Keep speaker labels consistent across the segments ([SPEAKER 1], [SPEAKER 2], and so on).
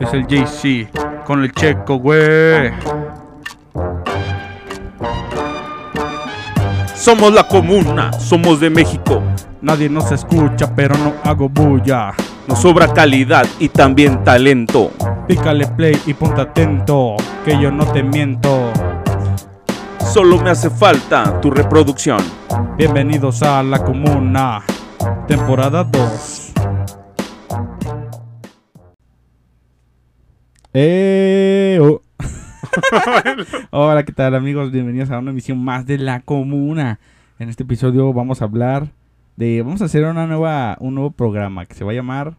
[SPEAKER 1] Es el JC con el checo, güey.
[SPEAKER 2] Somos la comuna, somos de México.
[SPEAKER 1] Nadie nos escucha, pero no hago bulla.
[SPEAKER 2] Nos sobra calidad y también talento.
[SPEAKER 1] Pícale play y ponte atento, que yo no te miento.
[SPEAKER 2] Solo me hace falta tu reproducción.
[SPEAKER 1] Bienvenidos a La Comuna, temporada 2. Eh, oh. Hola, ¿qué tal amigos? Bienvenidos a una emisión más de La Comuna. En este episodio vamos a hablar de... Vamos a hacer una nueva, un nuevo programa que se va a llamar...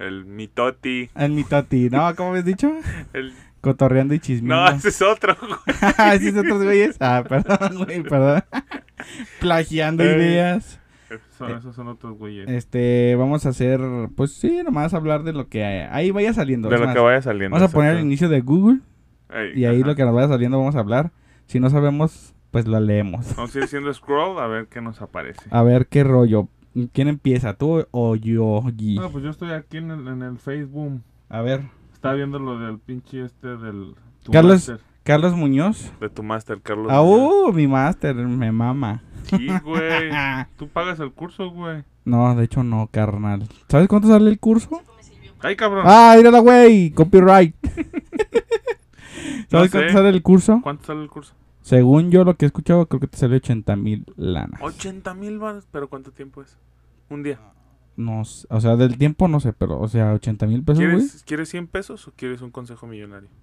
[SPEAKER 3] El mitoti.
[SPEAKER 1] El Mitoti, ¿no? ¿Cómo habías dicho?
[SPEAKER 3] El...
[SPEAKER 1] Cotorreando y chismeando.
[SPEAKER 3] No, ese es otro. güey.
[SPEAKER 1] Ah, ¿sí otros güeyes? Ah, perdón, güey, perdón. Plagiando
[SPEAKER 3] Ey.
[SPEAKER 1] ideas.
[SPEAKER 3] Esos
[SPEAKER 1] Eh,
[SPEAKER 3] son, esos son otros güeyes.
[SPEAKER 1] Este, vamos a hacer, pues sí, nomás hablar de lo que hay. ahí vaya saliendo.
[SPEAKER 3] de
[SPEAKER 1] es
[SPEAKER 3] lo
[SPEAKER 1] más,
[SPEAKER 3] que vaya saliendo.
[SPEAKER 1] vamos a poner el
[SPEAKER 3] exacto.
[SPEAKER 1] inicio de Google
[SPEAKER 3] Ey,
[SPEAKER 1] y ahí
[SPEAKER 3] ajá.
[SPEAKER 1] lo que nos vaya saliendo vamos a hablar. Si no sabemos, pues lo leemos.
[SPEAKER 3] Vamos a ir haciendo scroll a ver qué nos aparece.
[SPEAKER 1] A ver qué rollo. ¿Quién empieza? ¿Tú o yo, Gui?
[SPEAKER 3] No, pues yo estoy aquí en el, en el Facebook.
[SPEAKER 1] A ver.
[SPEAKER 3] Estaba viendo lo del pinche este del. tu
[SPEAKER 1] Carlos-
[SPEAKER 3] máster.
[SPEAKER 1] Carlos Muñoz.
[SPEAKER 3] De tu máster, Carlos.
[SPEAKER 1] Ah, uh, mi máster, me mama.
[SPEAKER 3] Sí, güey. Tú pagas el curso, güey.
[SPEAKER 1] No, de hecho no, carnal. ¿Sabes cuánto sale el curso?
[SPEAKER 3] Ay, cabrón.
[SPEAKER 1] Ah, mírala, güey, copyright.
[SPEAKER 3] No
[SPEAKER 1] ¿Sabes
[SPEAKER 3] sé.
[SPEAKER 1] cuánto sale el curso?
[SPEAKER 3] ¿Cuánto sale el curso?
[SPEAKER 1] Según yo lo que he escuchado, creo que te sale 80 mil lanas.
[SPEAKER 3] 80 mil baros. ¿Pero cuánto tiempo es? Un día.
[SPEAKER 1] No, s- o sea, del tiempo no sé, pero, o sea, 80 mil pesos, güey.
[SPEAKER 3] ¿Quieres, ¿Quieres 100 pesos o quieres un consejo millonario?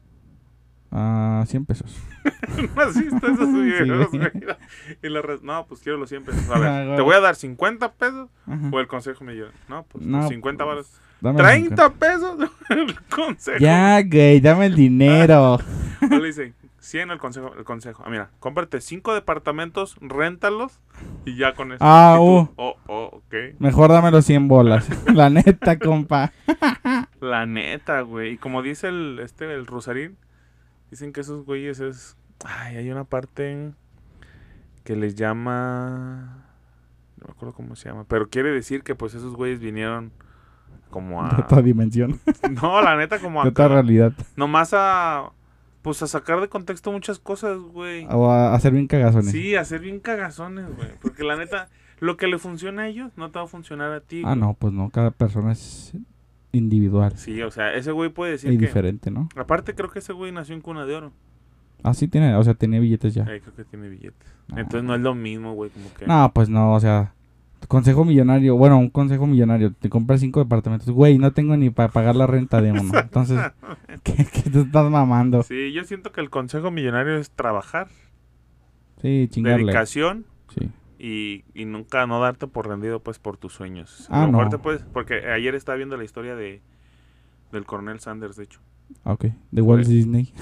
[SPEAKER 1] Ah, 100 pesos.
[SPEAKER 3] Así está esos
[SPEAKER 1] Sí,
[SPEAKER 3] videos,
[SPEAKER 1] güey.
[SPEAKER 3] güey. Y la res- No, pues quiero los 100 pesos. A
[SPEAKER 1] Ah,
[SPEAKER 3] ver,
[SPEAKER 1] güey.
[SPEAKER 3] te voy a dar 50 pesos
[SPEAKER 1] Ajá.
[SPEAKER 3] o Pues el consejo me lleva. No, pues
[SPEAKER 1] No,
[SPEAKER 3] 50
[SPEAKER 1] pues,
[SPEAKER 3] baros.
[SPEAKER 1] Dame los 50.
[SPEAKER 3] ¿30 pesos el consejo?
[SPEAKER 1] Ya, güey, dame el dinero.
[SPEAKER 3] No le dicen 100 el consejo. El consejo. Ah, mira, cómprate 5 departamentos, réntalos y ya con eso.
[SPEAKER 1] Ah,
[SPEAKER 3] Y tú,
[SPEAKER 1] uh.
[SPEAKER 3] Oh, oh, ok.
[SPEAKER 1] Mejor dame los 100 bolas. La neta, compa.
[SPEAKER 3] La neta, güey. Y como dice el, este, el Rosarín, dicen que esos güeyes es... Ay, hay una parte que les llama... No me acuerdo cómo se llama. Pero quiere decir que pues esos güeyes vinieron como
[SPEAKER 1] De
[SPEAKER 3] a...
[SPEAKER 1] otra dimensión,
[SPEAKER 3] No, la neta, como
[SPEAKER 1] de
[SPEAKER 3] a...
[SPEAKER 1] otra realidad.
[SPEAKER 3] Nomás a... Pues a sacar de contexto muchas cosas, güey.
[SPEAKER 1] O a hacer bien cagazones.
[SPEAKER 3] Sí, a ser bien cagazones, güey. Porque la neta, lo que le funciona a ellos no te va a funcionar a ti.
[SPEAKER 1] Ah,
[SPEAKER 3] güey.
[SPEAKER 1] no, pues no, cada persona es individual
[SPEAKER 3] Sí, o sea, ese güey puede
[SPEAKER 1] y
[SPEAKER 3] decir que...
[SPEAKER 1] diferente, ¿no?
[SPEAKER 3] Aparte creo que ese güey nació en cuna de oro.
[SPEAKER 1] Así tiene, o sea, tiene billetes ya.
[SPEAKER 3] Ahí creo que tiene billetes.
[SPEAKER 1] Ah.
[SPEAKER 3] Eh, Entonces no es lo mismo, güey, como que...
[SPEAKER 1] No, pues no, o sea, consejo millonario, bueno, un consejo millonario, te compras cinco departamentos, güey, no tengo ni para pagar la renta de uno, entonces, ¿qué, qué te estás mamando? Sí,
[SPEAKER 3] Sí, yo siento que el consejo millonario es trabajar,
[SPEAKER 1] chingarle.
[SPEAKER 3] dedicación
[SPEAKER 1] Sí.
[SPEAKER 3] y, y nunca no darte por rendido, pues, por tus sueños.
[SPEAKER 1] Ah,
[SPEAKER 3] A lo mejor
[SPEAKER 1] no.
[SPEAKER 3] te puedes- porque ayer estaba viendo la historia de del coronel Sanders, de hecho.
[SPEAKER 1] Ah, Ok, de Walt
[SPEAKER 3] Güey.
[SPEAKER 1] Disney.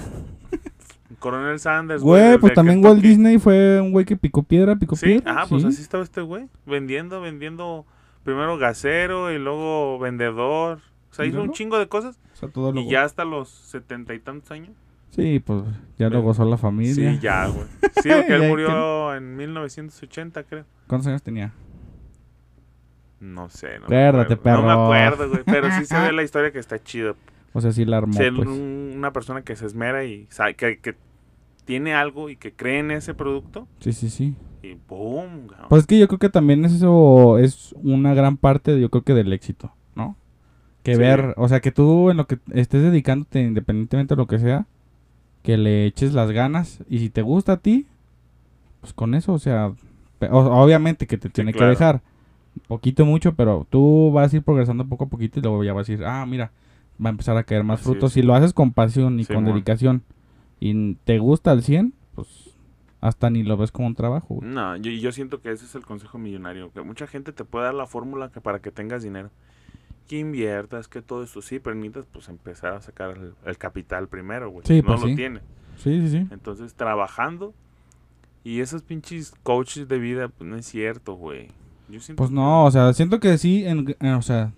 [SPEAKER 3] Coronel Sanders,
[SPEAKER 1] Güey,
[SPEAKER 3] del-
[SPEAKER 1] pues
[SPEAKER 3] del
[SPEAKER 1] también
[SPEAKER 3] que
[SPEAKER 1] Walt
[SPEAKER 3] está
[SPEAKER 1] Disney fue un güey que picó piedra, picó
[SPEAKER 3] aquí. Sí,
[SPEAKER 1] piedra.
[SPEAKER 3] ajá, pues
[SPEAKER 1] sí.
[SPEAKER 3] así estaba este güey, vendiendo, vendiendo primero gasero y luego vendedor. O sea,
[SPEAKER 1] ¿Y
[SPEAKER 3] hizo
[SPEAKER 1] luego?
[SPEAKER 3] un chingo de cosas
[SPEAKER 1] O sea, todo lo
[SPEAKER 3] y ya hasta los setenta y tantos años.
[SPEAKER 1] Sí, pues ya lo
[SPEAKER 3] Pero-
[SPEAKER 1] gozó la familia.
[SPEAKER 3] Sí, ya, güey. Sí, porque
[SPEAKER 1] Ya,
[SPEAKER 3] él murió en 1980, creo.
[SPEAKER 1] ¿Cuántos años tenía?
[SPEAKER 3] No sé, no
[SPEAKER 1] Acuérdate,
[SPEAKER 3] me acuerdo. No
[SPEAKER 1] perro.
[SPEAKER 3] me acuerdo, güey. Pero sí se ve la historia que está chido.
[SPEAKER 1] O sea, sí la armó,
[SPEAKER 3] Ser
[SPEAKER 1] pues.
[SPEAKER 3] un- una persona que se esmera y sabe que, que tiene algo y que cree en ese producto
[SPEAKER 1] Sí, sí, sí.
[SPEAKER 3] y ¡boom! cabrón.
[SPEAKER 1] Pues es que yo creo que también eso es una gran parte, yo creo que del éxito, ¿no? Que
[SPEAKER 3] Sí.
[SPEAKER 1] ver, o sea, que tú en lo que estés dedicándote, independientemente de lo que sea, que le eches las ganas y si te gusta a ti, pues con eso, o sea, pe- o- obviamente que te tiene
[SPEAKER 3] claro.
[SPEAKER 1] que dejar poquito, mucho, pero tú vas a ir progresando poco a poquito y luego ya vas a ir, ah, mira, va a empezar a caer más
[SPEAKER 3] Así
[SPEAKER 1] frutos.
[SPEAKER 3] es.
[SPEAKER 1] Si lo haces con pasión y con
[SPEAKER 3] Simón.
[SPEAKER 1] dedicación y te gusta al 100, pues hasta ni lo ves como un trabajo. güey.
[SPEAKER 3] No, yo, yo siento que ese es el consejo millonario. Que mucha gente te puede dar la fórmula que para que tengas dinero. Que inviertas, que todo eso sí, pero necesitas pues empezar a sacar el, el capital primero, güey.
[SPEAKER 1] Sí,
[SPEAKER 3] no
[SPEAKER 1] pues,
[SPEAKER 3] lo
[SPEAKER 1] sí.
[SPEAKER 3] tiene.
[SPEAKER 1] Sí, sí, sí.
[SPEAKER 3] Entonces, trabajando. Y esos pinches coaches de vida, pues no es cierto, güey. Yo siento
[SPEAKER 1] Pues
[SPEAKER 3] que-
[SPEAKER 1] no, o sea, siento que sí, en- en- o sea,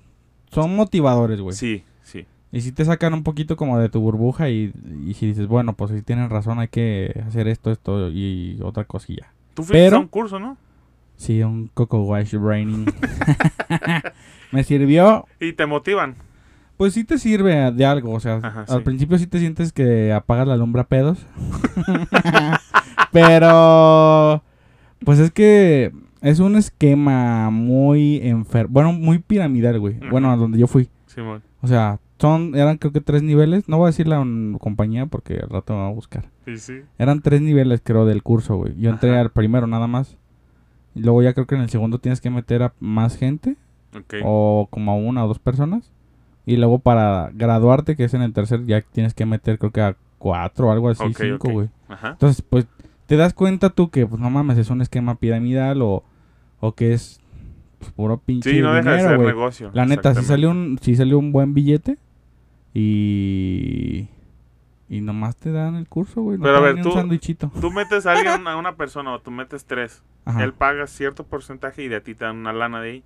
[SPEAKER 1] son motivadores, Pues, güey.
[SPEAKER 3] Sí, sí.
[SPEAKER 1] Y sí te sacan un poquito como de tu burbuja y, y si dices, bueno, pues si tienen razón, hay que hacer esto, esto y otra cosilla.
[SPEAKER 3] Tú fuiste
[SPEAKER 1] Pero-
[SPEAKER 3] a un curso, ¿no?
[SPEAKER 1] Sí, un coco wash braining. Me sirvió,
[SPEAKER 3] Y te motivan.
[SPEAKER 1] Pues sí te sirve a- de algo, o sea,
[SPEAKER 3] Ajá,
[SPEAKER 1] al
[SPEAKER 3] sí.
[SPEAKER 1] principio sí te sientes que apagas la alumbra a pedos. Pero pues es que es un esquema muy enfermo, bueno, muy piramidal, güey. Bueno, a donde yo fui.
[SPEAKER 3] Simón.
[SPEAKER 1] O sea, son eran creo que tres niveles, no voy a decir la mm, compañía porque al rato me va a buscar.
[SPEAKER 3] Sí, sí.
[SPEAKER 1] Eran tres niveles creo del curso, güey. Yo entré
[SPEAKER 3] Ajá.
[SPEAKER 1] al primero nada más. Y luego ya creo que en el segundo tienes que meter a más gente
[SPEAKER 3] Ok.
[SPEAKER 1] o como a una o dos personas. Y luego para graduarte, que es en el tercer, ya tienes que meter creo que a cuatro o algo así,
[SPEAKER 3] Ok,
[SPEAKER 1] cinco,
[SPEAKER 3] ok.
[SPEAKER 1] güey.
[SPEAKER 3] Ajá.
[SPEAKER 1] Entonces, pues, te das cuenta tú que, pues, no mames, es un esquema piramidal o, o que es pues, puro pinche
[SPEAKER 3] Sí, no deja de
[SPEAKER 1] dinero,
[SPEAKER 3] ser
[SPEAKER 1] güey.
[SPEAKER 3] negocio.
[SPEAKER 1] La neta, si
[SPEAKER 3] exactamente.
[SPEAKER 1] salió un, si salió un buen billete y... Y nomás te dan el curso, güey. No
[SPEAKER 3] Pero a
[SPEAKER 1] te dan
[SPEAKER 3] ver,
[SPEAKER 1] ni
[SPEAKER 3] tú-
[SPEAKER 1] un sándwichito.
[SPEAKER 3] Tú metes a alguien, a una persona, o tú metes tres.
[SPEAKER 1] Ajá.
[SPEAKER 3] Él paga cierto porcentaje y de a ti te dan una lana de ahí.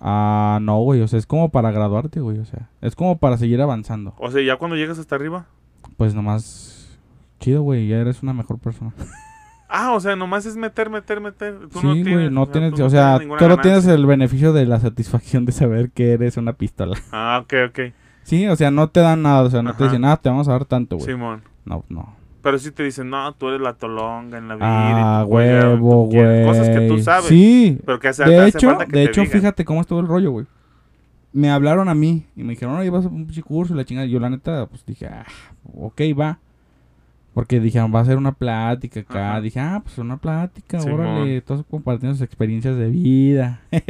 [SPEAKER 1] Ah, no, güey. O sea, es como para graduarte, güey. O sea, es como para seguir avanzando.
[SPEAKER 3] O sea, ya cuando llegas hasta arriba.
[SPEAKER 1] Pues nomás... Chido, güey. Ya eres una mejor persona.
[SPEAKER 3] Ah, o sea, nomás es meter, meter, meter. Tú
[SPEAKER 1] sí,
[SPEAKER 3] no
[SPEAKER 1] güey.
[SPEAKER 3] tienes,
[SPEAKER 1] no
[SPEAKER 3] o sea,
[SPEAKER 1] tienes...
[SPEAKER 3] tú no
[SPEAKER 1] o sea,
[SPEAKER 3] ninguna
[SPEAKER 1] solo
[SPEAKER 3] ganancia.
[SPEAKER 1] tienes el beneficio de la satisfacción de saber que eres una pistola.
[SPEAKER 3] Ah, ok, ok.
[SPEAKER 1] Sí, o sea, no te dan nada. O sea, no te
[SPEAKER 3] Ajá.
[SPEAKER 1] dicen, ah, te vamos a dar tanto, güey.
[SPEAKER 3] Simón.
[SPEAKER 1] No, no.
[SPEAKER 3] Pero sí te dicen, no, tú eres la tolonga en la vida. y
[SPEAKER 1] Ah,
[SPEAKER 3] tú puedes llegar donde
[SPEAKER 1] huevo,
[SPEAKER 3] tú quieras.
[SPEAKER 1] güey.
[SPEAKER 3] Cosas que tú sabes.
[SPEAKER 1] Sí,
[SPEAKER 3] Pero que hace,
[SPEAKER 1] de
[SPEAKER 3] hace
[SPEAKER 1] hecho,
[SPEAKER 3] falta que
[SPEAKER 1] de
[SPEAKER 3] te
[SPEAKER 1] hecho,
[SPEAKER 3] digan.
[SPEAKER 1] fíjate cómo estuvo el rollo, güey. Me hablaron a mí y me dijeron, oye, vas a un pinche curso y la chingada. Yo, la neta, pues dije, ah, ok, va. Porque dijeron, va a ser una plática acá.
[SPEAKER 3] Ajá.
[SPEAKER 1] Dije, ah, pues una plática,
[SPEAKER 3] Simón.
[SPEAKER 1] órale, todos compartiendo sus experiencias de vida.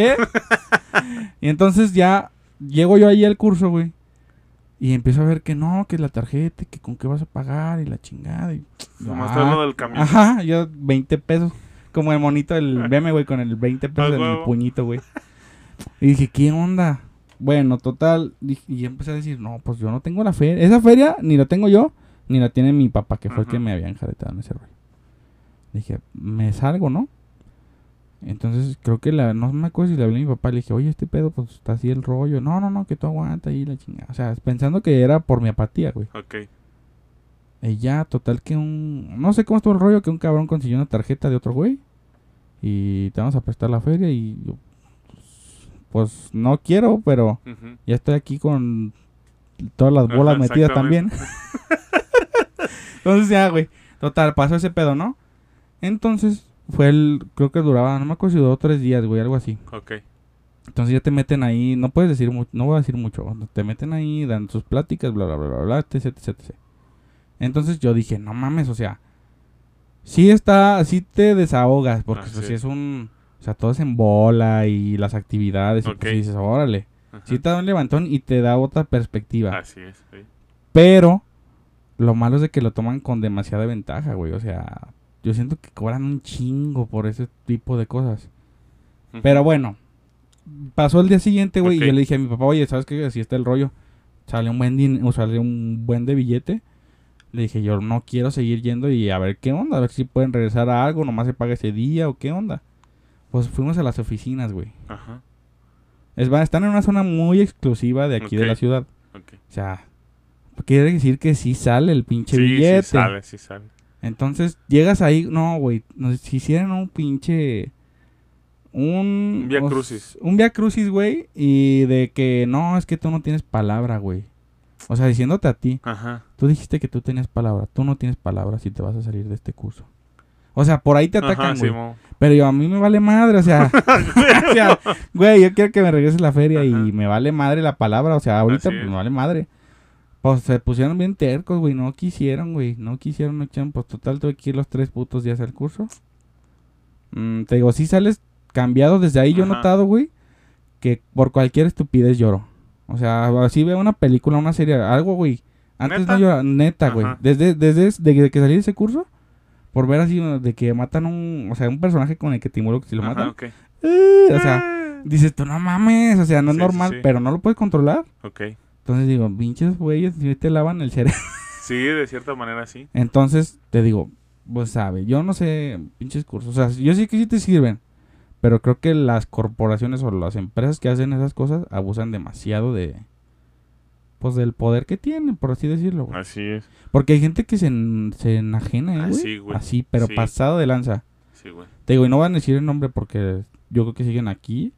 [SPEAKER 1] y entonces ya llego yo ahí al curso, güey. Y empiezo a ver que no, que la tarjeta, que con qué vas a pagar y la chingada. Y,
[SPEAKER 3] Nomás
[SPEAKER 1] Ah,
[SPEAKER 3] te hablo del camino.
[SPEAKER 1] Ajá, yo 20 pesos. Como el monito del meme, güey, con el 20 pesos
[SPEAKER 3] Al
[SPEAKER 1] en el
[SPEAKER 3] huevo.
[SPEAKER 1] puñito, güey. Y dije, ¿qué onda? Bueno, total. dije- Y yo empecé a decir, no, pues yo no tengo la feria. Esa feria ni la tengo yo, ni la tiene mi papá, que fue el que
[SPEAKER 3] Ujú.
[SPEAKER 1] me había enjaretado en ese rollo. Dije, me salgo, ¿no? Entonces, creo que la, no me acuerdo si le hablé a mi papá, le dije, oye, este pedo, pues está así el rollo. No, no, no, que tú aguanta ahí la chingada. O sea, pensando que era por mi apatía, güey.
[SPEAKER 3] Ok.
[SPEAKER 1] Y ya, total que un... No sé cómo estuvo el rollo que un cabrón consiguió una tarjeta de otro güey. Y te vamos a prestar la feria y yo... Pues no quiero, pero
[SPEAKER 3] Ujú.
[SPEAKER 1] ya estoy aquí con todas las bolas
[SPEAKER 3] Ajá,
[SPEAKER 1] metidas también. Entonces ya, güey. Total, pasó ese pedo, ¿no? Entonces fue el... Creo que duraba, no me acuerdo si duró tres días, güey, algo así.
[SPEAKER 3] Ok.
[SPEAKER 1] Entonces ya te meten ahí, no puedes decir mucho, no voy a decir mucho, te meten ahí, dan sus pláticas, bla, bla, bla, bla, bla, etc, etc, etc. Entonces yo dije, no mames, o sea, sí está, sí te desahogas, porque
[SPEAKER 3] Ah,
[SPEAKER 1] pues,
[SPEAKER 3] sí.
[SPEAKER 1] sí es un, o sea, todo es en bola y las actividades, y pues,
[SPEAKER 3] Ok.
[SPEAKER 1] sí dices, órale,
[SPEAKER 3] Ajá.
[SPEAKER 1] sí te da un levantón y te da otra perspectiva,
[SPEAKER 3] Así es. sí.
[SPEAKER 1] pero lo malo es de que lo toman con demasiada ventaja, güey, o sea, yo siento que cobran un chingo por ese tipo de cosas.
[SPEAKER 3] Ujú.
[SPEAKER 1] Pero bueno, pasó el día siguiente, güey,
[SPEAKER 3] Ok.
[SPEAKER 1] y yo le dije a mi papá, oye, ¿sabes qué? Así está el rollo. Sale un buen din o sale un buen de billete. Le dije, yo no quiero seguir yendo y a ver qué onda, a ver si pueden regresar a algo, nomás se paga ese día o qué onda. Pues fuimos a las oficinas, güey.
[SPEAKER 3] Ajá.
[SPEAKER 1] Es va- están en una zona muy exclusiva de aquí de
[SPEAKER 3] Ok.
[SPEAKER 1] la ciudad.
[SPEAKER 3] Ok.
[SPEAKER 1] O sea, quiere decir que sí sale el pinche
[SPEAKER 3] Sí,
[SPEAKER 1] billete.
[SPEAKER 3] sí sale, sí sale.
[SPEAKER 1] Entonces, llegas ahí, no, güey, nos hicieron un pinche... Un...
[SPEAKER 3] Un vía
[SPEAKER 1] os-
[SPEAKER 3] crucis.
[SPEAKER 1] Un via crucis, güey, y de que no, es que tú no tienes palabra, güey. O sea, diciéndote a ti,
[SPEAKER 3] Ajá.
[SPEAKER 1] tú dijiste que tú tenías palabra, tú no tienes palabra si te vas a salir de este curso. O sea, por ahí te
[SPEAKER 3] Ajá,
[SPEAKER 1] atacan, güey.
[SPEAKER 3] Simón.
[SPEAKER 1] pero yo, a mí me vale madre, o sea... o sea, güey, yo quiero que me regrese la feria
[SPEAKER 3] Ajá.
[SPEAKER 1] y me vale madre la palabra, o sea, ahorita
[SPEAKER 3] Así
[SPEAKER 1] pues,
[SPEAKER 3] es.
[SPEAKER 1] me vale madre. Pues se pusieron bien tercos, güey, no quisieron, güey, no quisieron, no quisieron, pues total tuve que ir los tres putos días al curso. Mm, te digo, si sales cambiado, desde ahí yo he
[SPEAKER 3] Ajá.
[SPEAKER 1] notado, güey, que por cualquier estupidez lloro. O sea, así veo una película, una serie, algo, güey. Antes
[SPEAKER 3] ¿Neta?
[SPEAKER 1] no lloraba, neta, güey.
[SPEAKER 3] Ajá.
[SPEAKER 1] Desde, desde es- de que- de que salí de ese curso, por ver así, de que matan un, o sea, un personaje con el que te involucras si lo
[SPEAKER 3] Ajá,
[SPEAKER 1] matan.
[SPEAKER 3] ok.
[SPEAKER 1] "Eh", o sea, Dices tú, no mames, o sea, no es
[SPEAKER 3] Sí, sí,
[SPEAKER 1] normal,
[SPEAKER 3] sí.
[SPEAKER 1] pero no lo puedes controlar.
[SPEAKER 3] Ok.
[SPEAKER 1] Entonces digo, pinches güeyes, si te lavan el cerebro.
[SPEAKER 3] Sí, de cierta manera sí.
[SPEAKER 1] Entonces te digo, pues sabe, yo no sé, pinches cursos. O sea, yo sí que sí te sirven, pero creo que las corporaciones o las empresas que hacen esas cosas abusan demasiado de. Pues del poder que tienen, por así decirlo. güey.
[SPEAKER 3] Así es.
[SPEAKER 1] Porque hay gente que se, en- se enajena, ¿eh,
[SPEAKER 3] Ah,
[SPEAKER 1] güey?
[SPEAKER 3] sí, güey.
[SPEAKER 1] Así, pero
[SPEAKER 3] Sí.
[SPEAKER 1] pasado de lanza.
[SPEAKER 3] Sí, güey.
[SPEAKER 1] Te digo, y no van a decir el nombre porque yo creo que siguen aquí.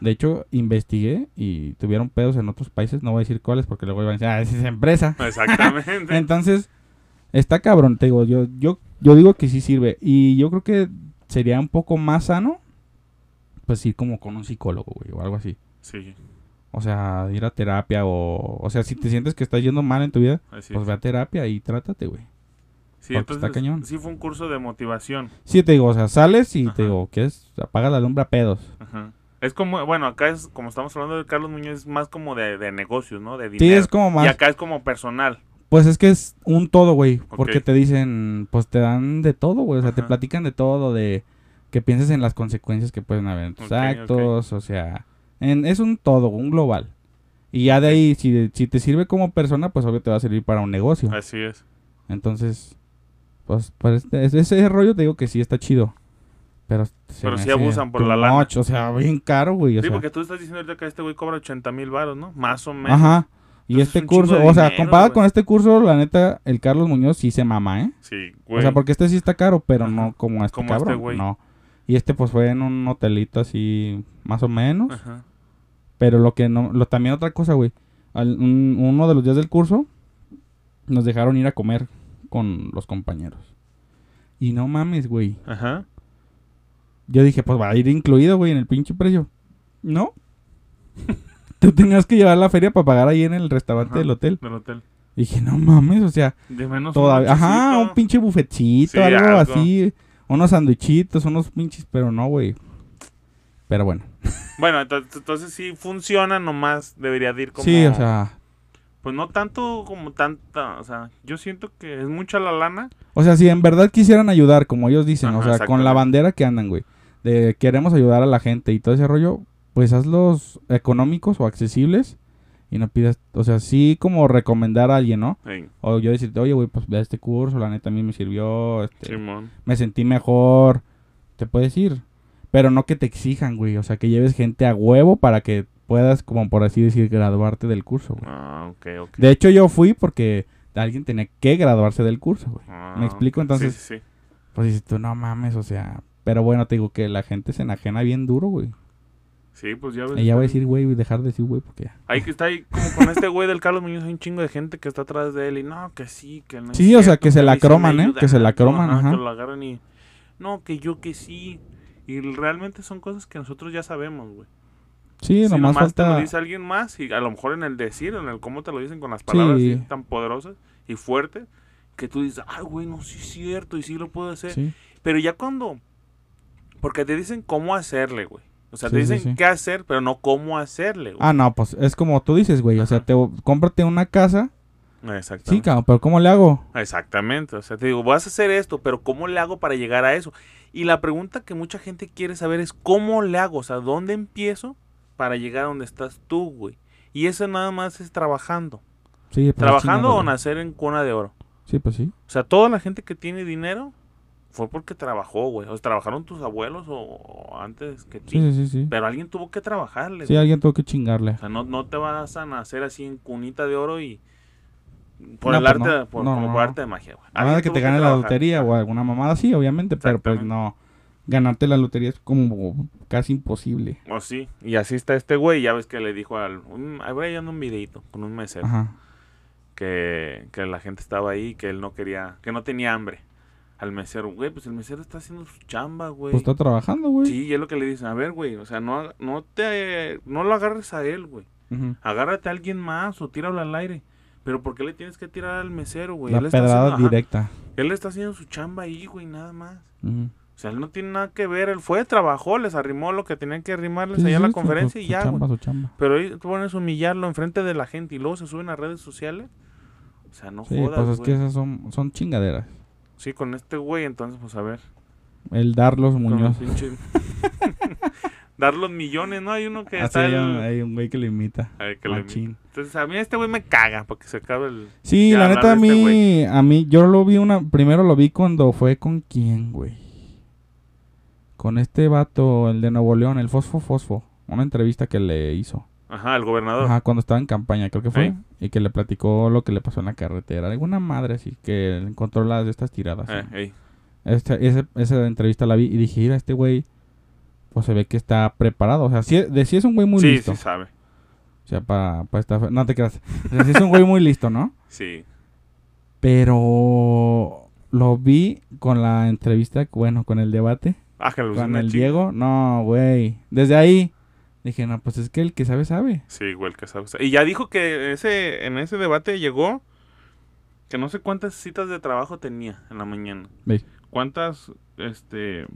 [SPEAKER 1] De hecho, investigué y tuvieron pedos en otros países. No voy a decir cuáles porque luego iban a decir, ah, esa es empresa.
[SPEAKER 3] Exactamente.
[SPEAKER 1] Entonces, está cabrón, te digo, yo, yo, yo digo que sí sirve. Y yo creo que sería un poco más sano, pues ir como con un psicólogo, güey, o algo así.
[SPEAKER 3] sí,
[SPEAKER 1] O sea, ir a terapia o... O sea, si te sientes que estás yendo mal en tu vida,
[SPEAKER 3] así
[SPEAKER 1] pues
[SPEAKER 3] es.
[SPEAKER 1] ve a terapia y trátate, güey.
[SPEAKER 3] Sí,
[SPEAKER 1] porque está
[SPEAKER 3] entonces,
[SPEAKER 1] cañón.
[SPEAKER 3] sí fue un curso de motivación.
[SPEAKER 1] Sí, te digo, o sea, sales y
[SPEAKER 3] Ajá.
[SPEAKER 1] te digo, ¿quieres? Apaga la lumbre a pedos.
[SPEAKER 3] Ajá. Es como, bueno, acá es, como estamos hablando de Carlos Muñoz, es más como de, de negocios, ¿no? De
[SPEAKER 1] Sí,
[SPEAKER 3] dinero.
[SPEAKER 1] es como más...
[SPEAKER 3] Y acá es como personal.
[SPEAKER 1] Pues es que es un todo, güey. Porque
[SPEAKER 3] Ok.
[SPEAKER 1] te dicen, pues te dan de todo, güey. O sea, te
[SPEAKER 3] Ajá.
[SPEAKER 1] platican de todo, de que pienses en las consecuencias que pueden haber en tus
[SPEAKER 3] Ok, ok.
[SPEAKER 1] actos, o sea, en- es un todo, un global. Y ya de ahí, si, si te sirve como persona, pues obvio te va a servir para un negocio.
[SPEAKER 3] Así es.
[SPEAKER 1] Entonces, pues para este- ese, ese rollo te digo que sí está chido. Pero, se
[SPEAKER 3] Pero
[SPEAKER 1] me
[SPEAKER 3] sí
[SPEAKER 1] hace
[SPEAKER 3] abusan por
[SPEAKER 1] too
[SPEAKER 3] la lana.
[SPEAKER 1] much, o sea, bien caro, güey. o
[SPEAKER 3] sí,
[SPEAKER 1] sea.
[SPEAKER 3] porque tú estás diciendo ahorita que este güey cobra 80 mil baros, ¿no? Más o menos.
[SPEAKER 1] Ajá. Y
[SPEAKER 3] Entonces,
[SPEAKER 1] este
[SPEAKER 3] es un chingo
[SPEAKER 1] curso,
[SPEAKER 3] de
[SPEAKER 1] o sea,
[SPEAKER 3] dinero,
[SPEAKER 1] comparado
[SPEAKER 3] güey.
[SPEAKER 1] con este curso, la neta, el Carlos Muñoz sí se mama, ¿eh?
[SPEAKER 3] Sí, güey.
[SPEAKER 1] O sea, porque este sí está caro, pero no
[SPEAKER 3] Ajá.
[SPEAKER 1] como este
[SPEAKER 3] Como este
[SPEAKER 1] cabrón.
[SPEAKER 3] güey.
[SPEAKER 1] no. Y este pues fue en un hotelito así, más o menos.
[SPEAKER 3] Ajá.
[SPEAKER 1] Pero lo que no, lo, también otra cosa, güey. Al- un- uno de los días del curso, nos dejaron ir a comer con los compañeros. Y no mames, güey.
[SPEAKER 3] Ajá.
[SPEAKER 1] Yo dije, pues va a ir incluido, güey, en el pinche precio. No. Tú tenías que llevar la feria para pagar ahí en el restaurante
[SPEAKER 3] Ajá.
[SPEAKER 1] del hotel.
[SPEAKER 3] Del hotel.
[SPEAKER 1] Dije, no mames, o sea,
[SPEAKER 3] De menos. un
[SPEAKER 1] Todavía, ajá,
[SPEAKER 3] nochecito.
[SPEAKER 1] un pinche bufetcito,
[SPEAKER 3] Sí,
[SPEAKER 1] algo,
[SPEAKER 3] algo.
[SPEAKER 1] así, unos sandwichitos, unos pinches, pero no, güey. Pero bueno.
[SPEAKER 3] Bueno, ento- entonces, sí funciona, nomás debería de ir como.
[SPEAKER 1] Sí, o sea,
[SPEAKER 3] Pues no tanto como tanta. O sea, yo siento que es mucha la lana.
[SPEAKER 1] o sea, si en verdad quisieran ayudar, como ellos dicen,
[SPEAKER 3] Ajá,
[SPEAKER 1] o sea, con la
[SPEAKER 3] exactamente.
[SPEAKER 1] bandera que andan, güey, de queremos ayudar a la gente y todo ese rollo, pues hazlos económicos o accesibles y no pidas, o sea, sí como recomendar a alguien, ¿no?
[SPEAKER 3] Sí,
[SPEAKER 1] O yo decirte, oye, güey, pues ve a este curso, la neta a mí me sirvió, este,
[SPEAKER 3] Simón.
[SPEAKER 1] me sentí mejor, te puedes ir. Pero no que te exijan, güey. O sea, que lleves gente a huevo para que puedas, como por así decir, graduarte del curso, güey.
[SPEAKER 3] Ah, ok, ok.
[SPEAKER 1] De hecho, yo fui porque alguien tenía que graduarse del curso, güey.
[SPEAKER 3] Ah,
[SPEAKER 1] ¿me explico?
[SPEAKER 3] ok.
[SPEAKER 1] Entonces-
[SPEAKER 3] Sí, sí, sí.
[SPEAKER 1] Pues dices tú, no mames, o sea... Pero bueno, te digo que la gente se enajena bien duro, güey.
[SPEAKER 3] Sí, pues ya ves.
[SPEAKER 1] Y eh, ya voy a
[SPEAKER 3] está-
[SPEAKER 1] decir, güey, y dejar de decir, güey, porque ya.
[SPEAKER 3] Ahí que está ahí, como con este güey del Carlos Muñoz, hay un chingo de gente que está atrás de él y no, que sí, que no. es
[SPEAKER 1] Sí, o sea,
[SPEAKER 3] cierto,
[SPEAKER 1] que se la
[SPEAKER 3] a mí sí me
[SPEAKER 1] croman, ¿eh? Que se la
[SPEAKER 3] ayudaron,
[SPEAKER 1] croman, ajá.
[SPEAKER 3] Que lo agarran y. No, que yo que sí. Y realmente son cosas que nosotros ya sabemos, güey.
[SPEAKER 1] Sí,
[SPEAKER 3] Si
[SPEAKER 1] nomás,
[SPEAKER 3] te lo
[SPEAKER 1] falta...
[SPEAKER 3] dice alguien más y a lo mejor en el decir, en el cómo te lo dicen con las palabras
[SPEAKER 1] Sí.
[SPEAKER 3] así tan poderosas y fuertes, que tú dices, ay, güey, no, sí es cierto y sí lo puedo hacer.
[SPEAKER 1] Sí,
[SPEAKER 3] Pero ya cuando. Porque te dicen cómo hacerle, güey. O sea,
[SPEAKER 1] Sí,
[SPEAKER 3] te
[SPEAKER 1] sí,
[SPEAKER 3] dicen
[SPEAKER 1] sí.
[SPEAKER 3] qué hacer, pero no cómo hacerle, güey.
[SPEAKER 1] Ah, no, pues es como tú dices, güey. O sea,
[SPEAKER 3] Ajá.
[SPEAKER 1] te... cómprate una casa.
[SPEAKER 3] Exactamente.
[SPEAKER 1] Sí, cabrón, pero ¿cómo le hago?
[SPEAKER 3] Exactamente, o sea, te digo, vas a hacer esto, pero ¿cómo le hago para llegar a eso? Y la pregunta que mucha gente quiere saber es ¿cómo le hago? O sea, ¿dónde empiezo para llegar a donde estás tú, güey? Y eso nada más es trabajando.
[SPEAKER 1] Sí, pues,
[SPEAKER 3] trabajando
[SPEAKER 1] chingado,
[SPEAKER 3] o
[SPEAKER 1] güey.
[SPEAKER 3] nacer en cuna de oro.
[SPEAKER 1] Sí, pues sí.
[SPEAKER 3] O sea, toda la gente que tiene dinero fue porque trabajó, güey. O sea, trabajaron tus abuelos o, o antes que ti.
[SPEAKER 1] Sí, sí, sí, sí.
[SPEAKER 3] Pero alguien tuvo que trabajarle.
[SPEAKER 1] Sí,
[SPEAKER 3] güey.
[SPEAKER 1] alguien tuvo que chingarle.
[SPEAKER 3] O sea, no, no te vas a nacer así en cunita de oro y... Por
[SPEAKER 1] No,
[SPEAKER 3] el
[SPEAKER 1] pues
[SPEAKER 3] arte,
[SPEAKER 1] no.
[SPEAKER 3] por,
[SPEAKER 1] No,
[SPEAKER 3] como
[SPEAKER 1] no, no.
[SPEAKER 3] por arte de magia, güey.
[SPEAKER 1] Nada de
[SPEAKER 3] Alguien
[SPEAKER 1] que
[SPEAKER 3] tuvo
[SPEAKER 1] te gane la
[SPEAKER 3] trabajar.
[SPEAKER 1] lotería o alguna mamada, sí, obviamente, pero pues
[SPEAKER 3] Exactamente.
[SPEAKER 1] no. Ganarte la lotería es como casi imposible.
[SPEAKER 3] Oh, sí. Y así está este güey. Ya ves que le dijo al. Un, ahí voy hallando un videito con un mesero.
[SPEAKER 1] Ajá.
[SPEAKER 3] Que, que la gente estaba ahí. Que él no quería. Que no tenía hambre. Al mesero, güey. Pues el mesero está haciendo su chamba, güey.
[SPEAKER 1] Pues está trabajando, güey.
[SPEAKER 3] Sí, y es lo que le dicen. A ver, güey. O sea, no, haga- no te. No lo agarres a él, güey.
[SPEAKER 1] Ujú.
[SPEAKER 3] Agárrate a alguien más o tíralo al aire. Pero ¿por qué le tienes que tirar al mesero, güey?
[SPEAKER 1] La
[SPEAKER 3] él, está
[SPEAKER 1] pedrada
[SPEAKER 3] haciendo, ajá,
[SPEAKER 1] directa.
[SPEAKER 3] él está haciendo su chamba ahí, güey, nada más.
[SPEAKER 1] Ujú.
[SPEAKER 3] O sea, él no tiene nada que ver. Él fue, trabajó, les arrimó lo que tenían que arrimarles
[SPEAKER 1] Sí, sí,
[SPEAKER 3] allá en la
[SPEAKER 1] su- su-
[SPEAKER 3] conferencia y
[SPEAKER 1] su
[SPEAKER 3] ya, güey.
[SPEAKER 1] chamba, su chamba.
[SPEAKER 3] Pero ahí te pones a humillarlo enfrente de la gente y luego se suben a redes sociales. O sea, no
[SPEAKER 1] Sí,
[SPEAKER 3] jodas,
[SPEAKER 1] pues es que
[SPEAKER 3] güey.
[SPEAKER 1] esas son, son chingaderas.
[SPEAKER 3] Sí, con este güey, entonces, pues a ver.
[SPEAKER 1] El Darlos
[SPEAKER 3] con el
[SPEAKER 1] Muñoz.
[SPEAKER 3] pinche- Dar los millones, ¿no? Hay uno que
[SPEAKER 1] Así
[SPEAKER 3] está
[SPEAKER 1] hay,
[SPEAKER 3] el-
[SPEAKER 1] un- hay un güey que lo imita.
[SPEAKER 3] Ay, que le-
[SPEAKER 1] Machín.
[SPEAKER 3] Entonces, a mí este güey me caga porque se acaba el...
[SPEAKER 1] Sí,
[SPEAKER 3] Ya
[SPEAKER 1] la
[SPEAKER 3] hablar
[SPEAKER 1] neta a
[SPEAKER 3] de este
[SPEAKER 1] mí, a mí, yo lo vi una, primero lo vi cuando fue con quién, güey. Con este vato, el de Nuevo León, el Fosfo Fosfo. Una entrevista que le hizo.
[SPEAKER 3] Ajá, el gobernador.
[SPEAKER 1] Ajá, cuando estaba en campaña, creo que fue.
[SPEAKER 3] Ey.
[SPEAKER 1] Y que le platicó lo que le pasó en la carretera. Alguna madre así, que encontró las de estas tiradas.
[SPEAKER 3] Eh,
[SPEAKER 1] ¿no?
[SPEAKER 3] ey.
[SPEAKER 1] Este- ese- esa entrevista la vi y dije, mira, este güey pues se ve que está preparado. O sea, sí, de sí es un güey muy
[SPEAKER 3] sí,
[SPEAKER 1] listo.
[SPEAKER 3] sí sabe.
[SPEAKER 1] O sea, para, para esta... fe- No te creas. O sea, sí es un güey muy listo, ¿no?
[SPEAKER 3] Sí.
[SPEAKER 1] Pero lo vi con la entrevista, bueno, con el debate,
[SPEAKER 3] Ah, que le puso
[SPEAKER 1] con
[SPEAKER 3] una
[SPEAKER 1] el
[SPEAKER 3] chinga.
[SPEAKER 1] Diego. No, güey. Desde ahí dije, no, pues es que el que sabe, sabe.
[SPEAKER 3] Sí, güey, el que sabe. Y ya dijo que ese, en ese debate llegó que no sé cuántas citas de trabajo tenía en la mañana.
[SPEAKER 1] Ve.
[SPEAKER 3] Cuántas, este,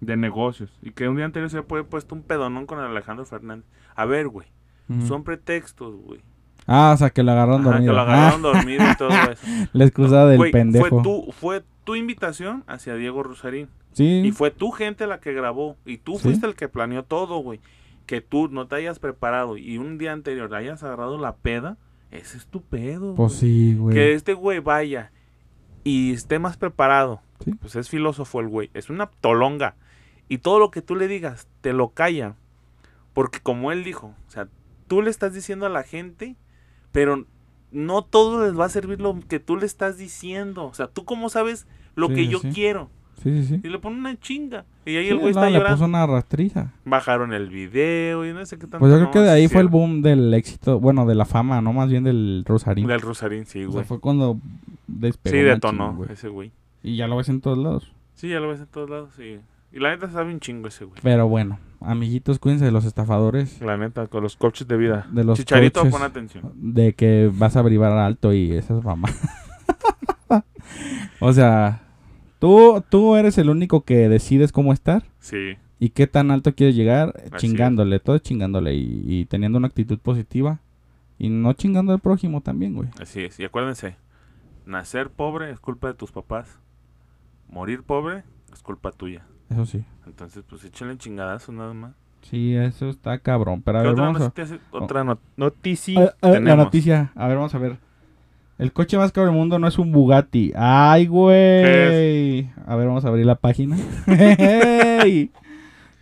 [SPEAKER 3] de negocios. Y que un día anterior se había puesto un pedonón con Alejandro Fernández. A ver, güey,
[SPEAKER 1] Ujú.
[SPEAKER 3] son pretextos, güey.
[SPEAKER 1] Ah, o sea, que lo agarraron
[SPEAKER 3] Ajá, que
[SPEAKER 1] dormido.
[SPEAKER 3] lo agarraron dormido y todo eso.
[SPEAKER 1] Ah, la excusa del
[SPEAKER 3] Güey,
[SPEAKER 1] pendejo.
[SPEAKER 3] Fue tu, fue tu invitación hacia Diego Rosarín.
[SPEAKER 1] Sí.
[SPEAKER 3] Y fue tu gente la que grabó. Y tú
[SPEAKER 1] Sí.
[SPEAKER 3] fuiste el que planeó todo, güey. Que tú no te hayas preparado y un día anterior hayas agarrado la peda, ese es tu pedo.
[SPEAKER 1] Pues
[SPEAKER 3] güey.
[SPEAKER 1] sí, güey.
[SPEAKER 3] Que este güey vaya y esté más preparado.
[SPEAKER 1] Sí.
[SPEAKER 3] Pues es filósofo el güey. Es una tolonga. Y todo lo que tú le digas, te lo calla. Porque como él dijo, o sea, tú le estás diciendo a la gente, pero no todo les va a servir lo que tú le estás diciendo. O sea, tú cómo sabes lo
[SPEAKER 1] Sí,
[SPEAKER 3] que
[SPEAKER 1] sí,
[SPEAKER 3] yo
[SPEAKER 1] sí.
[SPEAKER 3] quiero.
[SPEAKER 1] Sí, sí, sí.
[SPEAKER 3] Y le pone una chinga. Y ahí
[SPEAKER 1] Sí,
[SPEAKER 3] el güey
[SPEAKER 1] no,
[SPEAKER 3] está
[SPEAKER 1] le puso
[SPEAKER 3] llorando.
[SPEAKER 1] una rastriza.
[SPEAKER 3] Bajaron el video y no sé qué tanto.
[SPEAKER 1] Pues yo creo
[SPEAKER 3] no,
[SPEAKER 1] que de ahí
[SPEAKER 3] sí,
[SPEAKER 1] fue el boom del éxito, bueno, de la fama, no más bien del Rosarín.
[SPEAKER 3] Del Rosarín, sí,
[SPEAKER 1] o sea,
[SPEAKER 3] güey.
[SPEAKER 1] fue cuando despegó.
[SPEAKER 3] sí,
[SPEAKER 1] machín,
[SPEAKER 3] detonó
[SPEAKER 1] güey.
[SPEAKER 3] ese güey.
[SPEAKER 1] Y ya lo ves en todos lados.
[SPEAKER 3] Sí, ya lo ves en todos lados. Sí. Y la neta sabe un chingo ese güey.
[SPEAKER 1] Pero bueno, amiguitos, cuídense de los estafadores.
[SPEAKER 3] La neta, con los coches de vida.
[SPEAKER 1] De los
[SPEAKER 3] Chicharito,
[SPEAKER 1] coaches.
[SPEAKER 3] pon atención.
[SPEAKER 1] De que vas a bribar alto y esas mamás. o sea, tú, tú eres el único que decides cómo estar
[SPEAKER 3] Sí,
[SPEAKER 1] y qué tan alto quieres llegar eh,
[SPEAKER 3] es.
[SPEAKER 1] chingándole, todo es chingándole y, y teniendo una actitud positiva. Y no chingando al prójimo también, güey.
[SPEAKER 3] así es. Y acuérdense, nacer pobre es culpa de tus papás. Morir pobre es culpa tuya.
[SPEAKER 1] Eso sí.
[SPEAKER 3] Entonces, pues échale chingadazo nada más.
[SPEAKER 1] Sí, eso está cabrón. Pero a
[SPEAKER 3] ¿Qué
[SPEAKER 1] ver,
[SPEAKER 3] otra,
[SPEAKER 1] vamos a...
[SPEAKER 3] noticia, otra no- noticia
[SPEAKER 1] Ah, ah, la
[SPEAKER 3] tenemos?
[SPEAKER 1] noticia. A ver, vamos a ver. El coche más caro del mundo no es un Bugatti. ¡Ay, güey! A ver, vamos a abrir la página. ¡Ey!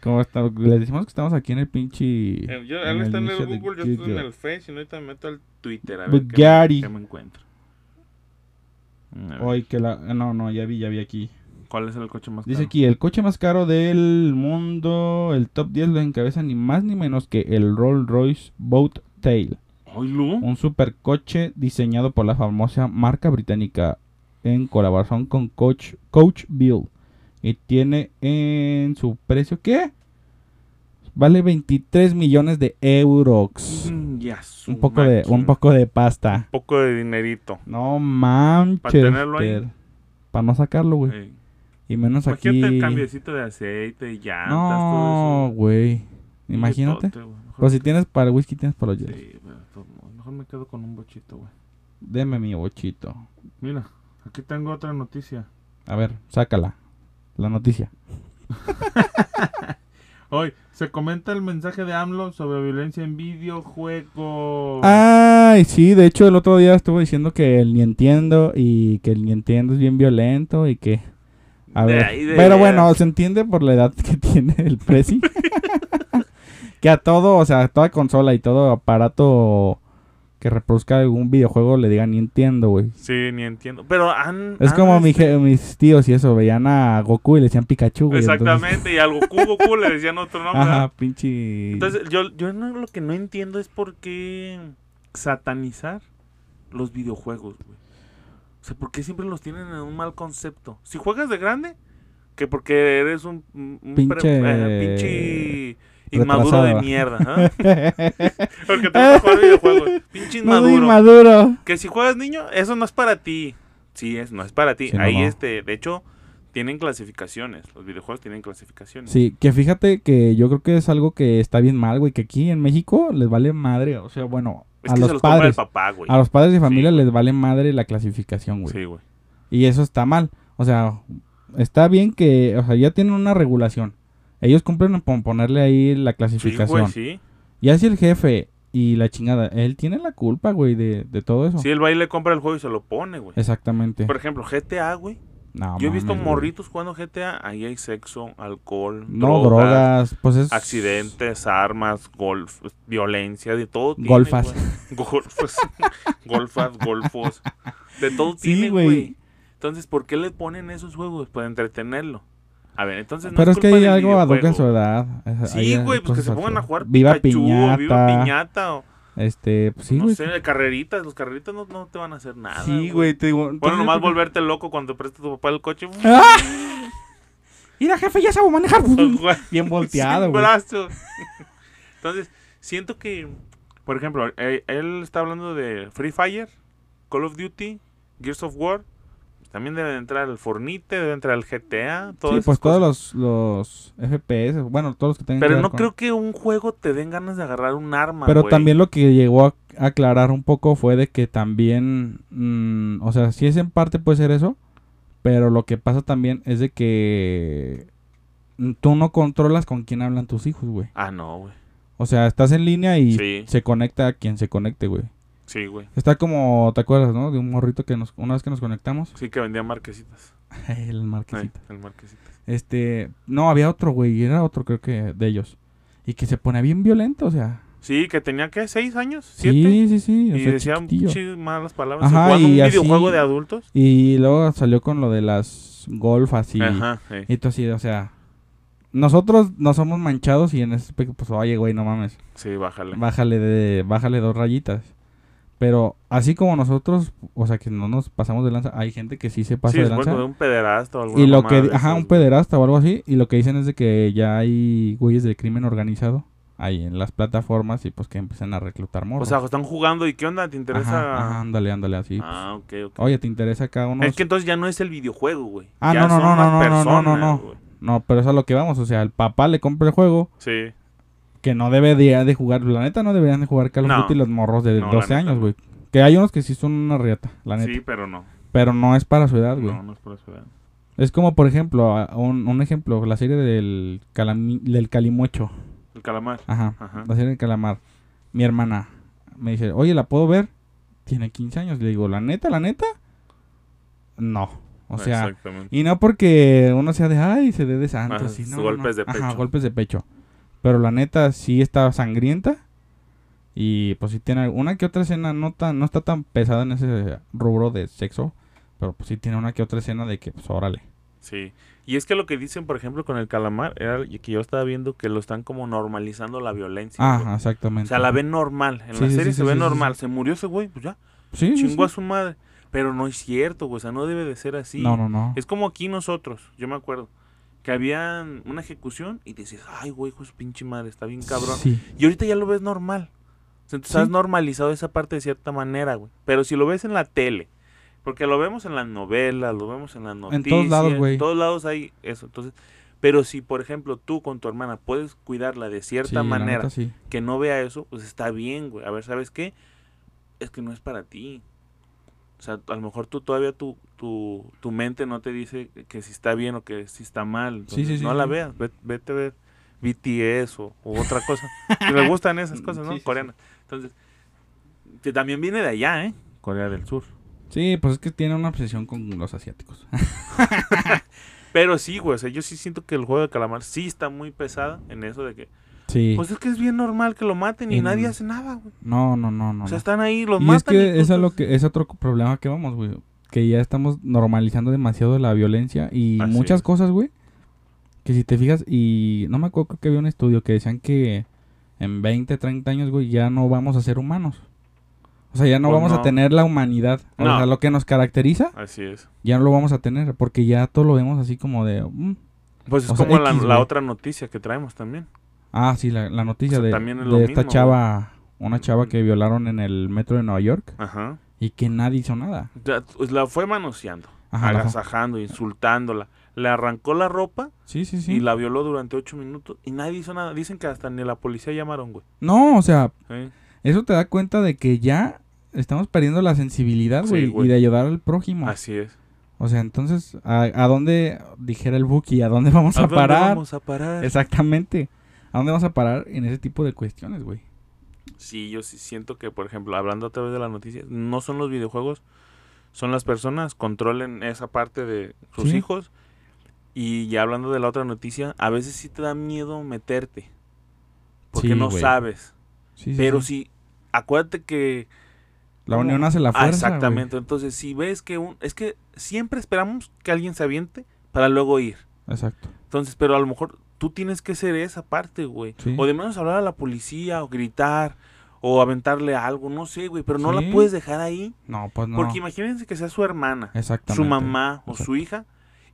[SPEAKER 1] ¿Cómo está? Les decimos que estamos aquí en el pinche...
[SPEAKER 3] Eh, Yo,
[SPEAKER 1] en
[SPEAKER 3] él
[SPEAKER 1] el
[SPEAKER 3] está en
[SPEAKER 1] inicio
[SPEAKER 3] el
[SPEAKER 1] de
[SPEAKER 3] Google, yo estoy en
[SPEAKER 1] YouTube.
[SPEAKER 3] el Face y ahorita me meto al Twitter
[SPEAKER 1] Pues,
[SPEAKER 3] a ver qué me,
[SPEAKER 1] Bugatti.
[SPEAKER 3] qué me encuentro. Mm, A ver,
[SPEAKER 1] Ay, que la... No, no, ya vi, ya vi aquí.
[SPEAKER 3] ¿Cuál es el coche más
[SPEAKER 1] Dice
[SPEAKER 3] caro?
[SPEAKER 1] aquí, el coche más caro del mundo, el top 10 lo encabeza ni más ni menos que el Rolls Royce Boat Tail.
[SPEAKER 3] ¡Ay, Lu!
[SPEAKER 1] Un supercoche diseñado por la famosa marca británica en colaboración con Coach, Coach Bill. Y tiene en su precio, ¿qué? Vale 23 millones de euros.
[SPEAKER 3] Mm, ya su
[SPEAKER 1] Un poco de, un
[SPEAKER 3] máquina.
[SPEAKER 1] poco de pasta.
[SPEAKER 3] Un poco de dinerito.
[SPEAKER 1] No manches.
[SPEAKER 3] Pa' tenerlo ahí.
[SPEAKER 1] Para no sacarlo, güey.
[SPEAKER 3] Eh,
[SPEAKER 1] Y menos pues aquí.
[SPEAKER 3] Imagínate el cambiecito de aceite, llantas, todo
[SPEAKER 1] No,
[SPEAKER 3] eso.
[SPEAKER 1] güey.
[SPEAKER 3] Un
[SPEAKER 1] Imagínate.
[SPEAKER 3] botote, güey. Mejor
[SPEAKER 1] Pues si
[SPEAKER 3] me-
[SPEAKER 1] tienes para el whisky, tienes para los hielos.
[SPEAKER 3] Sí, pero de todos modos, mejor me quedo con un bochito, güey.
[SPEAKER 1] Deme mi bochito.
[SPEAKER 3] Mira, aquí tengo otra noticia.
[SPEAKER 1] A ver, sácala. La noticia.
[SPEAKER 3] Hoy se comenta el mensaje de AMLO sobre violencia en videojuegos.
[SPEAKER 1] Ay, sí, de hecho el otro día estuvo diciendo que el ni entiendo y que el ni entiendo es bien violento y que... A
[SPEAKER 3] De
[SPEAKER 1] ver,
[SPEAKER 3] ahí de
[SPEAKER 1] pero
[SPEAKER 3] veras.
[SPEAKER 1] bueno, se entiende por la edad que tiene el Prezi. que a todo, o sea, a toda consola y todo aparato que reproduzca algún videojuego le digan ni entiendo, güey.
[SPEAKER 3] Sí, ni entiendo. Pero han.
[SPEAKER 1] Es
[SPEAKER 3] han,
[SPEAKER 1] como mi
[SPEAKER 3] este,
[SPEAKER 1] je- mis tíos y eso, veían a Goku y le decían Pikachu, güey. entonces-
[SPEAKER 3] Exactamente, y algo cubo Goku le decían otro nombre.
[SPEAKER 1] Ajá,
[SPEAKER 3] ¿verdad?
[SPEAKER 1] pinche...
[SPEAKER 3] Entonces, yo, yo no- lo que no entiendo es por qué satanizar los videojuegos, güey. O sea, ¿por qué siempre los tienen en un mal concepto? Si juegas de grande, que porque eres un, un- un pre-
[SPEAKER 1] Pinche-
[SPEAKER 3] eh, pinche inmaduro
[SPEAKER 1] Retrasado.
[SPEAKER 3] de mierda, ¿ah? Porque te gusta jugar videojuegos. Pinche
[SPEAKER 1] no
[SPEAKER 3] inmaduro.
[SPEAKER 1] soy maduro.
[SPEAKER 3] Que si juegas niño, eso no es para ti. Sí, es, no es para ti.
[SPEAKER 1] Sí, no,
[SPEAKER 3] Ahí,
[SPEAKER 1] no.
[SPEAKER 3] este, de hecho, tienen clasificaciones. Los videojuegos tienen clasificaciones.
[SPEAKER 1] Sí, que fíjate que yo creo que es algo que está bien mal, güey, que aquí en México les vale madre, o sea, bueno,
[SPEAKER 3] Es
[SPEAKER 1] a
[SPEAKER 3] que
[SPEAKER 1] los
[SPEAKER 3] se los compra el
[SPEAKER 1] padres,
[SPEAKER 3] papá, güey.
[SPEAKER 1] a los padres de
[SPEAKER 3] Sí,
[SPEAKER 1] familia
[SPEAKER 3] güey.
[SPEAKER 1] les vale madre la clasificación, güey.
[SPEAKER 3] Sí, güey.
[SPEAKER 1] Y eso está mal, o sea, está bien que, o sea, ya tienen una regulación. Ellos cumplen con ponerle ahí la
[SPEAKER 3] Sí, güey,
[SPEAKER 1] clasificación.
[SPEAKER 3] sí.
[SPEAKER 1] Y así el jefe y la chingada, él tiene la culpa, güey, de, de todo eso.
[SPEAKER 3] Sí, el baile compra el juego y se lo pone, güey.
[SPEAKER 1] Exactamente.
[SPEAKER 3] Por ejemplo, GTA, güey.
[SPEAKER 1] No
[SPEAKER 3] Yo he visto
[SPEAKER 1] mames, güey.
[SPEAKER 3] morritos jugando GTA. Ahí hay sexo, alcohol,
[SPEAKER 1] No,
[SPEAKER 3] drogas,
[SPEAKER 1] drogas, pues es...
[SPEAKER 3] accidentes, armas, golf, violencia, de todo. tiene,
[SPEAKER 1] Golfas.
[SPEAKER 3] güey. Golfas, golfas, golfos. De todo
[SPEAKER 1] Sí,
[SPEAKER 3] tiene,
[SPEAKER 1] güey.
[SPEAKER 3] güey. Entonces, ¿por qué le ponen esos juegos? Para entretenerlo. A ver, entonces no
[SPEAKER 1] Pero es que
[SPEAKER 3] culpa
[SPEAKER 1] hay
[SPEAKER 3] del
[SPEAKER 1] algo ad hoc
[SPEAKER 3] videojuego.
[SPEAKER 1] a su edad. Es- ahí
[SPEAKER 3] Sí,
[SPEAKER 1] hay
[SPEAKER 3] güey, pues que
[SPEAKER 1] cosas
[SPEAKER 3] se
[SPEAKER 1] a su
[SPEAKER 3] pongan a
[SPEAKER 1] edad.
[SPEAKER 3] jugar
[SPEAKER 1] Viva
[SPEAKER 3] Pikachu,
[SPEAKER 1] piñata.
[SPEAKER 3] Viva piñata o
[SPEAKER 1] Este, pues sí,
[SPEAKER 3] no
[SPEAKER 1] güey.
[SPEAKER 3] sé, de carreritas, los carreritas no, no te van a hacer nada.
[SPEAKER 1] sí, güey, te digo.
[SPEAKER 3] Bueno,
[SPEAKER 1] entonces-
[SPEAKER 3] nomás volverte loco cuando te presta tu papá el coche.
[SPEAKER 1] ¡Ah! Mira, jefe, ya sabo manejar. Bien
[SPEAKER 3] Pues, Sin
[SPEAKER 1] volteado, güey.
[SPEAKER 3] brazo. Entonces, siento que, por ejemplo, eh, él está hablando de Free Fire, Call of Duty, Gears of War. También debe de entrar el Fornite, debe de entrar el GTA, todas
[SPEAKER 1] Sí,
[SPEAKER 3] esas
[SPEAKER 1] pues todos
[SPEAKER 3] cosas.
[SPEAKER 1] los, los FPS, bueno, todos los que tengan que
[SPEAKER 3] Pero
[SPEAKER 1] ver
[SPEAKER 3] no
[SPEAKER 1] con-
[SPEAKER 3] creo que un juego te den ganas de agarrar un arma,
[SPEAKER 1] Pero
[SPEAKER 3] güey.
[SPEAKER 1] también lo que llegó a aclarar un poco fue de que también, mm, o sea, si es en parte puede ser eso, pero lo que pasa también es de que mm, tú no controlas con quién hablan tus hijos, güey.
[SPEAKER 3] Ah, no, güey.
[SPEAKER 1] O sea, estás en línea y
[SPEAKER 3] Sí.
[SPEAKER 1] se conecta a quien se conecte, güey.
[SPEAKER 3] Sí, güey.
[SPEAKER 1] Está como, ¿te acuerdas, no? De un morrito que nos, una vez que nos conectamos.
[SPEAKER 3] Sí que vendía marquesitas.
[SPEAKER 1] El
[SPEAKER 3] Ay,
[SPEAKER 1] marquesito.
[SPEAKER 3] el marquesitas.
[SPEAKER 1] Este, no, había otro, güey, era otro creo que de ellos. Y que se pone bien violento, o sea.
[SPEAKER 3] Sí, que tenía, ¿qué? ¿Seis años? ¿Siete?
[SPEAKER 1] Sí, sí, sí. o
[SPEAKER 3] y
[SPEAKER 1] sea,
[SPEAKER 3] decían
[SPEAKER 1] chiquitillo.
[SPEAKER 3] pinches malas palabras.
[SPEAKER 1] Ajá,
[SPEAKER 3] jugando
[SPEAKER 1] y
[SPEAKER 3] un
[SPEAKER 1] así-
[SPEAKER 3] videojuego de adultos.
[SPEAKER 1] Y luego salió con lo de las golfas y,
[SPEAKER 3] Ajá, ey.
[SPEAKER 1] y todo así, o sea. Nosotros no somos manchados y en ese aspecto, pues, oye, güey, no mames.
[SPEAKER 3] Sí, bájale.
[SPEAKER 1] Bájale de, bájale dos rayitas. Pero así como nosotros, o sea, que no nos pasamos de lanza, hay gente que sí se pasa
[SPEAKER 3] sí,
[SPEAKER 1] de
[SPEAKER 3] es bueno
[SPEAKER 1] lanza.
[SPEAKER 3] de un pederasta o alguna
[SPEAKER 1] y lo que,
[SPEAKER 3] mamada de
[SPEAKER 1] ajá,
[SPEAKER 3] esas,
[SPEAKER 1] un
[SPEAKER 3] güey.
[SPEAKER 1] pederasta o algo así, y lo que dicen es de que ya hay güeyes de crimen organizado ahí en las plataformas y pues que empiezan a reclutar
[SPEAKER 3] O
[SPEAKER 1] morros.
[SPEAKER 3] sea, están jugando y ¿qué onda? ¿Te interesa?
[SPEAKER 1] Ajá, ajá, ándale, ándale, así. pues.
[SPEAKER 3] ah, ok, ok.
[SPEAKER 1] Oye, ¿te interesa acá uno?
[SPEAKER 3] Es que entonces ya no es el videojuego, güey.
[SPEAKER 1] Ah,
[SPEAKER 3] Ya
[SPEAKER 1] no, no,
[SPEAKER 3] son
[SPEAKER 1] no,
[SPEAKER 3] las
[SPEAKER 1] no, no, no, no,
[SPEAKER 3] personas,
[SPEAKER 1] no.
[SPEAKER 3] güey.
[SPEAKER 1] No, pero eso es a lo que vamos, o sea, el papá le compra el juego
[SPEAKER 3] Sí,
[SPEAKER 1] que no debería de jugar, la neta no deberían de jugar Call of
[SPEAKER 3] No.
[SPEAKER 1] Duty los morros de
[SPEAKER 3] No, la
[SPEAKER 1] 12
[SPEAKER 3] neta
[SPEAKER 1] años,
[SPEAKER 3] no.
[SPEAKER 1] güey. Que hay unos que sí son una riata, la neta.
[SPEAKER 3] sí, pero no.
[SPEAKER 1] Pero no es para su edad, güey.
[SPEAKER 3] No, no es por eso. ¿verdad?
[SPEAKER 1] Es como, por ejemplo, a- un, un ejemplo, la serie del, calami- del Calimocho.
[SPEAKER 3] El calamar.
[SPEAKER 1] Ajá,
[SPEAKER 3] Ajá.
[SPEAKER 1] la serie del Calamar. Mi hermana me dice, oye, ¿la puedo ver? Tiene 15 años. Le digo, ¿la neta, la neta? No.
[SPEAKER 3] Pues
[SPEAKER 1] O sea,
[SPEAKER 3] Exactamente.
[SPEAKER 1] Y no porque uno sea de, ay, se dé de santos.
[SPEAKER 3] Ajá,
[SPEAKER 1] sí,
[SPEAKER 3] sus
[SPEAKER 1] no, no,
[SPEAKER 3] golpes
[SPEAKER 1] no.
[SPEAKER 3] de
[SPEAKER 1] Ajá,
[SPEAKER 3] pecho.
[SPEAKER 1] golpes de pecho. Pero la neta sí está sangrienta. Y pues sí tiene una que otra escena, no, tan, no está tan pesada en ese rubro de sexo. Pero pues sí tiene una que otra escena de que, pues órale.
[SPEAKER 3] Sí. Y es que lo que dicen, por ejemplo, con el calamar, era que yo estaba viendo que lo están como normalizando la violencia. güey.
[SPEAKER 1] Ajá, exactamente.
[SPEAKER 3] O sea, la ven normal. En
[SPEAKER 1] Sí,
[SPEAKER 3] la
[SPEAKER 1] sí,
[SPEAKER 3] serie
[SPEAKER 1] sí, sí,
[SPEAKER 3] se ve
[SPEAKER 1] sí, sí.
[SPEAKER 3] normal. Se murió ese güey, pues ya.
[SPEAKER 1] Sí, sí,
[SPEAKER 3] Chingó a
[SPEAKER 1] sí.
[SPEAKER 3] su madre. Pero no es cierto, güey. O sea, no debe de ser así.
[SPEAKER 1] No, no, no.
[SPEAKER 3] Es como aquí nosotros, yo me acuerdo. Que habían una ejecución y decías, ay, güey, hijo de su pinche madre, está bien cabrón.
[SPEAKER 1] Sí.
[SPEAKER 3] Y ahorita ya lo ves normal. O sea, tú
[SPEAKER 1] Sí.
[SPEAKER 3] has normalizado esa parte de cierta manera, güey. Pero si lo ves en la tele, porque lo vemos en las novelas, lo vemos en las
[SPEAKER 1] En
[SPEAKER 3] noticias.
[SPEAKER 1] todos lados, güey.
[SPEAKER 3] En todos lados hay eso. Entonces, pero si, por ejemplo, tú con tu hermana puedes cuidarla de
[SPEAKER 1] Sí,
[SPEAKER 3] cierta
[SPEAKER 1] la
[SPEAKER 3] manera
[SPEAKER 1] neta, sí.
[SPEAKER 3] que no vea eso, pues está bien, güey. A ver, ¿sabes qué? Es que no es para ti. O sea, a lo mejor tú todavía tu, tu, tu mente no te dice que si está bien o que si está mal.
[SPEAKER 1] Sí, sí,
[SPEAKER 3] Entonces,
[SPEAKER 1] sí,
[SPEAKER 3] no la
[SPEAKER 1] sí.
[SPEAKER 3] veas. Ve- Vete, a ver BTS o, o otra cosa. que les gustan esas cosas, ¿no?
[SPEAKER 1] Sí, sí, sí.
[SPEAKER 3] Coreanas. Entonces, que también viene de allá, ¿eh? Corea del Sur.
[SPEAKER 1] Sí, pues es que tiene una obsesión con los asiáticos.
[SPEAKER 3] Pero sí, güey. O sea, yo sí siento que el juego de calamar sí está muy pesada en eso de que...
[SPEAKER 1] sí.
[SPEAKER 3] Pues es que es bien normal que lo maten y
[SPEAKER 1] En-
[SPEAKER 3] nadie hace nada, güey.
[SPEAKER 1] no, no, no, no.
[SPEAKER 3] O sea,
[SPEAKER 1] no.
[SPEAKER 3] están ahí, los
[SPEAKER 1] Y es
[SPEAKER 3] matan.
[SPEAKER 1] que
[SPEAKER 3] tú
[SPEAKER 1] es, a lo
[SPEAKER 3] estás-
[SPEAKER 1] que es otro co- problema que vamos, güey. Que ya estamos normalizando demasiado la violencia y
[SPEAKER 3] Así
[SPEAKER 1] muchas
[SPEAKER 3] es.
[SPEAKER 1] cosas, güey. Que si te fijas, y no me acuerdo creo que había un estudio que decían que en 20, 30 años, güey, ya no vamos a ser humanos. O sea, ya no
[SPEAKER 3] Pues
[SPEAKER 1] vamos
[SPEAKER 3] no.
[SPEAKER 1] a tener la humanidad. O
[SPEAKER 3] No.
[SPEAKER 1] sea, lo que nos caracteriza,
[SPEAKER 3] Así es.
[SPEAKER 1] ya no lo vamos a tener. Porque ya todo lo vemos así como de. mm.
[SPEAKER 3] Pues es
[SPEAKER 1] O sea,
[SPEAKER 3] como la,
[SPEAKER 1] X,
[SPEAKER 3] la
[SPEAKER 1] güey.
[SPEAKER 3] otra noticia que traemos también.
[SPEAKER 1] Ah, sí, la, la noticia
[SPEAKER 3] O sea,
[SPEAKER 1] de,
[SPEAKER 3] también es lo
[SPEAKER 1] de esta
[SPEAKER 3] mismo,
[SPEAKER 1] chava. Una chava que violaron en el metro de Nueva York
[SPEAKER 3] Ajá.
[SPEAKER 1] y que nadie hizo nada.
[SPEAKER 3] Ya, pues, la fue manoseando,
[SPEAKER 1] Ajá, la-
[SPEAKER 3] agasajando, insultándola. Le arrancó la ropa
[SPEAKER 1] Sí, sí, sí.
[SPEAKER 3] y la violó durante ocho minutos y nadie hizo nada. Dicen que hasta ni la policía llamaron, güey.
[SPEAKER 1] No, o sea,
[SPEAKER 3] ¿Eh?
[SPEAKER 1] Eso te da cuenta de que ya estamos perdiendo la sensibilidad,
[SPEAKER 3] Sí,
[SPEAKER 1] güey,
[SPEAKER 3] güey.
[SPEAKER 1] y de ayudar al prójimo.
[SPEAKER 3] Así es.
[SPEAKER 1] O sea, entonces, ¿a, a dónde, dijera el Buki, a dónde vamos a,
[SPEAKER 3] dónde
[SPEAKER 1] parar?
[SPEAKER 3] Vamos a parar.
[SPEAKER 1] Exactamente. ¿A dónde vamos a parar en ese tipo de cuestiones, güey?
[SPEAKER 3] Sí, yo sí siento que, por ejemplo, hablando a través de las noticias, no son los videojuegos, son las personas, controlen esa parte de sus
[SPEAKER 1] Sí.
[SPEAKER 3] hijos. Y ya hablando de la otra noticia, a veces sí te da miedo meterte. Porque
[SPEAKER 1] Sí,
[SPEAKER 3] no
[SPEAKER 1] güey.
[SPEAKER 3] sabes.
[SPEAKER 1] Sí,
[SPEAKER 3] Pero si, acuérdate que...
[SPEAKER 1] La unión hace la
[SPEAKER 3] Ah,
[SPEAKER 1] fuerza.
[SPEAKER 3] exactamente. Entonces, si ves que un... Es que siempre esperamos que alguien se aviente para luego ir.
[SPEAKER 1] güey. Exacto.
[SPEAKER 3] Entonces, pero a lo mejor tú tienes que ser esa parte, güey.
[SPEAKER 1] Sí.
[SPEAKER 3] O de menos hablar a la policía, o gritar, o aventarle algo, no sé, güey. Pero no
[SPEAKER 1] Sí.
[SPEAKER 3] la puedes dejar ahí.
[SPEAKER 1] No, pues no.
[SPEAKER 3] Porque imagínense que sea su hermana,
[SPEAKER 1] Exactamente.
[SPEAKER 3] su mamá o
[SPEAKER 1] Exacto.
[SPEAKER 3] su hija,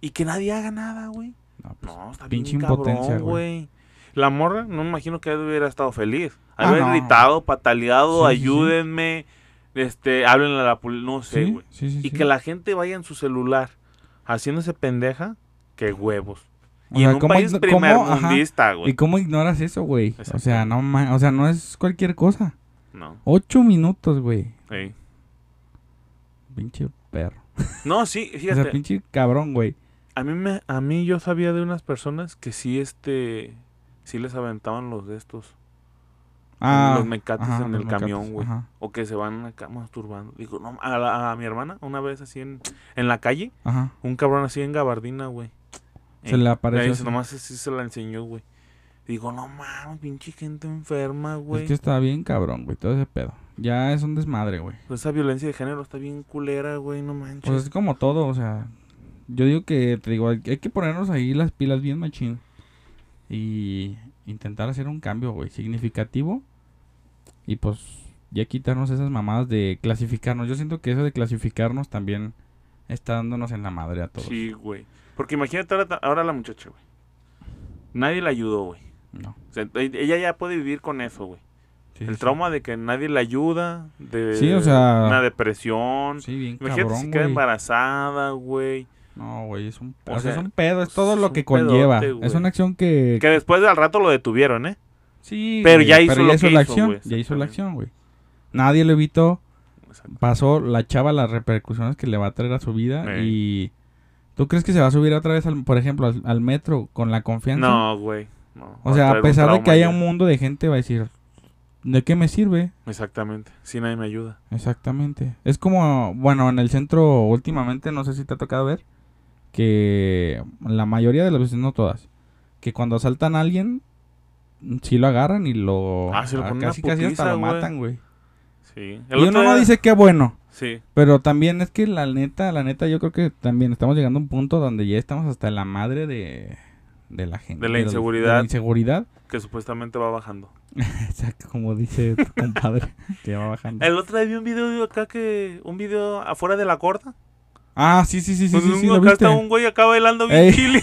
[SPEAKER 3] y que nadie haga nada, güey.
[SPEAKER 1] No, pues,
[SPEAKER 3] No, está
[SPEAKER 1] pinche
[SPEAKER 3] bien cabrón,
[SPEAKER 1] impotencia,
[SPEAKER 3] güey. La morra, no me imagino que hubiera estado feliz.
[SPEAKER 1] Ah,
[SPEAKER 3] Haber
[SPEAKER 1] no.
[SPEAKER 3] gritado, pataleado,
[SPEAKER 1] Sí, sí, sí.
[SPEAKER 3] ayúdenme, este, háblenle a la policía, no sé,
[SPEAKER 1] Sí,
[SPEAKER 3] güey.
[SPEAKER 1] sí, sí, sí.
[SPEAKER 3] Y que la gente vaya en su celular haciéndose pendeja, que huevos.
[SPEAKER 1] O
[SPEAKER 3] y
[SPEAKER 1] sea,
[SPEAKER 3] en un
[SPEAKER 1] ¿cómo
[SPEAKER 3] país
[SPEAKER 1] igno- cómo- ajá?
[SPEAKER 3] primermundista, güey.
[SPEAKER 1] ¿Y cómo ignoras eso, güey? O sea,
[SPEAKER 3] Exacto.
[SPEAKER 1] no ma- o sea, no es cualquier cosa.
[SPEAKER 3] No,
[SPEAKER 1] Ocho minutos, güey.
[SPEAKER 3] ey.
[SPEAKER 1] Pinche perro.
[SPEAKER 3] No, sí,
[SPEAKER 1] O
[SPEAKER 3] fíjate.
[SPEAKER 1] sea, pinche cabrón, güey.
[SPEAKER 3] A mí, me, a mí yo sabía de unas personas que sí, este, sí les aventaban los de estos.
[SPEAKER 1] Ah,
[SPEAKER 3] los mecates
[SPEAKER 1] ajá,
[SPEAKER 3] en
[SPEAKER 1] los
[SPEAKER 3] el
[SPEAKER 1] mecates,
[SPEAKER 3] camión, güey.
[SPEAKER 1] Ajá,
[SPEAKER 3] O que se van acá masturbando. Digo, no, a, la- a mi hermana, una vez así en, en la calle,
[SPEAKER 1] ajá.
[SPEAKER 3] un cabrón así en gabardina, güey.
[SPEAKER 1] Se le apareció
[SPEAKER 3] aparece
[SPEAKER 1] así.
[SPEAKER 3] Eh, Nomás así se la enseñó, güey. Digo, no mames, pinche gente enferma, güey.
[SPEAKER 1] Es que está bien cabrón, güey, todo ese pedo. Ya es un desmadre, güey.
[SPEAKER 3] Pero Esa violencia de género está bien culera, güey, no manches.
[SPEAKER 1] Pues es como todo, o sea, yo digo que, te digo, hay hay que ponernos ahí las pilas bien machín y intentar hacer un cambio, güey, significativo y pues ya quitarnos esas mamadas de clasificarnos. Yo siento que eso de clasificarnos también está dándonos en la madre a todos.
[SPEAKER 3] sí, güey. Porque imagínate ahora, ta- ahora la muchacha, güey. Nadie la ayudó, güey.
[SPEAKER 1] No.
[SPEAKER 3] O sea, e- ella ya puede vivir con eso, güey.
[SPEAKER 1] Sí,
[SPEAKER 3] El
[SPEAKER 1] sí,
[SPEAKER 3] trauma de que nadie la ayuda, de
[SPEAKER 1] Sí, o sea,
[SPEAKER 3] una depresión.
[SPEAKER 1] Sí, bien
[SPEAKER 3] Imagínate
[SPEAKER 1] cabrón,
[SPEAKER 3] si queda
[SPEAKER 1] güey.
[SPEAKER 3] embarazada, güey.
[SPEAKER 1] No, güey, es un,
[SPEAKER 3] O
[SPEAKER 1] o sea, es
[SPEAKER 3] sea,
[SPEAKER 1] un pedo, es todo
[SPEAKER 3] es
[SPEAKER 1] lo que
[SPEAKER 3] un
[SPEAKER 1] conlleva.
[SPEAKER 3] pedote,
[SPEAKER 1] es
[SPEAKER 3] güey.
[SPEAKER 1] una acción que...
[SPEAKER 3] Que después del rato lo detuvieron, ¿eh?
[SPEAKER 1] Sí,
[SPEAKER 3] Pero
[SPEAKER 1] güey,
[SPEAKER 3] ya hizo lo que
[SPEAKER 1] la
[SPEAKER 3] hizo,
[SPEAKER 1] acción,
[SPEAKER 3] güey,
[SPEAKER 1] ya hizo la
[SPEAKER 3] exactamente.
[SPEAKER 1] acción, güey. Nadie lo evitó.
[SPEAKER 3] Exacto.
[SPEAKER 1] pasó la chava las repercusiones que le va a traer a su vida
[SPEAKER 3] Ey.
[SPEAKER 1] y tú crees que se va a subir otra vez al, por ejemplo al, al metro con la confianza
[SPEAKER 3] No, güey. no. Va
[SPEAKER 1] o sea
[SPEAKER 3] traer
[SPEAKER 1] a
[SPEAKER 3] un
[SPEAKER 1] pesar de
[SPEAKER 3] trauma
[SPEAKER 1] que haya
[SPEAKER 3] ya.
[SPEAKER 1] un mundo de gente va a decir de qué me sirve
[SPEAKER 3] Exactamente. Si nadie me ayuda.
[SPEAKER 1] exactamente es como bueno en el centro últimamente no sé si te ha tocado ver que la mayoría de las veces no todas que cuando asaltan a alguien sí lo agarran y lo,
[SPEAKER 3] Ah, se lo
[SPEAKER 1] a-
[SPEAKER 3] ponen una
[SPEAKER 1] casi casi hasta
[SPEAKER 3] putiza,
[SPEAKER 1] lo
[SPEAKER 3] güey.
[SPEAKER 1] matan güey
[SPEAKER 3] Sí.
[SPEAKER 1] y uno
[SPEAKER 3] otro
[SPEAKER 1] no
[SPEAKER 3] día-
[SPEAKER 1] dice qué bueno
[SPEAKER 3] Sí.
[SPEAKER 1] Pero también es que la neta, la neta, yo creo que también estamos llegando a un punto donde ya estamos hasta la madre de, de la gente.
[SPEAKER 3] De la
[SPEAKER 1] los- De la
[SPEAKER 3] inseguridad.
[SPEAKER 1] inseguridad.
[SPEAKER 3] Que supuestamente va bajando.
[SPEAKER 1] Exacto, como dice tu compadre, que va bajando.
[SPEAKER 3] El otro día vi un video de acá que. Un video afuera de la corta.
[SPEAKER 1] Ah, sí, sí, sí, sí,
[SPEAKER 3] Pues
[SPEAKER 1] sí,
[SPEAKER 3] un-
[SPEAKER 1] sí, lo
[SPEAKER 3] acá
[SPEAKER 1] viste.
[SPEAKER 3] está un güey acá bailando bien
[SPEAKER 1] Ey.
[SPEAKER 3] chile.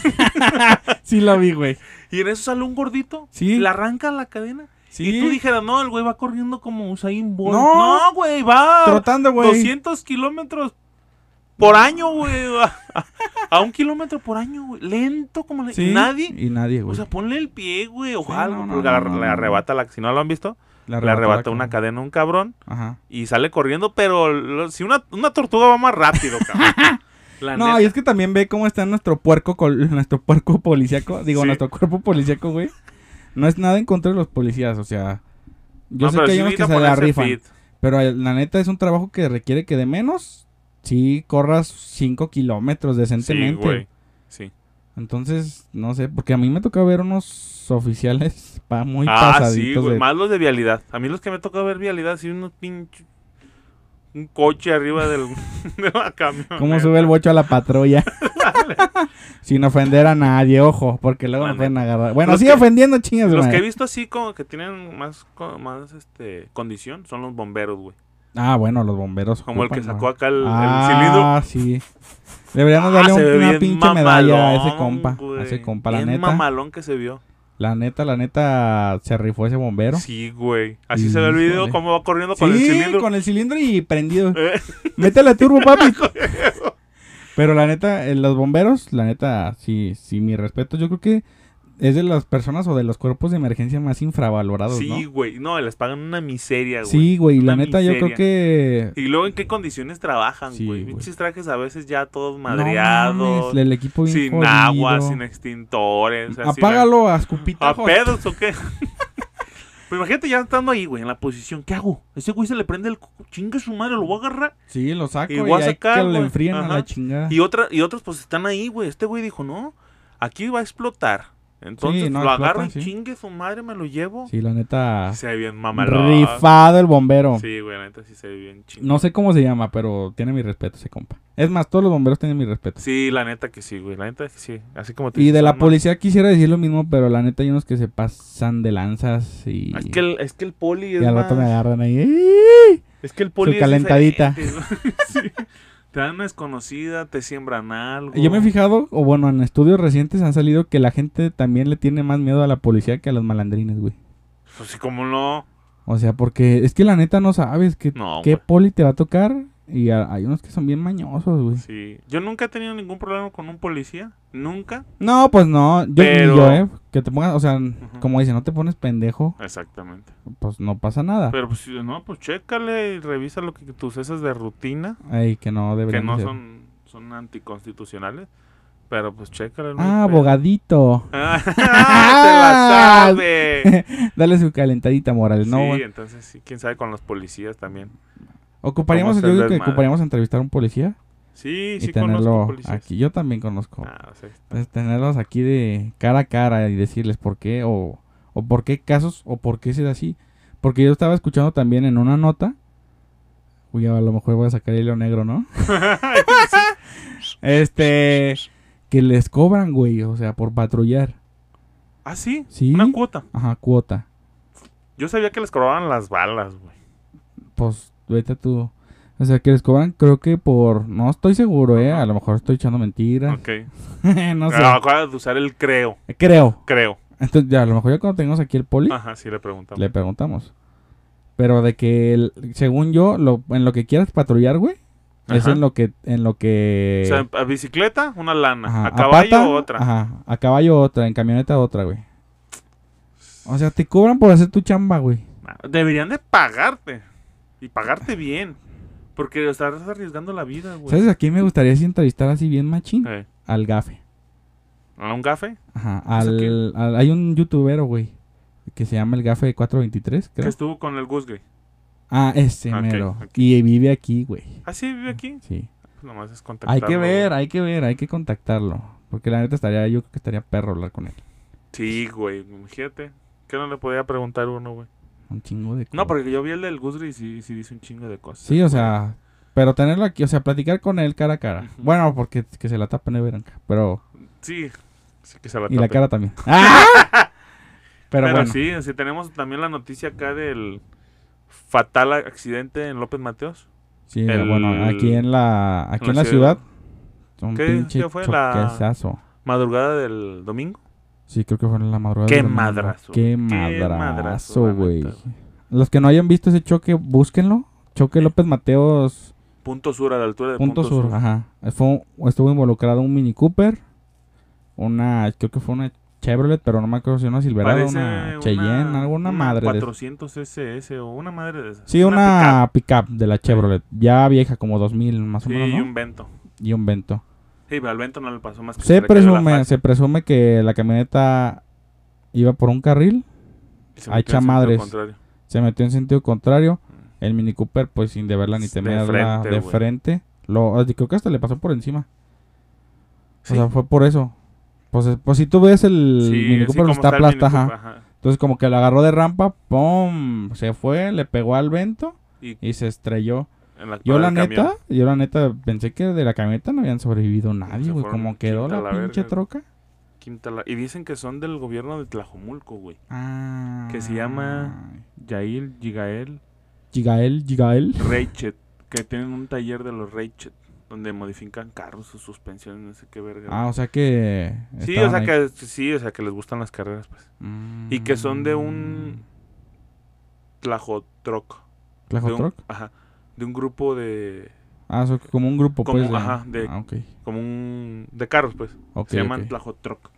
[SPEAKER 1] Sí, lo vi, güey.
[SPEAKER 3] Y en eso sale un gordito.
[SPEAKER 1] Sí.
[SPEAKER 3] Le arranca la cadena. Y tú
[SPEAKER 1] Sí,
[SPEAKER 3] dijeras, no, el güey va corriendo como Usain Bolt.
[SPEAKER 1] No.
[SPEAKER 3] No, güey, va.
[SPEAKER 1] trotando, güey.
[SPEAKER 3] 200 kilómetros por año, güey. A, a un kilómetro por año, güey. Lento como le...
[SPEAKER 1] Sí,
[SPEAKER 3] Nadie.
[SPEAKER 1] Y nadie,
[SPEAKER 3] O
[SPEAKER 1] güey.
[SPEAKER 3] sea, ponle el pie, güey, o
[SPEAKER 1] Sí,
[SPEAKER 3] algo.
[SPEAKER 1] no, no,
[SPEAKER 3] porque la-
[SPEAKER 1] no,
[SPEAKER 3] le,
[SPEAKER 1] no, no.
[SPEAKER 3] arrebata la... Si no lo han visto, le arrebata una
[SPEAKER 1] cara.
[SPEAKER 3] cadena a un cabrón
[SPEAKER 1] Ajá.
[SPEAKER 3] y sale corriendo, pero lo- si una, una tortuga va más rápido, cabrón. La
[SPEAKER 1] No,
[SPEAKER 3] neta.
[SPEAKER 1] y es que también ve cómo está nuestro puerco, col- nuestro puerco policíaco. Digo,
[SPEAKER 3] Sí.
[SPEAKER 1] nuestro cuerpo policíaco, güey. No es nada en contra de los policías, o sea. Yo
[SPEAKER 3] No,
[SPEAKER 1] sé
[SPEAKER 3] pero
[SPEAKER 1] que hay
[SPEAKER 3] sí
[SPEAKER 1] unos que
[SPEAKER 3] necesita
[SPEAKER 1] se la
[SPEAKER 3] ponerse
[SPEAKER 1] rifan.
[SPEAKER 3] fit.
[SPEAKER 1] Pero eh, la neta es un trabajo que requiere que de menos sí corras 5 kilómetros
[SPEAKER 3] Sí,
[SPEAKER 1] decentemente.
[SPEAKER 3] güey. Sí.
[SPEAKER 1] Entonces, no sé, porque a mí me toca ver unos oficiales pa- muy
[SPEAKER 3] Ah, sí,
[SPEAKER 1] pasaditos.
[SPEAKER 3] güey.
[SPEAKER 1] de-
[SPEAKER 3] Más los de vialidad. A mí los que me toca ver vialidad, sí, unos pinches. Un coche arriba del. de la camioneta.
[SPEAKER 1] ¿Cómo sube el bocho a la patrulla? Sin ofender a nadie, ojo, porque luego me
[SPEAKER 3] Bueno.
[SPEAKER 1] pueden agarrar. Bueno,
[SPEAKER 3] Los
[SPEAKER 1] sí
[SPEAKER 3] que-
[SPEAKER 1] ofendiendo, chingas,
[SPEAKER 3] Los que he
[SPEAKER 1] güey.
[SPEAKER 3] visto así como que tienen más, co- más este, condición son los bomberos, güey.
[SPEAKER 1] Ah, bueno, los bomberos.
[SPEAKER 3] Como el que
[SPEAKER 1] ocupan,
[SPEAKER 3] sacó
[SPEAKER 1] ¿no?
[SPEAKER 3] acá el, el cilindro.
[SPEAKER 1] Ah, sí. Deberíamos
[SPEAKER 3] Ah,
[SPEAKER 1] darle
[SPEAKER 3] se
[SPEAKER 1] un-
[SPEAKER 3] ve
[SPEAKER 1] una
[SPEAKER 3] bien
[SPEAKER 1] pinche medalla a ese compa.
[SPEAKER 3] güey.
[SPEAKER 1] A ese compa, la
[SPEAKER 3] Bien
[SPEAKER 1] neta.
[SPEAKER 3] mamalón que se vio.
[SPEAKER 1] La neta, la neta, se rifó ese bombero.
[SPEAKER 3] Sí, güey. Así se ve el
[SPEAKER 1] Híjole.
[SPEAKER 3] video, cómo va corriendo
[SPEAKER 1] Sí,
[SPEAKER 3] con el cilindro.
[SPEAKER 1] y prendido.
[SPEAKER 3] Eh,
[SPEAKER 1] Métele turbo, papi. Pero la neta, eh, los bomberos, la neta, sí, sí, mi respeto. Yo creo que es de las personas o de los cuerpos de emergencia más infravalorados,
[SPEAKER 3] sí,
[SPEAKER 1] ¿no?
[SPEAKER 3] güey. No, les pagan una miseria, güey.
[SPEAKER 1] Sí, güey, la
[SPEAKER 3] Una
[SPEAKER 1] neta, yo creo
[SPEAKER 3] miseria.
[SPEAKER 1] que...
[SPEAKER 3] Y luego en qué condiciones trabajan,
[SPEAKER 1] Sí,
[SPEAKER 3] güey.
[SPEAKER 1] güey.
[SPEAKER 3] Pinches trajes a veces ya todos
[SPEAKER 1] no
[SPEAKER 3] madreados.
[SPEAKER 1] mames, el equipo bien
[SPEAKER 3] sin
[SPEAKER 1] jodido.
[SPEAKER 3] agua, sin extintores. así,
[SPEAKER 1] Apágalo a
[SPEAKER 3] la- ¿A
[SPEAKER 1] escupitajos.
[SPEAKER 3] pedos o qué? Pues imagínate ya estando ahí, güey, en la posición. ¿Qué hago? Ese güey se le prende el coco. Chinga su madre, lo voy a agarrar.
[SPEAKER 1] Sí, lo saco
[SPEAKER 3] Y
[SPEAKER 1] y,
[SPEAKER 3] voy a
[SPEAKER 1] hay
[SPEAKER 3] sacar,
[SPEAKER 1] que lo
[SPEAKER 3] güey.
[SPEAKER 1] enfríen a la
[SPEAKER 3] Ajá.
[SPEAKER 1] chingada.
[SPEAKER 3] Y, otra, y otros pues están ahí, güey. Este güey dijo, no, aquí va a explotar. Entonces
[SPEAKER 1] Sí, no,
[SPEAKER 3] lo
[SPEAKER 1] explotan,
[SPEAKER 3] agarro y
[SPEAKER 1] sí.
[SPEAKER 3] chingue su madre, me lo llevo.
[SPEAKER 1] Sí, la neta.
[SPEAKER 3] Se ve bien mamalón.
[SPEAKER 1] Rifado el bombero.
[SPEAKER 3] Sí, güey, la neta sí se ve bien chingón.
[SPEAKER 1] No sé cómo se llama, pero tiene mi respeto ese compa. Es más, todos los bomberos tienen mi respeto.
[SPEAKER 3] Sí, la neta que sí, güey. La neta que sí. Así como te
[SPEAKER 1] Y
[SPEAKER 3] dices,
[SPEAKER 1] de
[SPEAKER 3] "Ah,
[SPEAKER 1] la
[SPEAKER 3] no".
[SPEAKER 1] policía quisiera decir lo mismo, pero la neta hay unos que se pasan de lanzas y,
[SPEAKER 3] Es que el, es que el poli es
[SPEAKER 1] y al
[SPEAKER 3] más...
[SPEAKER 1] rato me agarran ahí. ¡Ey!
[SPEAKER 3] Es que el poli
[SPEAKER 1] Su
[SPEAKER 3] es
[SPEAKER 1] calentadita.
[SPEAKER 3] diferente, güey. Sí. Te dan una desconocida, te siembran algo.
[SPEAKER 1] Yo me he fijado, o bueno, en estudios recientes han salido que la gente también le tiene más miedo a la policía que a los malandrines, güey.
[SPEAKER 3] Pues sí, como no.
[SPEAKER 1] O sea, porque es que la neta no sabes qué,
[SPEAKER 3] No,
[SPEAKER 1] qué
[SPEAKER 3] güey.
[SPEAKER 1] poli te va a tocar. Y a- hay unos que son bien mañosos, güey.
[SPEAKER 3] Sí. Yo nunca he tenido ningún problema con un policía. Nunca.
[SPEAKER 1] No, pues no. Yo, ni
[SPEAKER 3] Pero-
[SPEAKER 1] yo, ¿eh? Que te pongas, o sea, como dice, no te pones pendejo,
[SPEAKER 3] Exactamente.
[SPEAKER 1] pues no pasa nada.
[SPEAKER 3] Pero pues, si no, pues chécale y revisa lo que tus esas de rutina,
[SPEAKER 1] Ay, que no
[SPEAKER 3] que
[SPEAKER 1] deberían
[SPEAKER 3] no
[SPEAKER 1] de ser. Ah,
[SPEAKER 3] son, son anticonstitucionales. Pero pues chécale. no hay
[SPEAKER 1] Ah,
[SPEAKER 3] pedo.
[SPEAKER 1] abogadito.
[SPEAKER 3] Ah, ¡Te la sabe!
[SPEAKER 1] Dale su calentadita, Morales.
[SPEAKER 3] sí,
[SPEAKER 1] Ah. No, güey.
[SPEAKER 3] entonces sí, quién sabe con los policías también.
[SPEAKER 1] ocuparíamos,
[SPEAKER 3] ¿cómo
[SPEAKER 1] yo
[SPEAKER 3] hacer
[SPEAKER 1] digo que
[SPEAKER 3] desmadre?
[SPEAKER 1] ocuparíamos entrevistar a un policía
[SPEAKER 3] Sí,
[SPEAKER 1] y
[SPEAKER 3] sí conozco
[SPEAKER 1] tenerlo
[SPEAKER 3] policías.
[SPEAKER 1] aquí. Yo también conozco.
[SPEAKER 3] Ah, sí.
[SPEAKER 1] Entonces, tenerlos aquí de cara a cara y decirles por qué o, o por qué casos o por qué se da así. Porque yo estaba escuchando también en una nota. Uy, a lo mejor voy a sacar el hilo negro, ¿no? este. Que les cobran, güey, o sea, por patrullar.
[SPEAKER 3] Ah, sí,
[SPEAKER 1] Sí.
[SPEAKER 3] una cuota.
[SPEAKER 1] Ajá, cuota.
[SPEAKER 3] Yo sabía que les cobraban las balas, güey.
[SPEAKER 1] Pues vete tú. O sea, que les cobran, creo que por. No estoy seguro, ¿eh? A lo mejor estoy echando mentiras.
[SPEAKER 3] Ok.
[SPEAKER 1] Ah, no sé.
[SPEAKER 3] Ah, acaba de usar el creo,
[SPEAKER 1] Creo.
[SPEAKER 3] creo.
[SPEAKER 1] Entonces, ya, a lo mejor ya cuando tengamos aquí el poli,
[SPEAKER 3] Ajá, sí le preguntamos.
[SPEAKER 1] le preguntamos. Pero de que, el- según yo, lo, en lo que quieras patrullar, güey, es
[SPEAKER 3] Ajá.
[SPEAKER 1] en lo que. En lo que
[SPEAKER 3] O sea, a bicicleta, una lana.
[SPEAKER 1] ajá,
[SPEAKER 3] a caballo,
[SPEAKER 1] pata,
[SPEAKER 3] otra.
[SPEAKER 1] Ajá, a caballo otra, en camioneta otra, güey. O sea, te cobran por hacer tu chamba, güey.
[SPEAKER 3] Ah, Deberían de pagarte. Y pagarte bien. Porque estás arriesgando la vida, güey.
[SPEAKER 1] ¿Sabes a quién me gustaría si entrevistar así bien machín?
[SPEAKER 3] Eh,
[SPEAKER 1] Al gafe.
[SPEAKER 3] ¿A un gafe?
[SPEAKER 1] Ajá,
[SPEAKER 3] ¿Eso qué?
[SPEAKER 1] al, al- hay un youtubero, güey, que se llama el gafe de 423,
[SPEAKER 3] Que
[SPEAKER 1] creo.
[SPEAKER 3] estuvo con el Guzgay.
[SPEAKER 1] Ah, ese
[SPEAKER 3] Ok,
[SPEAKER 1] mero.
[SPEAKER 3] ok.
[SPEAKER 1] Y vive aquí, güey.
[SPEAKER 3] ¿Ah, sí? ¿Vive aquí?
[SPEAKER 1] Sí.
[SPEAKER 3] Pues nomás es
[SPEAKER 1] Hay
[SPEAKER 3] contactarlo.
[SPEAKER 1] que ver,
[SPEAKER 3] güey.
[SPEAKER 1] hay que ver, hay que contactarlo. Porque la neta estaría, yo creo que estaría perro hablar con él.
[SPEAKER 3] Sí, güey. Fíjate. ¿Qué no le podía preguntar uno, güey?
[SPEAKER 1] Un chingo de
[SPEAKER 3] No,
[SPEAKER 1] cosas.
[SPEAKER 3] porque yo vi el del Guzgay y sí, sí dice un chingo de cosas.
[SPEAKER 1] Sí, o
[SPEAKER 3] güey.
[SPEAKER 1] sea, pero tenerlo aquí, o sea, platicar con él cara a cara.
[SPEAKER 3] Ujú.
[SPEAKER 1] Bueno, porque que se la tapa no veranca, pero...
[SPEAKER 3] Sí. Sí que se la
[SPEAKER 1] y la
[SPEAKER 3] tape.
[SPEAKER 1] cara también. ¡Ah! Pero,
[SPEAKER 3] Pero,
[SPEAKER 1] bueno,
[SPEAKER 3] sí, sí, tenemos también la noticia acá del fatal accidente en López Mateos.
[SPEAKER 1] sí, pero
[SPEAKER 3] el-
[SPEAKER 1] bueno, aquí en la, aquí en la ciudad, un
[SPEAKER 3] ¿Qué
[SPEAKER 1] pinche
[SPEAKER 3] día fue? La-
[SPEAKER 1] choquezazo.
[SPEAKER 3] Madrugada del domingo.
[SPEAKER 1] Sí, creo que fue en la madrugada.
[SPEAKER 3] Qué
[SPEAKER 1] del domingo.
[SPEAKER 3] madrazo,
[SPEAKER 1] Qué
[SPEAKER 3] qué madrazo, la
[SPEAKER 1] madrazo,
[SPEAKER 3] neta,
[SPEAKER 1] güey.
[SPEAKER 3] güey.
[SPEAKER 1] Los que no hayan visto ese choque, búsquenlo. Choque López Mateos,
[SPEAKER 3] Punto sur, a la altura de
[SPEAKER 1] punto sur. ah, Ajá. Fue un- estuvo involucrado un Mini Cooper, una, creo que fue una Chevrolet, pero no me acuerdo si una Silverado,
[SPEAKER 3] Parece
[SPEAKER 1] una Cheyenne, alguna
[SPEAKER 3] una
[SPEAKER 1] madre. de esas.
[SPEAKER 3] 400 SS o una madre de esas.
[SPEAKER 1] Sí,
[SPEAKER 3] pickup.
[SPEAKER 1] una pickup de la Chevrolet, ya vieja, como 2000 más o
[SPEAKER 3] Sí,
[SPEAKER 1] menos,
[SPEAKER 3] y
[SPEAKER 1] ¿no?
[SPEAKER 3] un vento.
[SPEAKER 1] Y un Vento.
[SPEAKER 3] Sí, pero al vento no le pasó más que
[SPEAKER 1] Se
[SPEAKER 3] le cayó la
[SPEAKER 1] presume,
[SPEAKER 3] faja.
[SPEAKER 1] se presume que la camioneta iba por un carril
[SPEAKER 3] Y se metió en
[SPEAKER 1] echa
[SPEAKER 3] sentido
[SPEAKER 1] madres.
[SPEAKER 3] contrario.
[SPEAKER 1] se metió en sentido contrario. El Mini Cooper, pues sin deberla ni
[SPEAKER 3] De
[SPEAKER 1] temerla
[SPEAKER 3] frente,
[SPEAKER 1] de
[SPEAKER 3] güey.
[SPEAKER 1] frente. Lo, creo que hasta le pasó por encima.
[SPEAKER 3] Sí.
[SPEAKER 1] O sea, fue por eso. Pues, es- pues si tú ves el
[SPEAKER 3] Sí,
[SPEAKER 1] Mini
[SPEAKER 3] así
[SPEAKER 1] Cooper,
[SPEAKER 3] como
[SPEAKER 1] está
[SPEAKER 3] el Mini
[SPEAKER 1] aplasta, ajá.
[SPEAKER 3] Cooper, ajá.
[SPEAKER 1] Entonces, como que lo agarró de rampa, ¡pum! Se fue, le pegó al vento
[SPEAKER 3] Y
[SPEAKER 1] y se estrelló.
[SPEAKER 3] en la
[SPEAKER 1] Yo,
[SPEAKER 3] parada
[SPEAKER 1] la
[SPEAKER 3] del camión.
[SPEAKER 1] neta, yo, la neta, pensé que de la camioneta no habían sobrevivido nadie,
[SPEAKER 3] Se
[SPEAKER 1] güey.
[SPEAKER 3] fueron
[SPEAKER 1] Como quedó
[SPEAKER 3] quinta
[SPEAKER 1] la,
[SPEAKER 3] a la
[SPEAKER 1] pinche
[SPEAKER 3] verga.
[SPEAKER 1] troca.
[SPEAKER 3] Quinta la- Y dicen que son del gobierno de Tlajomulco, güey.
[SPEAKER 1] Ah.
[SPEAKER 3] Que se llama- Yair, Gigael,
[SPEAKER 1] Gigael, Gigael.
[SPEAKER 3] Reichet, que tienen un taller de los Reichet, donde modifican carros, sus suspensiones, no sé qué verga.
[SPEAKER 1] Ah, o sea que.
[SPEAKER 3] sí, o
[SPEAKER 1] estaban
[SPEAKER 3] sea
[SPEAKER 1] ahí.
[SPEAKER 3] que sí, o sea que les gustan las carreras, pues. Y que son de un Tlajotroc. de un-
[SPEAKER 1] Mm. ¿Tlajotroc?
[SPEAKER 3] Ajá. De un grupo de
[SPEAKER 1] Ah, so- como un grupo,
[SPEAKER 3] Como-
[SPEAKER 1] pues. de-
[SPEAKER 3] ajá, de-
[SPEAKER 1] Ah, ok.
[SPEAKER 3] como un de carros, pues.
[SPEAKER 1] Ok,
[SPEAKER 3] se llaman
[SPEAKER 1] ok.
[SPEAKER 3] Tlajotroc.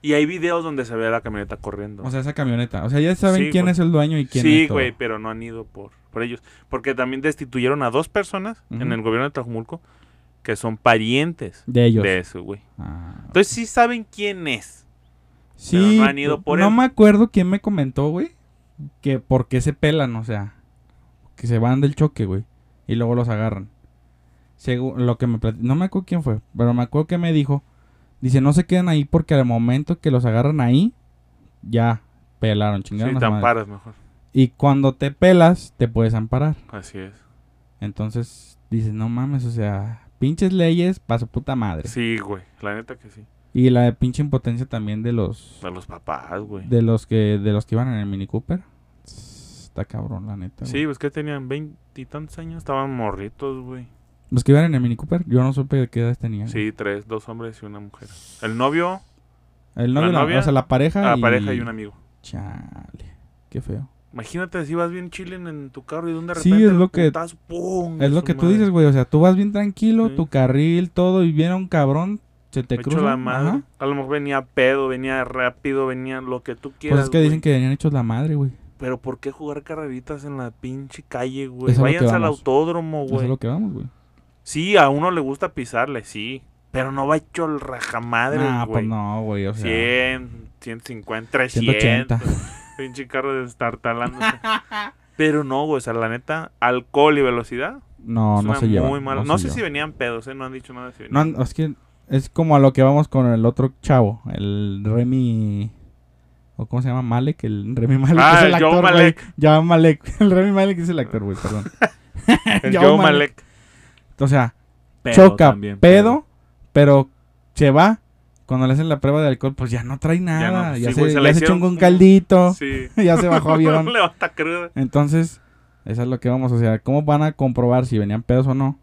[SPEAKER 3] Y hay videos donde se ve la camioneta corriendo.
[SPEAKER 1] O sea, esa camioneta. O sea, ya saben
[SPEAKER 3] Sí,
[SPEAKER 1] quién
[SPEAKER 3] güey.
[SPEAKER 1] es el dueño y quién
[SPEAKER 3] sí,
[SPEAKER 1] es todo.
[SPEAKER 3] güey, pero no han ido por, por ellos. Porque también destituyeron a dos personas en
[SPEAKER 1] Ujú.
[SPEAKER 3] el gobierno de Tlajumulco que son parientes
[SPEAKER 1] De ellos.
[SPEAKER 3] de eso, güey.
[SPEAKER 1] Ah.
[SPEAKER 3] Entonces sí saben quién es.
[SPEAKER 1] sí,
[SPEAKER 3] no han ido por
[SPEAKER 1] no
[SPEAKER 3] él.
[SPEAKER 1] me acuerdo quién me comentó, güey, que por qué se pelan, o sea, que se van del choque, güey, y luego los agarran. Según lo que me plat- no me acuerdo quién fue, pero me acuerdo que me dijo Dice, no se quedan ahí porque al momento que los agarran ahí, ya pelaron, chingaron.
[SPEAKER 3] sí,
[SPEAKER 1] a
[SPEAKER 3] te
[SPEAKER 1] su madre".
[SPEAKER 3] amparas mejor.
[SPEAKER 1] Y cuando te pelas, te puedes amparar.
[SPEAKER 3] Así es.
[SPEAKER 1] Entonces dices, no mames, o sea, pinches leyes para su puta madre.
[SPEAKER 3] Sí, güey. La neta que sí.
[SPEAKER 1] Y la de pinche impotencia también de los
[SPEAKER 3] A los papás, güey.
[SPEAKER 1] de los que de los que iban en el Mini Cooper. Tss, Está cabrón, la neta. güey.
[SPEAKER 3] Sí, pues que tenían veintitantos años. Estaban morritos, güey.
[SPEAKER 1] Los que iban en el Mini Cooper, yo no supe de qué edad tenían.
[SPEAKER 3] Sí, tres, dos hombres y una mujer. El novio,
[SPEAKER 1] El novio,
[SPEAKER 3] La
[SPEAKER 1] la-
[SPEAKER 3] novia,
[SPEAKER 1] o sea, la pareja
[SPEAKER 3] la
[SPEAKER 1] y...
[SPEAKER 3] pareja y un amigo.
[SPEAKER 1] Chale, qué feo.
[SPEAKER 3] Imagínate si vas bien chillen en tu carro y de un de
[SPEAKER 1] Sí,
[SPEAKER 3] repente.
[SPEAKER 1] es lo que-
[SPEAKER 3] putazo, ¡pum!
[SPEAKER 1] Es lo
[SPEAKER 3] Su
[SPEAKER 1] que tú
[SPEAKER 3] madre.
[SPEAKER 1] dices, güey, o sea, tú vas bien tranquilo,
[SPEAKER 3] Sí.
[SPEAKER 1] tu carril, todo, y viene un cabrón, se te
[SPEAKER 3] Me echó
[SPEAKER 1] cruza.
[SPEAKER 3] la madre.
[SPEAKER 1] ajá.
[SPEAKER 3] A lo mejor venía pedo, venía rápido, venía lo que tú quieras.
[SPEAKER 1] Pues es que dicen
[SPEAKER 3] güey.
[SPEAKER 1] que venían hechos la madre, güey.
[SPEAKER 3] Pero ¿por qué jugar carreritas en la pinche calle,
[SPEAKER 1] Eso
[SPEAKER 3] güey?
[SPEAKER 1] es lo que
[SPEAKER 3] Váyanse al
[SPEAKER 1] vamos.
[SPEAKER 3] autódromo,
[SPEAKER 1] Eso es
[SPEAKER 3] güey.
[SPEAKER 1] lo que vamos, güey.
[SPEAKER 3] Sí, a uno le gusta pisarle, sí. Pero no va hecho el rajamadre,
[SPEAKER 1] Nah,
[SPEAKER 3] güey.
[SPEAKER 1] pues no, güey, o sea.
[SPEAKER 3] 100, 150,
[SPEAKER 1] 180.
[SPEAKER 3] 300. Pinche carro destartalándose. Pero no, güey, o sea, la neta, alcohol y velocidad.
[SPEAKER 1] No,
[SPEAKER 3] es
[SPEAKER 1] no
[SPEAKER 3] una
[SPEAKER 1] se lleva.
[SPEAKER 3] muy mala-
[SPEAKER 1] no
[SPEAKER 3] No,
[SPEAKER 1] se
[SPEAKER 3] sé si
[SPEAKER 1] lleva.
[SPEAKER 3] venían pedos, ¿eh? No han dicho nada. Si
[SPEAKER 1] No,
[SPEAKER 3] venían.
[SPEAKER 1] no, es que es como a lo que vamos con el otro chavo, el Remy o cómo se llama Malek, el Remy Malek
[SPEAKER 3] Ah,
[SPEAKER 1] es el
[SPEAKER 3] el
[SPEAKER 1] actor,
[SPEAKER 3] Joe
[SPEAKER 1] güey.
[SPEAKER 3] Malek.
[SPEAKER 1] Ya Malek, el Remy Malek es el actor, güey, perdón.
[SPEAKER 3] El
[SPEAKER 1] Joe
[SPEAKER 3] Joe
[SPEAKER 1] Malek.
[SPEAKER 3] Malek.
[SPEAKER 1] O sea, choca
[SPEAKER 3] también,
[SPEAKER 1] pedo, pero se va cuando le hacen la prueba de alcohol, pues ya no trae nada, ya,
[SPEAKER 3] no, sí,
[SPEAKER 1] se,
[SPEAKER 3] güey, se
[SPEAKER 1] ya
[SPEAKER 3] la
[SPEAKER 1] se echó
[SPEAKER 3] hicieron
[SPEAKER 1] un
[SPEAKER 3] como-
[SPEAKER 1] caldito,
[SPEAKER 3] Sí.
[SPEAKER 1] ya se bajó avión.
[SPEAKER 3] Levanta cruda.
[SPEAKER 1] Entonces, eso es lo que vamos, o sea, ¿cómo van a comprobar si venían pedos o no?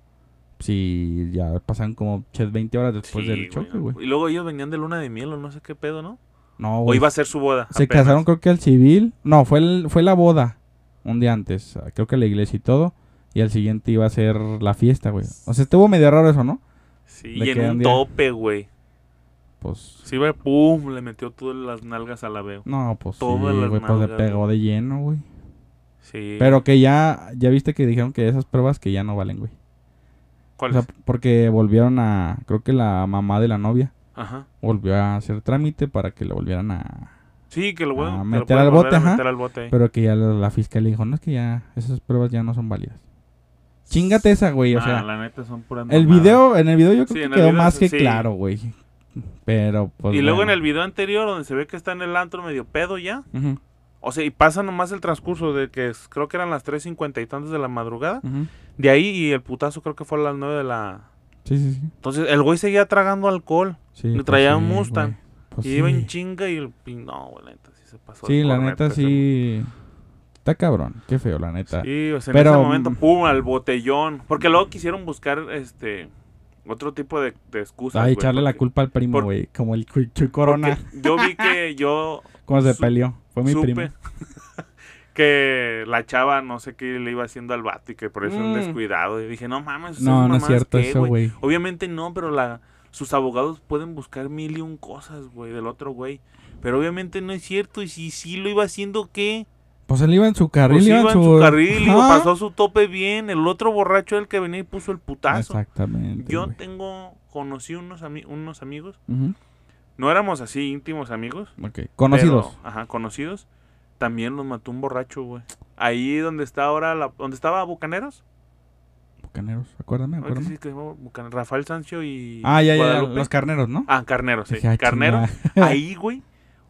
[SPEAKER 1] Si ya pasan como ches, 20 horas después
[SPEAKER 3] Sí,
[SPEAKER 1] del choque, güey.
[SPEAKER 3] Y luego ellos venían de luna de miel o no sé qué pedo, ¿no?
[SPEAKER 1] No,
[SPEAKER 3] O
[SPEAKER 1] güey.
[SPEAKER 3] iba a ser su boda.
[SPEAKER 1] Se
[SPEAKER 3] apenas.
[SPEAKER 1] casaron creo que al civil. No, fue, el- fue la boda. Un día antes. ah, Creo que la iglesia y todo. Y al siguiente iba a ser la fiesta, güey. O sea, estuvo medio raro eso, ¿no?
[SPEAKER 3] Sí,
[SPEAKER 1] de
[SPEAKER 3] y en
[SPEAKER 1] que un
[SPEAKER 3] un
[SPEAKER 1] día-
[SPEAKER 3] tope, güey.
[SPEAKER 1] Pues...
[SPEAKER 3] Sí, güey, pum, le metió todas las nalgas al aveo.
[SPEAKER 1] No, pues sí,
[SPEAKER 3] Todas las
[SPEAKER 1] güey. Pues le
[SPEAKER 3] nalgas,
[SPEAKER 1] pegó de lleno, güey.
[SPEAKER 3] Sí.
[SPEAKER 1] Pero que ya... Ya viste que dijeron que esas pruebas que ya no valen, güey. O
[SPEAKER 3] ¿Cuál
[SPEAKER 1] sea,
[SPEAKER 3] es?
[SPEAKER 1] porque volvieron a... Creo que la mamá de la novia
[SPEAKER 3] Ajá.
[SPEAKER 1] volvió a hacer trámite para que la volvieran a...
[SPEAKER 3] Sí, que lo
[SPEAKER 1] Ah,
[SPEAKER 3] pueden
[SPEAKER 1] meter al bote, ajá.
[SPEAKER 3] meter al bote. ahí.
[SPEAKER 1] Pero que ya la, la fiscalía dijo, no, es que ya... Esas pruebas ya no son válidas. Chingate esa, güey. O
[SPEAKER 3] Ah,
[SPEAKER 1] sea...
[SPEAKER 3] la neta son puras
[SPEAKER 1] El
[SPEAKER 3] mamadas.
[SPEAKER 1] video, en el video yo
[SPEAKER 3] Sí,
[SPEAKER 1] creo
[SPEAKER 3] en
[SPEAKER 1] que
[SPEAKER 3] el
[SPEAKER 1] quedó
[SPEAKER 3] video
[SPEAKER 1] más
[SPEAKER 3] se-
[SPEAKER 1] que
[SPEAKER 3] sí.
[SPEAKER 1] claro, güey. Pero, pues.
[SPEAKER 3] y luego en
[SPEAKER 1] bueno.
[SPEAKER 3] el video anterior, donde se ve que está en el antro medio pedo ya.
[SPEAKER 1] Ujú,
[SPEAKER 3] O sea, y pasa nomás el transcurso de que es- creo que eran las 3.50 y tantas de la madrugada.
[SPEAKER 1] ujú.
[SPEAKER 3] De ahí y el putazo creo que fue a las 9 de la...
[SPEAKER 1] Sí, sí, sí.
[SPEAKER 3] Entonces el güey seguía tragando alcohol.
[SPEAKER 1] sí
[SPEAKER 3] Le
[SPEAKER 1] pues
[SPEAKER 3] traía
[SPEAKER 1] sí,
[SPEAKER 3] un
[SPEAKER 1] güey.
[SPEAKER 3] Mustang.
[SPEAKER 1] Pues
[SPEAKER 3] y
[SPEAKER 1] sí.
[SPEAKER 3] iba en chinga y el... pin- No, güey, la neta sí se pasó. de
[SPEAKER 1] Sí, la
[SPEAKER 3] corneta
[SPEAKER 1] neta
[SPEAKER 3] ese
[SPEAKER 1] sí. Está cabrón, qué feo, la neta.
[SPEAKER 3] Sí, o sea, en
[SPEAKER 1] Pero,
[SPEAKER 3] ese momento,
[SPEAKER 1] mm,
[SPEAKER 3] pum, al botellón. Porque luego quisieron buscar, este, otro tipo de, de excusas.
[SPEAKER 1] Ay,
[SPEAKER 3] güey,
[SPEAKER 1] echarle la
[SPEAKER 3] porque-
[SPEAKER 1] culpa al primo,
[SPEAKER 3] por-
[SPEAKER 1] güey. Como el Chuy Chuy
[SPEAKER 3] porque
[SPEAKER 1] Corona,
[SPEAKER 3] Yo vi que yo
[SPEAKER 1] como se
[SPEAKER 3] su-
[SPEAKER 1] peleó. Fue mi
[SPEAKER 3] supe
[SPEAKER 1] primo.
[SPEAKER 3] que la chava no sé qué le iba haciendo al vato y que por eso era un
[SPEAKER 1] Mm.
[SPEAKER 3] descuidado. Y dije, no mames, esas
[SPEAKER 1] No, no es
[SPEAKER 3] mamadas,
[SPEAKER 1] cierto
[SPEAKER 3] ¿qué,
[SPEAKER 1] eso, güey.
[SPEAKER 3] Obviamente no, pero la, sus abogados pueden buscar mil y un cosas, güey, del otro güey. Pero obviamente no es cierto. Y si sí lo iba haciendo, ¿qué?
[SPEAKER 1] Pues él iba en su carril,
[SPEAKER 3] Pues
[SPEAKER 1] iba
[SPEAKER 3] iba en su carril, digo,
[SPEAKER 1] Ajá.
[SPEAKER 3] pasó su tope bien. El otro borracho era el que venía y puso el putazo.
[SPEAKER 1] Exactamente.
[SPEAKER 3] Yo
[SPEAKER 1] güey.
[SPEAKER 3] tengo, conocí unos, ami- unos amigos.
[SPEAKER 1] Ujú,
[SPEAKER 3] No éramos así íntimos amigos.
[SPEAKER 1] ok. Conocidos.
[SPEAKER 3] pero- ajá, conocidos. También los mató un borracho, güey. Ahí donde está ahora, la, donde estaba Bucaneros.
[SPEAKER 1] Bucaneros, acuérdame,
[SPEAKER 3] Ay, que
[SPEAKER 1] acuérdame.
[SPEAKER 3] sí, que se llamaba Bucan- Rafael Sancho y
[SPEAKER 1] Ah, ya, ya, ya,
[SPEAKER 3] Guadalupe.
[SPEAKER 1] los carneros, ¿no?
[SPEAKER 3] Ah, Carneros, sí.
[SPEAKER 1] Dije, ah,
[SPEAKER 3] Carneros.
[SPEAKER 1] chingada.
[SPEAKER 3] Ahí, güey,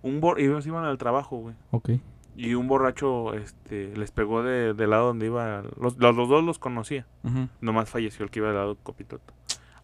[SPEAKER 3] un bor- ellos iban al trabajo, güey.
[SPEAKER 1] Ok.
[SPEAKER 3] Y un borracho este, les pegó de, del lado donde iba. Los, los, los dos los conocía.
[SPEAKER 1] ujú.
[SPEAKER 3] Nomás falleció el que iba al lado copitoto.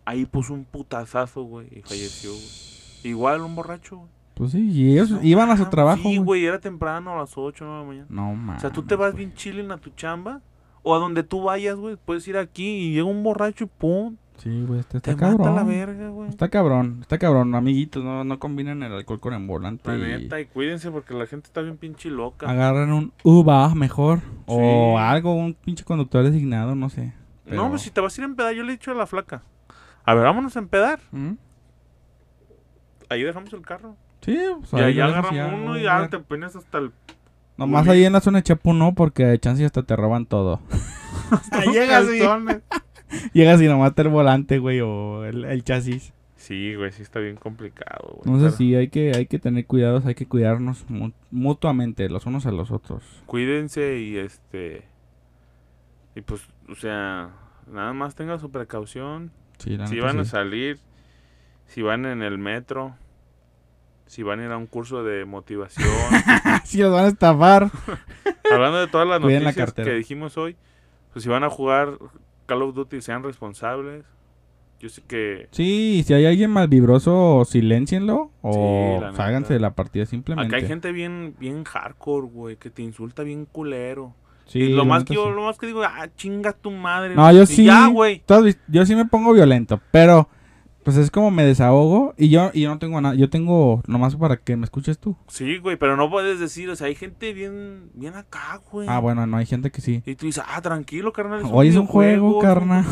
[SPEAKER 3] Ahí puso un putazazo, güey, y falleció, güey. Igual un borracho, güey.
[SPEAKER 1] Pues sí, y ellos
[SPEAKER 3] No
[SPEAKER 1] iban a su
[SPEAKER 3] mames,
[SPEAKER 1] trabajo.
[SPEAKER 3] Sí,
[SPEAKER 1] güey.
[SPEAKER 3] güey, era temprano, a las 8 o 9 de la mañana.
[SPEAKER 1] No mames.
[SPEAKER 3] O sea, tú te vas bien chilling a tu chamba. O a donde tú vayas, güey. Puedes ir aquí y llega un borracho y pum.
[SPEAKER 1] Sí, güey, este
[SPEAKER 3] Te
[SPEAKER 1] está
[SPEAKER 3] mata
[SPEAKER 1] cabrón.
[SPEAKER 3] la verga, güey.
[SPEAKER 1] Está cabrón, está cabrón, amiguitos, no, no combinan el alcohol con el volante.
[SPEAKER 3] La
[SPEAKER 1] y
[SPEAKER 3] neta, y cuídense porque la gente está bien pinche loca.
[SPEAKER 1] Agarran un uva mejor o
[SPEAKER 3] Sí.
[SPEAKER 1] algo, un pinche conductor designado, no sé. pero-
[SPEAKER 3] No, pues si te vas a ir a empedar, yo le he dicho a la flaca. A ver, vámonos a empedar.
[SPEAKER 1] ¿Mm?
[SPEAKER 3] Ahí dejamos el carro.
[SPEAKER 1] Sí, pues
[SPEAKER 3] y
[SPEAKER 1] ahí
[SPEAKER 3] allá
[SPEAKER 1] lo dejas
[SPEAKER 3] agarramos
[SPEAKER 1] y ya,
[SPEAKER 3] uno
[SPEAKER 1] güey,
[SPEAKER 3] y ya
[SPEAKER 1] ya.
[SPEAKER 3] te pones hasta el...
[SPEAKER 1] Nomás ahí en la zona de Chapu no, porque de chance hasta te roban todo. Llegas y-
[SPEAKER 3] calzones.
[SPEAKER 1] Llegas y nomás está el volante, güey, o el, el chasis.
[SPEAKER 3] Sí, güey, sí está bien complicado, güey.
[SPEAKER 1] Entonces
[SPEAKER 3] pero
[SPEAKER 1] sí, hay que, hay que tener cuidados, hay que cuidarnos mu- mutuamente los unos a los otros.
[SPEAKER 3] Cuídense y este... Y pues, o sea, nada más tengan su precaución.
[SPEAKER 1] Sí, la
[SPEAKER 3] si
[SPEAKER 1] neta
[SPEAKER 3] van a
[SPEAKER 1] sí.
[SPEAKER 3] salir, si van en el metro, si van a ir a un curso de motivación.
[SPEAKER 1] Si los van a estafar.
[SPEAKER 3] Hablando de todas las
[SPEAKER 1] Cuiden la
[SPEAKER 3] noticias
[SPEAKER 1] cartera.
[SPEAKER 3] que dijimos hoy, pues si van a jugar Call of Duty, sean responsables. Yo sé que
[SPEAKER 1] Sí, y si hay alguien más vibroso, siléncienlo o
[SPEAKER 3] Sí, la
[SPEAKER 1] ságanse
[SPEAKER 3] neta.
[SPEAKER 1] de la partida simplemente.
[SPEAKER 3] acá hay gente bien, bien hardcore, güey, que te insulta bien culero.
[SPEAKER 1] Sí,
[SPEAKER 3] y
[SPEAKER 1] la
[SPEAKER 3] lo más
[SPEAKER 1] neta
[SPEAKER 3] que yo,
[SPEAKER 1] sí.
[SPEAKER 3] lo más que digo, ah, chinga tu madre.
[SPEAKER 1] No, yo
[SPEAKER 3] Y
[SPEAKER 1] sí.
[SPEAKER 3] Ya, güey.
[SPEAKER 1] tú has vis- Yo sí me pongo violento, pero pues es como me desahogo y yo y yo no tengo nada, yo tengo nomás para que me escuches tú.
[SPEAKER 3] Sí, güey, pero no puedes decir, o sea, hay gente bien, bien acá, güey.
[SPEAKER 1] Ah, bueno, no hay gente que sí.
[SPEAKER 3] Y tú dices, ah, tranquilo, carnal.
[SPEAKER 1] Hoy es un juego,
[SPEAKER 3] videojuego,
[SPEAKER 1] carnal.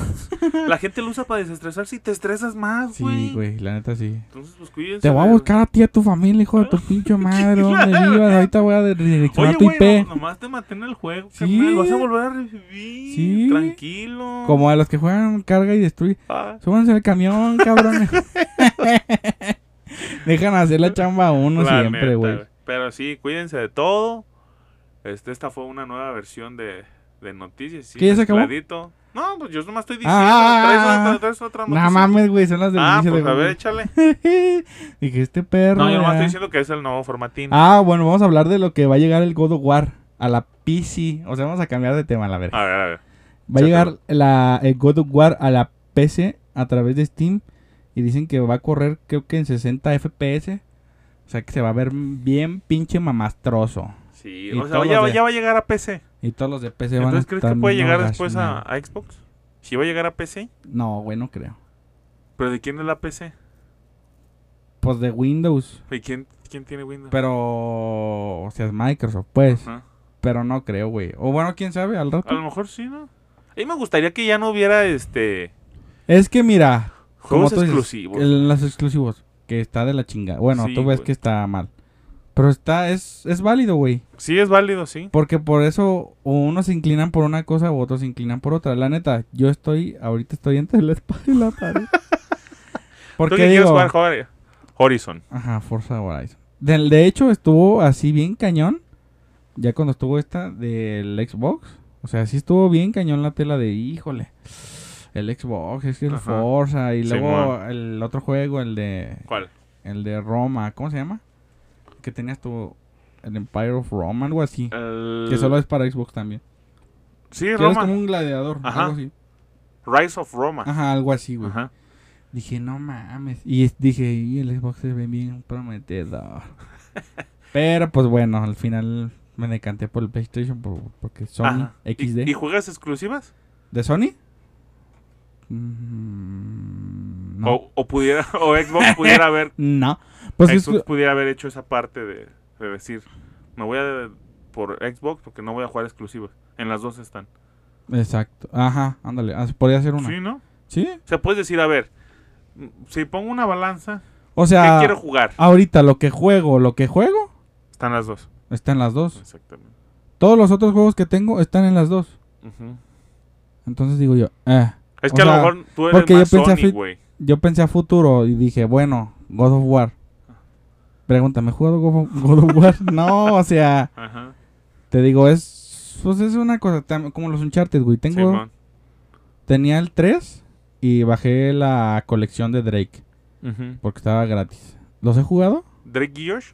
[SPEAKER 3] La gente lo usa para desestresarse y te estresas más, güey.
[SPEAKER 1] Sí, güey, la neta sí.
[SPEAKER 3] Entonces, pues cuídense.
[SPEAKER 1] Te voy a
[SPEAKER 3] güey.
[SPEAKER 1] buscar a ti y a tu familia, hijo de tu pinche madre, ¿dónde vivas? Ahorita voy a de-
[SPEAKER 3] Oye,
[SPEAKER 1] redireccionar tu
[SPEAKER 3] güey,
[SPEAKER 1] IP.
[SPEAKER 3] no- nomás te maten el juego,
[SPEAKER 1] Sí.
[SPEAKER 3] carnal. Vas a volver a revivir.
[SPEAKER 1] Sí.
[SPEAKER 3] Tranquilo.
[SPEAKER 1] Como a los que juegan carga y destruye.
[SPEAKER 3] Ah,
[SPEAKER 1] Súbanse al camión, cabrones. Dejan hacer la chamba a uno
[SPEAKER 3] la
[SPEAKER 1] siempre,
[SPEAKER 3] neta,
[SPEAKER 1] güey.
[SPEAKER 3] Pero sí, cuídense de todo. Este, esta fue una nueva versión de, de noticias. Sí,
[SPEAKER 1] ¿Qué, ya se acabó?
[SPEAKER 3] mezcladito. No, pues yo nomás estoy diciendo.
[SPEAKER 1] Ah,
[SPEAKER 3] traes,
[SPEAKER 1] ah,
[SPEAKER 3] otra-
[SPEAKER 1] ah.
[SPEAKER 3] traes otra
[SPEAKER 1] No
[SPEAKER 3] noticia.
[SPEAKER 1] mames, güey, son las del
[SPEAKER 3] Ah,
[SPEAKER 1] inicio
[SPEAKER 3] pues
[SPEAKER 1] de
[SPEAKER 3] a ver, échale.
[SPEAKER 1] Dije, este perro.
[SPEAKER 3] No, yo nomás
[SPEAKER 1] ya.
[SPEAKER 3] estoy diciendo que es el nuevo formatín.
[SPEAKER 1] Ah, bueno, vamos a hablar de lo que va a llegar el God of War a la PC. O sea, vamos a cambiar de tema, la verga.
[SPEAKER 3] A ver, a ver.
[SPEAKER 1] Va a llegar la, el God of War a la PC a través de Steam. Y dicen que va a correr, creo que en 60 FPS. O sea, que se va a ver bien pinche mamastroso.
[SPEAKER 3] Sí,
[SPEAKER 1] Y
[SPEAKER 3] o sea,
[SPEAKER 1] todos
[SPEAKER 3] ya,
[SPEAKER 1] de-
[SPEAKER 3] ya va a llegar a PC.
[SPEAKER 1] Y todos los de PC van a
[SPEAKER 3] Entonces, ¿crees que
[SPEAKER 1] estar
[SPEAKER 3] puede
[SPEAKER 1] bien
[SPEAKER 3] llegar después
[SPEAKER 1] orgasmeados.
[SPEAKER 3] a, a Xbox? Si va a llegar a PC.
[SPEAKER 1] No, güey, no creo.
[SPEAKER 3] ¿Pero de quién es la PC?
[SPEAKER 1] Pues de Windows.
[SPEAKER 3] ¿Y quién, quién tiene Windows?
[SPEAKER 1] Pero. O sea, es Microsoft, pues.
[SPEAKER 3] Ajá.
[SPEAKER 1] Pero no creo, güey. O bueno, quién sabe, al rato.
[SPEAKER 3] A lo mejor sí, ¿no? A mí me gustaría que ya no hubiera este
[SPEAKER 1] Es que mira. como
[SPEAKER 3] juegos
[SPEAKER 1] tú dices,
[SPEAKER 3] exclusivos.
[SPEAKER 1] el- los exclusivos. Que está de la chingada. Bueno,
[SPEAKER 3] Sí,
[SPEAKER 1] tú ves
[SPEAKER 3] güey.
[SPEAKER 1] que está mal. Pero está. Es, es válido, güey.
[SPEAKER 3] Sí, es válido, sí.
[SPEAKER 1] Porque por eso. o unos se inclinan por una cosa. O otros se inclinan por otra. La neta. Yo estoy. Ahorita estoy entre la espada y la pared.
[SPEAKER 3] ¿Tú
[SPEAKER 1] Porque
[SPEAKER 3] qué quieres
[SPEAKER 1] digo.
[SPEAKER 3] jugar Hor- Horizon?
[SPEAKER 1] Ajá, Forza Horizon. Del- De, hecho, estuvo así bien cañón. Ya cuando estuvo esta del Xbox. O sea, sí estuvo bien cañón la tela de híjole. El Xbox, es que el
[SPEAKER 3] Ajá.
[SPEAKER 1] Forza. Y luego
[SPEAKER 3] Simón.
[SPEAKER 1] el otro juego, el de.
[SPEAKER 3] ¿Cuál?
[SPEAKER 1] El de Roma. ¿Cómo se llama? Que tenías tu. El Empire of Roma, algo así.
[SPEAKER 3] El-
[SPEAKER 1] Que solo es para Xbox también.
[SPEAKER 3] Sí,
[SPEAKER 1] Que eres
[SPEAKER 3] Roma.
[SPEAKER 1] como un gladiador.
[SPEAKER 3] Ajá.
[SPEAKER 1] Algo así.
[SPEAKER 3] Rise of Roma.
[SPEAKER 1] Ajá, alá así, güey.
[SPEAKER 3] Ajá.
[SPEAKER 1] Dije, no mames. Y es- dije, y el Xbox se ve bien prometedor. Pero pues bueno, al final me decanté por el PlayStation por- porque Sony
[SPEAKER 3] Ajá. ¿Y-
[SPEAKER 1] XD.
[SPEAKER 3] ¿Y, juegas exclusivas?
[SPEAKER 1] ¿De Sony? Mm, no.
[SPEAKER 3] O, o pudiera o Xbox pudiera haber
[SPEAKER 1] No. Pues es-
[SPEAKER 3] Xbox pudiera haber hecho esa parte de, de decir, me voy a por Xbox porque no voy a jugar exclusivas. En las dos están.
[SPEAKER 1] Exacto. Ajá, ándale. ah, Podría ser una.
[SPEAKER 3] Sí, ¿no?
[SPEAKER 1] ¿Sí?
[SPEAKER 3] O sea, puedes decir, a ver, m- si pongo una balanza,
[SPEAKER 1] O
[SPEAKER 3] ¿qué
[SPEAKER 1] sea,
[SPEAKER 3] quiero jugar?
[SPEAKER 1] ahorita lo que juego, lo que juego,
[SPEAKER 3] Están las dos.
[SPEAKER 1] está en las dos.
[SPEAKER 3] Exactamente.
[SPEAKER 1] Todos los otros juegos que tengo están en las dos.
[SPEAKER 3] Ujú.
[SPEAKER 1] Entonces digo yo, eh.
[SPEAKER 3] Es
[SPEAKER 1] O
[SPEAKER 3] que a
[SPEAKER 1] sea,
[SPEAKER 3] lo mejor tú eres
[SPEAKER 1] porque yo
[SPEAKER 3] más
[SPEAKER 1] pensé a
[SPEAKER 3] Sony,
[SPEAKER 1] Fit-
[SPEAKER 3] güey.
[SPEAKER 1] yo pensé a futuro y dije, bueno, God of War. Pregunta, ¿me he jugado Go- God of War? no, o sea,
[SPEAKER 3] Ajá.
[SPEAKER 1] te digo, es pues es una cosa tam- como los Uncharted, güey. Tengo
[SPEAKER 3] Simón.
[SPEAKER 1] tenía el 3 y bajé la colección de Drake porque estaba gratis. ¿Los he jugado?
[SPEAKER 3] Drake y Josh.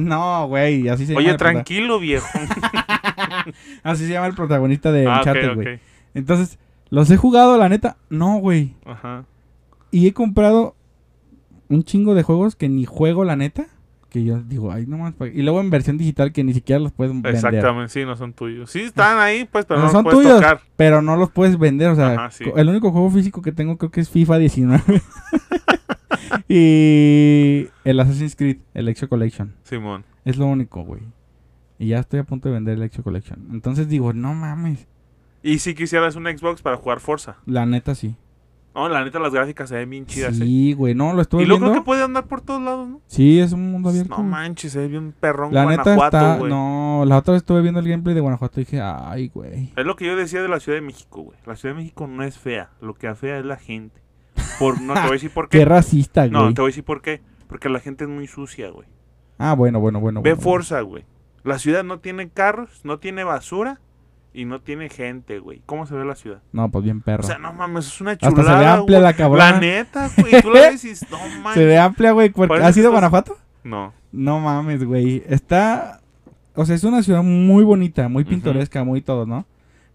[SPEAKER 1] no, güey, así se llama
[SPEAKER 3] Oye,
[SPEAKER 1] el prota-
[SPEAKER 3] tranquilo, viejo.
[SPEAKER 1] Así se llama el protagonista de
[SPEAKER 3] ah,
[SPEAKER 1] Uncharted,
[SPEAKER 3] ok,
[SPEAKER 1] güey.
[SPEAKER 3] ok.
[SPEAKER 1] Entonces, los he jugado, la neta, no, güey.
[SPEAKER 3] Ajá.
[SPEAKER 1] Y he comprado un chingo de juegos que ni juego, la neta. Que yo digo, ay, no más. pa' qué". Y luego en versión digital que ni siquiera los puedes vender.
[SPEAKER 3] Exactamente, sí, no son tuyos. Sí, están ahí, pues, pero
[SPEAKER 1] No
[SPEAKER 3] no, los
[SPEAKER 1] son
[SPEAKER 3] puedes
[SPEAKER 1] tuyos.
[SPEAKER 3] tocar.
[SPEAKER 1] Pero no los puedes vender. O sea,
[SPEAKER 3] Ajá, sí.
[SPEAKER 1] co- el único juego físico que tengo creo que es FIFA 19. y el Assassin's Creed, el Exo Collection.
[SPEAKER 3] Simón.
[SPEAKER 1] Es lo único, güey. Y ya estoy a punto de vender el Exo Collection. Entonces digo, no mames.
[SPEAKER 3] Y si quisieras un Xbox para jugar Forza.
[SPEAKER 1] La neta sí.
[SPEAKER 3] No, la neta, las gráficas se ven bien chidas. eh.
[SPEAKER 1] Sí, güey. No, lo estuve
[SPEAKER 3] Y luego
[SPEAKER 1] viendo.
[SPEAKER 3] creo que puede andar por todos lados, ¿no?
[SPEAKER 1] Sí, es un mundo abierto.
[SPEAKER 3] No
[SPEAKER 1] güey.
[SPEAKER 3] manches, se ve bien perrón
[SPEAKER 1] La neta está.
[SPEAKER 3] Guanajuato, güey.
[SPEAKER 1] No, la otra vez estuve viendo el gameplay de Guanajuato y dije, ay, güey.
[SPEAKER 3] Es lo que yo decía de la Ciudad de México, güey. La Ciudad de México no es fea. Lo que afea es la gente. Por, no, te voy a decir por qué.
[SPEAKER 1] Qué racista,
[SPEAKER 3] no,
[SPEAKER 1] güey.
[SPEAKER 3] te voy a decir por qué. Porque la gente es muy sucia, güey.
[SPEAKER 1] Ah, bueno, bueno, bueno.
[SPEAKER 3] Ve
[SPEAKER 1] bueno,
[SPEAKER 3] Forza, güey. La ciudad no tiene carros, no tiene basura y no tiene gente, güey. ¿Cómo se ve la ciudad?
[SPEAKER 1] No, pues bien perro.
[SPEAKER 3] O sea, no mames, es una chulada.
[SPEAKER 1] Hasta se ve amplia
[SPEAKER 3] güey.
[SPEAKER 1] la cabrona.
[SPEAKER 3] La neta, güey. Tú la dices, no mames.
[SPEAKER 1] se ve amplia, güey. porque-
[SPEAKER 3] Parece
[SPEAKER 1] ¿Has ido a
[SPEAKER 3] que estás-
[SPEAKER 1] Guanajuato?
[SPEAKER 3] No.
[SPEAKER 1] No mames, güey. Está. O sea, es una ciudad muy bonita, muy
[SPEAKER 3] Ujú.
[SPEAKER 1] pintoresca, muy todo, ¿no?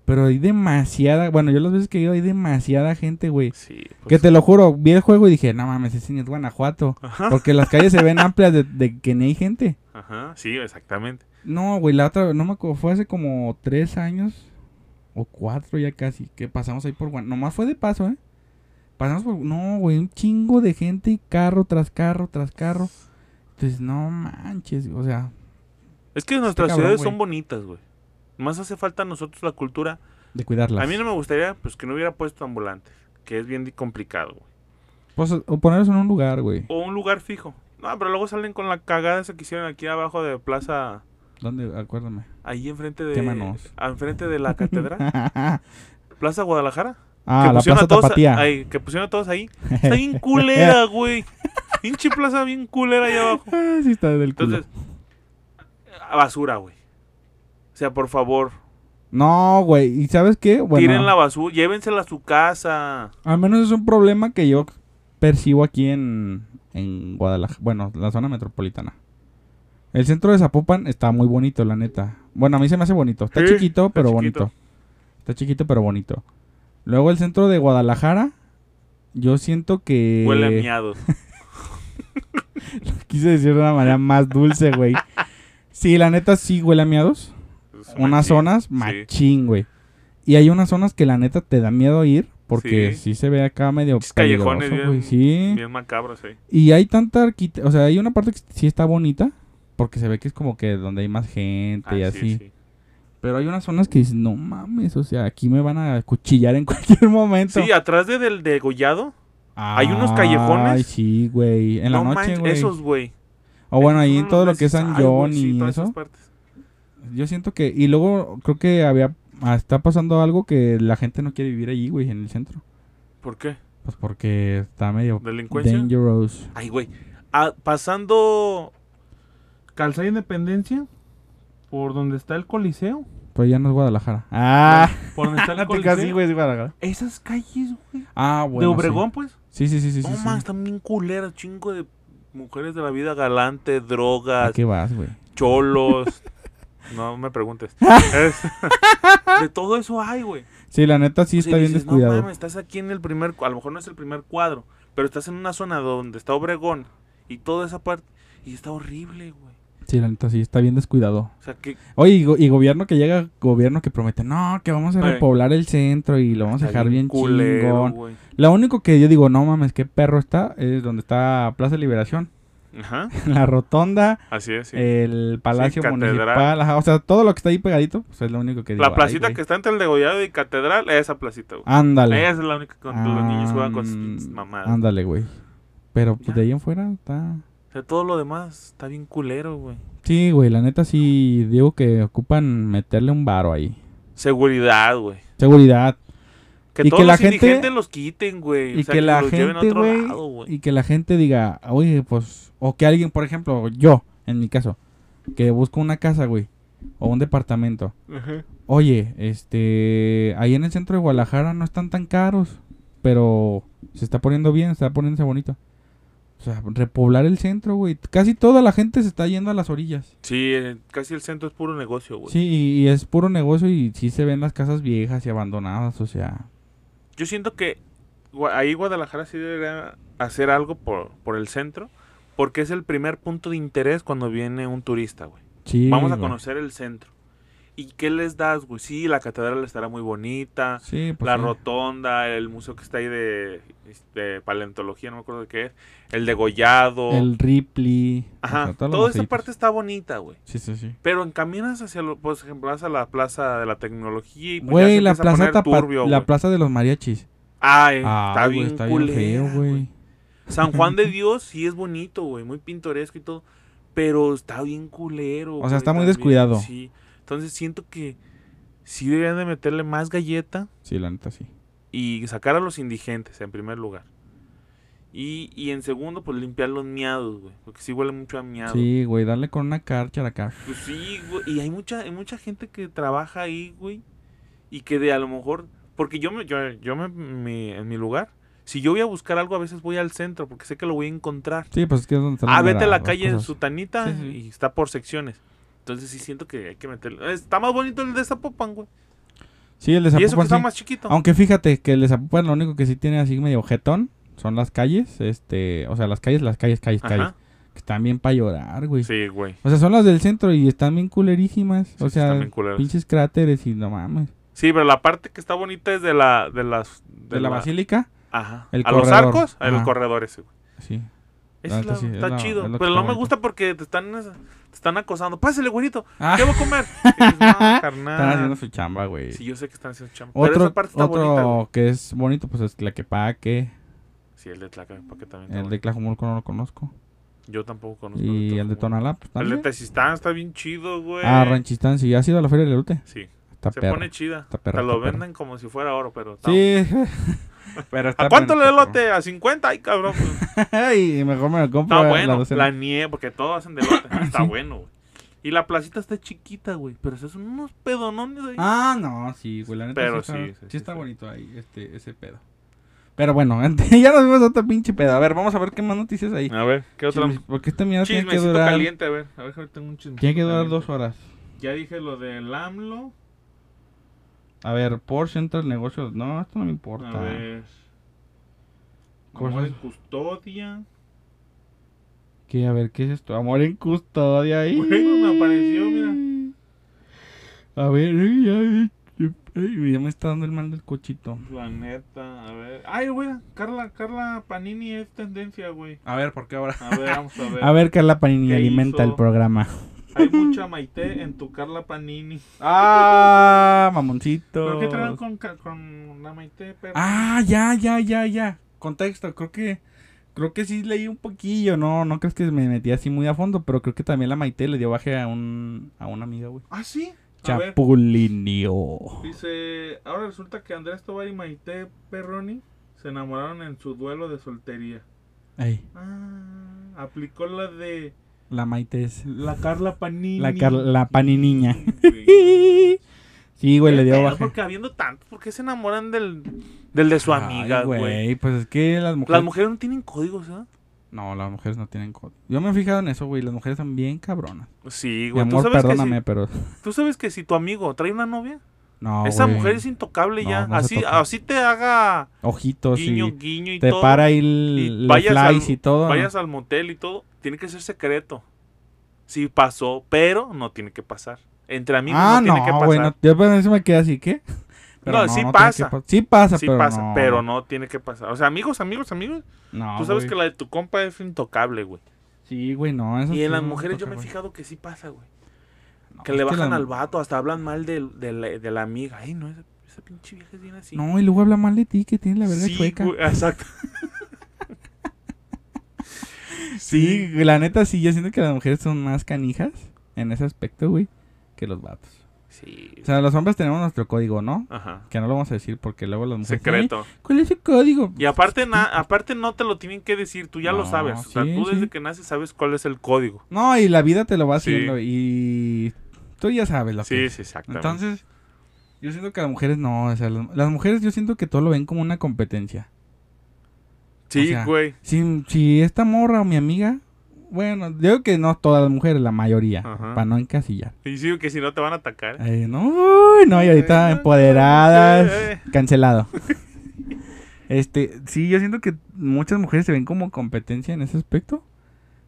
[SPEAKER 1] Pero hay demasiada. Bueno, yo las veces que he ido, hay demasiada gente, güey.
[SPEAKER 3] Sí. pues,
[SPEAKER 1] Que te lo juro, vi el juego y dije, no mames, ese ni es Guanajuato.
[SPEAKER 3] Ajá.
[SPEAKER 1] Porque las calles se ven amplias de, de que ni hay gente.
[SPEAKER 3] Ajá. Sí, exactamente.
[SPEAKER 1] No, güey, la otra, no me acuerdo, fue hace como tres años o cuatro ya casi, que pasamos ahí por Guanajuato. Nomás fue de paso, ¿eh? Pasamos por... No, güey, un chingo de gente y carro tras carro tras carro. Entonces, no manches, o sea,
[SPEAKER 3] Es que nuestras
[SPEAKER 1] cabrón,
[SPEAKER 3] ciudades
[SPEAKER 1] güey.
[SPEAKER 3] son bonitas, güey. Más hace falta a nosotros la cultura
[SPEAKER 1] de cuidarlas.
[SPEAKER 3] A mí no me gustaría pues que no hubiera puesto ambulantes, que es bien di- complicado, güey.
[SPEAKER 1] Pues, o ponerlos en un lugar, güey.
[SPEAKER 3] O un lugar fijo. No, pero luego salen con la cagada esa que hicieron aquí abajo de Plaza,
[SPEAKER 1] ¿Dónde? Acuérdame.
[SPEAKER 3] ahí enfrente de
[SPEAKER 1] Quémanos.
[SPEAKER 3] ah, enfrente de la catedral,
[SPEAKER 1] ah,
[SPEAKER 3] Plaza Guadalajara,
[SPEAKER 1] la
[SPEAKER 3] pusieron
[SPEAKER 1] Plaza
[SPEAKER 3] a todos
[SPEAKER 1] Tapatía.
[SPEAKER 3] ahí, que pusieron a todos ahí. Está bien culera, güey. Pinche plaza bien culera ahí abajo.
[SPEAKER 1] Ah, sí está del culo.
[SPEAKER 3] Entonces, a basura, güey. O sea, por favor,
[SPEAKER 1] No, güey, ¿y sabes qué? Bueno,
[SPEAKER 3] tiren la basura, llévensela a su casa.
[SPEAKER 1] Al menos es un problema que yo percibo aquí en, en Guadalajara. Bueno, la zona metropolitana. El centro de Zapopan está muy bonito, la neta. Bueno, a mí se me hace bonito. Está
[SPEAKER 3] Sí,
[SPEAKER 1] chiquito,
[SPEAKER 3] está
[SPEAKER 1] pero
[SPEAKER 3] chiquito.
[SPEAKER 1] bonito. Está chiquito, pero bonito. Luego el centro de Guadalajara. Yo siento que...
[SPEAKER 3] Huele a miados.
[SPEAKER 1] Quise decir de una manera más dulce, güey. Sí, la neta sí huele a miados.
[SPEAKER 3] Es
[SPEAKER 1] Unas
[SPEAKER 3] machín.
[SPEAKER 1] zonas
[SPEAKER 3] Sí.
[SPEAKER 1] machín, güey. Y hay unas zonas que la neta te da miedo ir. Porque sí,
[SPEAKER 3] Sí.
[SPEAKER 1] se ve acá medio
[SPEAKER 3] Pinches callejones
[SPEAKER 1] peligroso, güey.
[SPEAKER 3] bien,
[SPEAKER 1] Sí.
[SPEAKER 3] bien macabros, sí.
[SPEAKER 1] Y hay tanta arquitectura, o sea, hay una parte que sí está bonita, porque se ve que es como que donde hay más gente
[SPEAKER 3] Ah,
[SPEAKER 1] y
[SPEAKER 3] sí,
[SPEAKER 1] así.
[SPEAKER 3] sí.
[SPEAKER 1] Pero hay unas zonas que dices, no mames, o sea, aquí me van a cuchillar en cualquier momento.
[SPEAKER 3] Sí, atrás de- del degollado. hay unos
[SPEAKER 1] Ay,
[SPEAKER 3] callejones.
[SPEAKER 1] sí, güey, en
[SPEAKER 3] no
[SPEAKER 1] la noche,
[SPEAKER 3] manches,
[SPEAKER 1] güey.
[SPEAKER 3] Esos, güey.
[SPEAKER 1] O bueno, ahí
[SPEAKER 3] Esos
[SPEAKER 1] en
[SPEAKER 3] no
[SPEAKER 1] todo lo
[SPEAKER 3] los
[SPEAKER 1] que es San
[SPEAKER 3] necesito. Ay,
[SPEAKER 1] John
[SPEAKER 3] güey, sí,
[SPEAKER 1] y
[SPEAKER 3] todas esas
[SPEAKER 1] eso.
[SPEAKER 3] partes.
[SPEAKER 1] Yo siento que, y luego creo que había, ah, está pasando algo que la gente no quiere vivir allí, güey, en el centro.
[SPEAKER 3] ¿Por qué?
[SPEAKER 1] Pues porque está medio
[SPEAKER 3] ¿Delincuencia?
[SPEAKER 1] dangerous.
[SPEAKER 3] Ay, güey. Ah, pasando Calzada Independencia, por donde está el Coliseo.
[SPEAKER 1] Pero Pues ya no es Guadalajara. Ah,
[SPEAKER 3] Por donde está el
[SPEAKER 1] te casi,
[SPEAKER 3] Coliseo.
[SPEAKER 1] güey, es Guadalajara.
[SPEAKER 3] Esas calles, güey.
[SPEAKER 1] Ah, bueno.
[SPEAKER 3] de
[SPEAKER 1] sí.
[SPEAKER 3] Obregón, pues.
[SPEAKER 1] Sí, sí, sí, sí.
[SPEAKER 3] no,
[SPEAKER 1] sí, sí.
[SPEAKER 3] man, están bien culeras. Chingo de mujeres de la vida galante,
[SPEAKER 1] ¿A
[SPEAKER 3] drogas,
[SPEAKER 1] qué vas, güey?
[SPEAKER 3] cholos. no me preguntes. Es- de todo eso hay, güey.
[SPEAKER 1] Sí, la neta sí
[SPEAKER 3] O sea,
[SPEAKER 1] está bien
[SPEAKER 3] Pues dices, No
[SPEAKER 1] descuidado.
[SPEAKER 3] mames, estás aquí en el primer, cu- a lo mejor no es el primer cuadro, pero estás en una zona donde está Obregón y toda esa parte y está horrible, güey.
[SPEAKER 1] sí, la neta sí está bien descuidado.
[SPEAKER 3] O sea, que
[SPEAKER 1] Oye, y, go- y gobierno que llega, gobierno que promete, no, que vamos a
[SPEAKER 3] Ay.
[SPEAKER 1] repoblar el centro y lo vamos a
[SPEAKER 3] está
[SPEAKER 1] dejar bien
[SPEAKER 3] culero,
[SPEAKER 1] chingón.
[SPEAKER 3] güey.
[SPEAKER 1] Lo único que yo digo, no mames, qué perro está, es donde está Plaza Liberación,
[SPEAKER 3] Ajá,
[SPEAKER 1] la rotonda,
[SPEAKER 3] así es. sí.
[SPEAKER 1] Eh, el Palacio
[SPEAKER 3] catedral.
[SPEAKER 1] Municipal, ajá, o sea, todo lo que está ahí pegadito, pues es lo único que digo.
[SPEAKER 3] la placita
[SPEAKER 1] "Ay,
[SPEAKER 3] que
[SPEAKER 1] güey".
[SPEAKER 3] está entre el degollado y catedral, esa placita, güey.
[SPEAKER 1] Ándale.
[SPEAKER 3] Esa es la única que los niños juegan con sus pinches
[SPEAKER 1] Am,
[SPEAKER 3] mamadas.
[SPEAKER 1] Ándale, güey. Pero pues
[SPEAKER 3] Ya.
[SPEAKER 1] de ahí en fuera está...
[SPEAKER 3] O sea, todo lo demás está bien culero, güey.
[SPEAKER 1] Sí, güey, la neta sí digo que ocupan meterle un varo ahí.
[SPEAKER 3] Seguridad, güey.
[SPEAKER 1] Seguridad.
[SPEAKER 3] Que
[SPEAKER 1] Y que
[SPEAKER 3] todos
[SPEAKER 1] la
[SPEAKER 3] los
[SPEAKER 1] gente-
[SPEAKER 3] indigentes los quiten, güey. O
[SPEAKER 1] Y
[SPEAKER 3] sea,
[SPEAKER 1] que la
[SPEAKER 3] los lleven a
[SPEAKER 1] gente,
[SPEAKER 3] otro
[SPEAKER 1] güey,
[SPEAKER 3] lado, güey.
[SPEAKER 1] y que la gente diga, oye, pues, o que alguien, por ejemplo, yo, en mi caso, que busco una casa, güey, o un departamento.
[SPEAKER 3] Ajá.
[SPEAKER 1] Oye, este, ahí en el centro de Guadalajara no están tan caros, pero se está poniendo bien, se está poniéndose bonito. O sea, repoblar el centro, güey. Casi toda la gente se está yendo a las orillas.
[SPEAKER 3] Sí, eh, casi el centro es puro negocio, güey.
[SPEAKER 1] Sí, y, y es puro negocio y sí se ven las casas viejas y abandonadas, o sea,
[SPEAKER 3] Yo siento que Gua- ahí Guadalajara sí debería hacer algo por, por el centro, porque es el primer punto de interés cuando viene un turista, güey.
[SPEAKER 1] sí.
[SPEAKER 3] Vamos a
[SPEAKER 1] güey.
[SPEAKER 3] conocer el centro. ¿Y qué les das, güey? Sí, la catedral estará muy bonita,
[SPEAKER 1] Sí, pues
[SPEAKER 3] la
[SPEAKER 1] sí.
[SPEAKER 3] rotonda, el museo que está ahí de, de paleontología, no me acuerdo de qué es, el degollado.
[SPEAKER 1] El Ripley. o
[SPEAKER 3] Ajá,
[SPEAKER 1] sea, todos los
[SPEAKER 3] toda esa
[SPEAKER 1] museitos.
[SPEAKER 3] parte está bonita, güey.
[SPEAKER 1] Sí, sí, sí.
[SPEAKER 3] Pero encaminas hacia, lo, por ejemplo, hacia la plaza de la tecnología y pues, ya
[SPEAKER 1] Güey,
[SPEAKER 3] se
[SPEAKER 1] la
[SPEAKER 3] empieza a
[SPEAKER 1] plaza
[SPEAKER 3] poner
[SPEAKER 1] Tapa-
[SPEAKER 3] turbio,
[SPEAKER 1] la
[SPEAKER 3] güey.
[SPEAKER 1] plaza de los mariachis.
[SPEAKER 3] Ay,
[SPEAKER 1] Ah,
[SPEAKER 3] está,
[SPEAKER 1] güey,
[SPEAKER 3] bien
[SPEAKER 1] está
[SPEAKER 3] culera,
[SPEAKER 1] feo,
[SPEAKER 3] güey.
[SPEAKER 1] güey.
[SPEAKER 3] San Juan de Dios sí es bonito, güey, muy pintoresco y todo, pero está bien culero.
[SPEAKER 1] O sea,
[SPEAKER 3] güey,
[SPEAKER 1] está muy descuidado.
[SPEAKER 3] Sí, entonces siento que sí deberían de meterle más galleta
[SPEAKER 1] Sí, la neta sí.
[SPEAKER 3] y sacar a los indigentes en primer lugar. Y, y en segundo, pues limpiar los miados, güey, porque sí huele mucho a miado.
[SPEAKER 1] Sí, güey, darle con una carcha a la cara.
[SPEAKER 3] Pues sí, güey, y hay mucha, hay mucha gente que trabaja ahí, güey, y que de a lo mejor, porque yo, me, yo, yo me, mi- en mi lugar, si yo voy a buscar algo, a veces voy al centro porque sé que lo voy a encontrar.
[SPEAKER 1] Sí, pues es que es donde están
[SPEAKER 3] Ah,
[SPEAKER 1] las-
[SPEAKER 3] vete a la
[SPEAKER 1] las
[SPEAKER 3] calle
[SPEAKER 1] cosas.
[SPEAKER 3] Sutanita
[SPEAKER 1] Sí, sí.
[SPEAKER 3] y está por secciones. Entonces sí siento que hay que meterlo. Está más bonito el de Zapopan, güey.
[SPEAKER 1] Sí, el de
[SPEAKER 3] Y eso que
[SPEAKER 1] Zapopan
[SPEAKER 3] está
[SPEAKER 1] sí.
[SPEAKER 3] más chiquito.
[SPEAKER 1] Aunque fíjate que el de Zapopan lo único que sí tiene así medio jetón son las calles, este, o sea, las calles, las calles, calles, calles.
[SPEAKER 3] Ajá.
[SPEAKER 1] Que están bien para llorar, güey.
[SPEAKER 3] Sí, güey.
[SPEAKER 1] O sea, son las del centro y están bien culerísimas. O
[SPEAKER 3] Sí,
[SPEAKER 1] sea,
[SPEAKER 3] están bien culeras.
[SPEAKER 1] pinches cráteres y no mames.
[SPEAKER 3] Sí, pero la parte que está bonita es de la de las
[SPEAKER 1] De, la, basílica,
[SPEAKER 3] Ajá.
[SPEAKER 1] el
[SPEAKER 3] a los
[SPEAKER 1] corredor.
[SPEAKER 3] arcos, a los
[SPEAKER 1] Ajá.
[SPEAKER 3] corredores, güey.
[SPEAKER 1] sí.
[SPEAKER 3] Esa
[SPEAKER 1] La
[SPEAKER 3] es la-
[SPEAKER 1] neta sí, es
[SPEAKER 3] está
[SPEAKER 1] la-
[SPEAKER 3] chido,
[SPEAKER 1] es lo que
[SPEAKER 3] pero
[SPEAKER 1] está
[SPEAKER 3] no me
[SPEAKER 1] bonito.
[SPEAKER 3] gusta porque te están te están acosando. Pásale, güerito.
[SPEAKER 1] Ah,
[SPEAKER 3] ¿Qué voy a comer? Y dices, "No,
[SPEAKER 1] están haciendo
[SPEAKER 3] carnal.
[SPEAKER 1] su chamba, güey.
[SPEAKER 3] Sí, yo sé que están haciendo chamba. pero
[SPEAKER 1] Otro,
[SPEAKER 3] esa parte está bonita. güey.
[SPEAKER 1] otro que es bonito, pues es Tlaquepaque.
[SPEAKER 3] Sí, el de Tlacapaque también. está
[SPEAKER 1] El de Clajomulco no lo conozco.
[SPEAKER 3] bonito. Yo tampoco conozco.
[SPEAKER 1] Y el de
[SPEAKER 3] Tlacomulco.
[SPEAKER 1] Tonalá, pues
[SPEAKER 3] El de
[SPEAKER 1] también.
[SPEAKER 3] Tezistán está bien chido, güey.
[SPEAKER 1] Ah, Ranchistán, sí. ¿Has ido a la Feria del Elute?
[SPEAKER 3] Sí,
[SPEAKER 1] Está
[SPEAKER 3] se
[SPEAKER 1] perro.
[SPEAKER 3] pone chida.
[SPEAKER 1] Está perro,
[SPEAKER 3] Te lo
[SPEAKER 1] está perro.
[SPEAKER 3] venden como si fuera oro, pero está-
[SPEAKER 1] Sí. Pero está
[SPEAKER 3] ¿A cuánto
[SPEAKER 1] bueno,
[SPEAKER 3] le da el
[SPEAKER 1] está
[SPEAKER 3] lote? ¿A 50? Ay, cabrón. pues,
[SPEAKER 1] perro. y mejor me lo compro
[SPEAKER 3] Está
[SPEAKER 1] la
[SPEAKER 3] bueno. La,
[SPEAKER 1] docena.
[SPEAKER 3] nieve, porque todo hacen de lote. Está bueno, güey. Y la placita está chiquita, güey. Pero esos son unos pedonones ahí.
[SPEAKER 1] Ah, no, sí, güey. La neta
[SPEAKER 3] Pero
[SPEAKER 1] sí,
[SPEAKER 3] sí,
[SPEAKER 1] está,
[SPEAKER 3] sí,
[SPEAKER 1] sí
[SPEAKER 3] sí,
[SPEAKER 1] está
[SPEAKER 3] sí.
[SPEAKER 1] bonito ahí este, ese pedo. Pero bueno, antes, ya nos vemos a otro pinche pedo. A ver, vamos a ver qué más noticias hay.
[SPEAKER 3] A ver, ¿qué otra?
[SPEAKER 1] Chismes, porque esta mierda tiene que
[SPEAKER 3] Ah, Chismecito
[SPEAKER 1] durar.
[SPEAKER 3] caliente, a ver. A ver, ahorita tengo un chisme.
[SPEAKER 1] Tiene que durar dos horas.
[SPEAKER 3] Ya dije lo del AMLO.
[SPEAKER 1] A ver, Porsche entra al negocio. No, esto no me
[SPEAKER 3] A
[SPEAKER 1] importa.
[SPEAKER 3] ver.
[SPEAKER 1] Cosas.
[SPEAKER 3] Amor en custodia.
[SPEAKER 1] ¿Qué? A ver, ¿qué es esto? Amor en custodia. ahí.
[SPEAKER 3] Bueno, me apareció, mira.
[SPEAKER 1] A ver, ay, ay, ay, ay, ya me está dando el mal del cochito.
[SPEAKER 3] Planeta, a ver. Ay, güey, Carla, Carla Panini es tendencia, güey.
[SPEAKER 1] A ver, ¿por qué ahora?
[SPEAKER 3] A ver, vamos a ver.
[SPEAKER 1] A ver, Carla Panini
[SPEAKER 3] ¿Qué
[SPEAKER 1] alimenta
[SPEAKER 3] hizo?
[SPEAKER 1] el programa.
[SPEAKER 3] Hay mucha Maite en tu Carla Panini.
[SPEAKER 1] ¡Ah! Mamoncito.
[SPEAKER 3] ¿Pero qué traen con, ca- con la Maite? perro?
[SPEAKER 1] Ah, ya, ya, ya, ya. Contexto, creo que. Creo que sí leí un poquillo, no, no crees que me metí así muy a fondo, pero creo que también la Maite le dio baje a un a una amiga, güey.
[SPEAKER 3] ¿Ah, sí. A ver,
[SPEAKER 1] Chapulinio.
[SPEAKER 3] dice, ahora resulta que Andrés Tobar y Maite Perroni se enamoraron en su duelo de soltería.
[SPEAKER 1] Ey,
[SPEAKER 3] Ah, aplicó la de
[SPEAKER 1] la Maite es
[SPEAKER 3] la Carla Panini.
[SPEAKER 1] la, Car- la paniniña.
[SPEAKER 3] Güey.
[SPEAKER 1] Sí, güey, le dio
[SPEAKER 3] Pero,
[SPEAKER 1] baje.
[SPEAKER 3] Porque habiendo tantos, ¿por qué se enamoran del, del de su amiga,
[SPEAKER 1] Ay,
[SPEAKER 3] güey?
[SPEAKER 1] Pues es que las mujeres.
[SPEAKER 3] Las mujeres no tienen códigos, ¿ah?
[SPEAKER 1] No, las mujeres no tienen código. Yo me he fijado en eso, güey. Las mujeres son bien cabronas.
[SPEAKER 3] Sí,
[SPEAKER 1] Mi
[SPEAKER 3] güey. ¿Tú
[SPEAKER 1] amor,
[SPEAKER 3] sabes, que
[SPEAKER 1] perdóname,
[SPEAKER 3] si,
[SPEAKER 1] pero.
[SPEAKER 3] tú sabes que si tu amigo trae una novia,
[SPEAKER 1] No,
[SPEAKER 3] esa
[SPEAKER 1] güey.
[SPEAKER 3] mujer es intocable
[SPEAKER 1] No,
[SPEAKER 3] ya.
[SPEAKER 1] no se
[SPEAKER 3] así,
[SPEAKER 1] toca.
[SPEAKER 3] así te haga
[SPEAKER 1] Ojitos
[SPEAKER 3] guiño,
[SPEAKER 1] y.
[SPEAKER 3] guiño y
[SPEAKER 1] Te
[SPEAKER 3] todo.
[SPEAKER 1] para ahí
[SPEAKER 3] y
[SPEAKER 1] el, los
[SPEAKER 3] vayas al-
[SPEAKER 1] flies y todo. ¿no?
[SPEAKER 3] Vayas al motel y todo. Tiene que ser secreto. Sí pasó, pero no tiene que pasar. Entre amigos
[SPEAKER 1] ah,
[SPEAKER 3] no,
[SPEAKER 1] no,
[SPEAKER 3] tiene que pasar.
[SPEAKER 1] güey. no- yo por eso me quedé así, ¿qué?
[SPEAKER 3] No, sí
[SPEAKER 1] tiene que
[SPEAKER 3] pasa.
[SPEAKER 1] pa- sí pasa,
[SPEAKER 3] sí
[SPEAKER 1] pero
[SPEAKER 3] pasa,
[SPEAKER 1] no.
[SPEAKER 3] pero no tiene que pasar. O sea, amigos, amigos, amigos.
[SPEAKER 1] No,
[SPEAKER 3] tú sabes
[SPEAKER 1] güey.
[SPEAKER 3] que la de tu compa es intocable, güey.
[SPEAKER 1] Sí, güey, no. eso
[SPEAKER 3] Y
[SPEAKER 1] sí
[SPEAKER 3] en las
[SPEAKER 1] no toca,
[SPEAKER 3] mujeres yo me he
[SPEAKER 1] güey.
[SPEAKER 3] fijado que sí pasa, güey.
[SPEAKER 1] No,
[SPEAKER 3] Que
[SPEAKER 1] es
[SPEAKER 3] le bajan
[SPEAKER 1] la-
[SPEAKER 3] al vato, hasta hablan mal del- de, la, de la amiga. Ay, no, esa, esa pinche vieja es bien así.
[SPEAKER 1] No, y luego habla mal de ti, que tiene la verga
[SPEAKER 3] Sí,
[SPEAKER 1] chueca.
[SPEAKER 3] güey, exacto.
[SPEAKER 1] Sí, la neta, sí. Yo siento que las mujeres son más canijas en ese aspecto, güey, que los vatos.
[SPEAKER 3] Sí.
[SPEAKER 1] O sea, los hombres tenemos nuestro código, ¿no?
[SPEAKER 3] Ajá.
[SPEAKER 1] Que no lo vamos a decir porque luego las mujeres.
[SPEAKER 3] Secreto.
[SPEAKER 1] "Ay, ¿Cuál es el código?
[SPEAKER 3] Y aparte, na- aparte no te lo tienen que decir, tú ya lo
[SPEAKER 1] No,
[SPEAKER 3] sabes. O sea,
[SPEAKER 1] sí,
[SPEAKER 3] tú desde
[SPEAKER 1] sí.
[SPEAKER 3] que naces sabes cuál es el código.
[SPEAKER 1] No, y la vida te lo va
[SPEAKER 3] Sí.
[SPEAKER 1] haciendo y tú ya sabes lo que
[SPEAKER 3] Sí,
[SPEAKER 1] es.
[SPEAKER 3] sí, exactamente.
[SPEAKER 1] Entonces, yo siento que las mujeres no, o sea, las, las mujeres yo siento que todo lo ven como una competencia. o
[SPEAKER 3] sí,
[SPEAKER 1] sea,
[SPEAKER 3] güey.
[SPEAKER 1] Si, si esta morra o mi amiga, bueno, digo que no todas las mujeres, la mayoría,
[SPEAKER 3] Ajá.
[SPEAKER 1] para no encasillar.
[SPEAKER 3] Y sí, que si no te van a atacar.
[SPEAKER 1] Eh, no, no, y ahorita
[SPEAKER 3] Ay, no, eh.
[SPEAKER 1] empoderadas,
[SPEAKER 3] no,
[SPEAKER 1] cancelado. Este, sí, yo siento que muchas mujeres se ven como competencia en ese aspecto.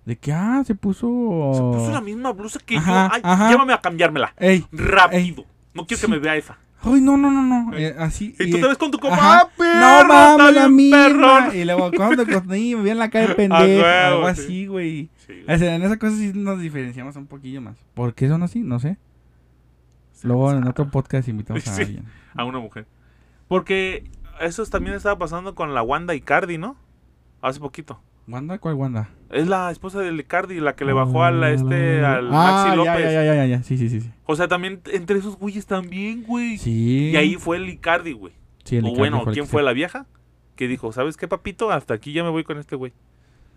[SPEAKER 1] De que, ah, se puso...
[SPEAKER 3] Se puso la misma blusa que
[SPEAKER 1] Ajá,
[SPEAKER 3] yo. Ay,
[SPEAKER 1] ajá. Eh,
[SPEAKER 3] llévame a cambiármela.
[SPEAKER 1] Ey,
[SPEAKER 3] Rápido. no quiero que me vea esa.
[SPEAKER 1] ay, no, no, no, no. eh, así...
[SPEAKER 3] Y
[SPEAKER 1] y,
[SPEAKER 3] tú te
[SPEAKER 1] eh,
[SPEAKER 3] ves con tu copa.
[SPEAKER 1] Ajá.
[SPEAKER 3] ¡Ah, perro!
[SPEAKER 1] no
[SPEAKER 3] está
[SPEAKER 1] mames, la
[SPEAKER 3] bien
[SPEAKER 1] misma.
[SPEAKER 3] perrón!
[SPEAKER 1] Y luego, cuando conocí, me vi en la calle pendejo,
[SPEAKER 3] Ah, huevo,
[SPEAKER 1] algo
[SPEAKER 3] sí.
[SPEAKER 1] así, güey.
[SPEAKER 3] Sí,
[SPEAKER 1] O
[SPEAKER 3] güey.
[SPEAKER 1] sea, en esa cosa sí nos diferenciamos un poquillo más. ¿Por qué son así? No sé. Luego en otro podcast invitamos a
[SPEAKER 3] Sí.
[SPEAKER 1] alguien.
[SPEAKER 3] a una mujer. Porque eso también estaba pasando con la Wanda Icardi, ¿no? Hace poquito.
[SPEAKER 1] ¿Wanda? ¿Cuál Wanda?
[SPEAKER 3] Es la esposa del Icardi, la que le bajó al, este, al
[SPEAKER 1] Ah,
[SPEAKER 3] Maxi López.
[SPEAKER 1] Ya, ya, ya, ya, ya. Sí, sí, sí. sí.
[SPEAKER 3] O sea, también entre esos güeyes también, güey.
[SPEAKER 1] Sí.
[SPEAKER 3] Y ahí fue el Icardi, güey.
[SPEAKER 1] Sí, el
[SPEAKER 3] o
[SPEAKER 1] Icardi
[SPEAKER 3] bueno,
[SPEAKER 1] el
[SPEAKER 3] ¿quién
[SPEAKER 1] que
[SPEAKER 3] fue
[SPEAKER 1] se-
[SPEAKER 3] la vieja? Que dijo, ¿sabes qué, papito? Hasta aquí ya me voy con este güey.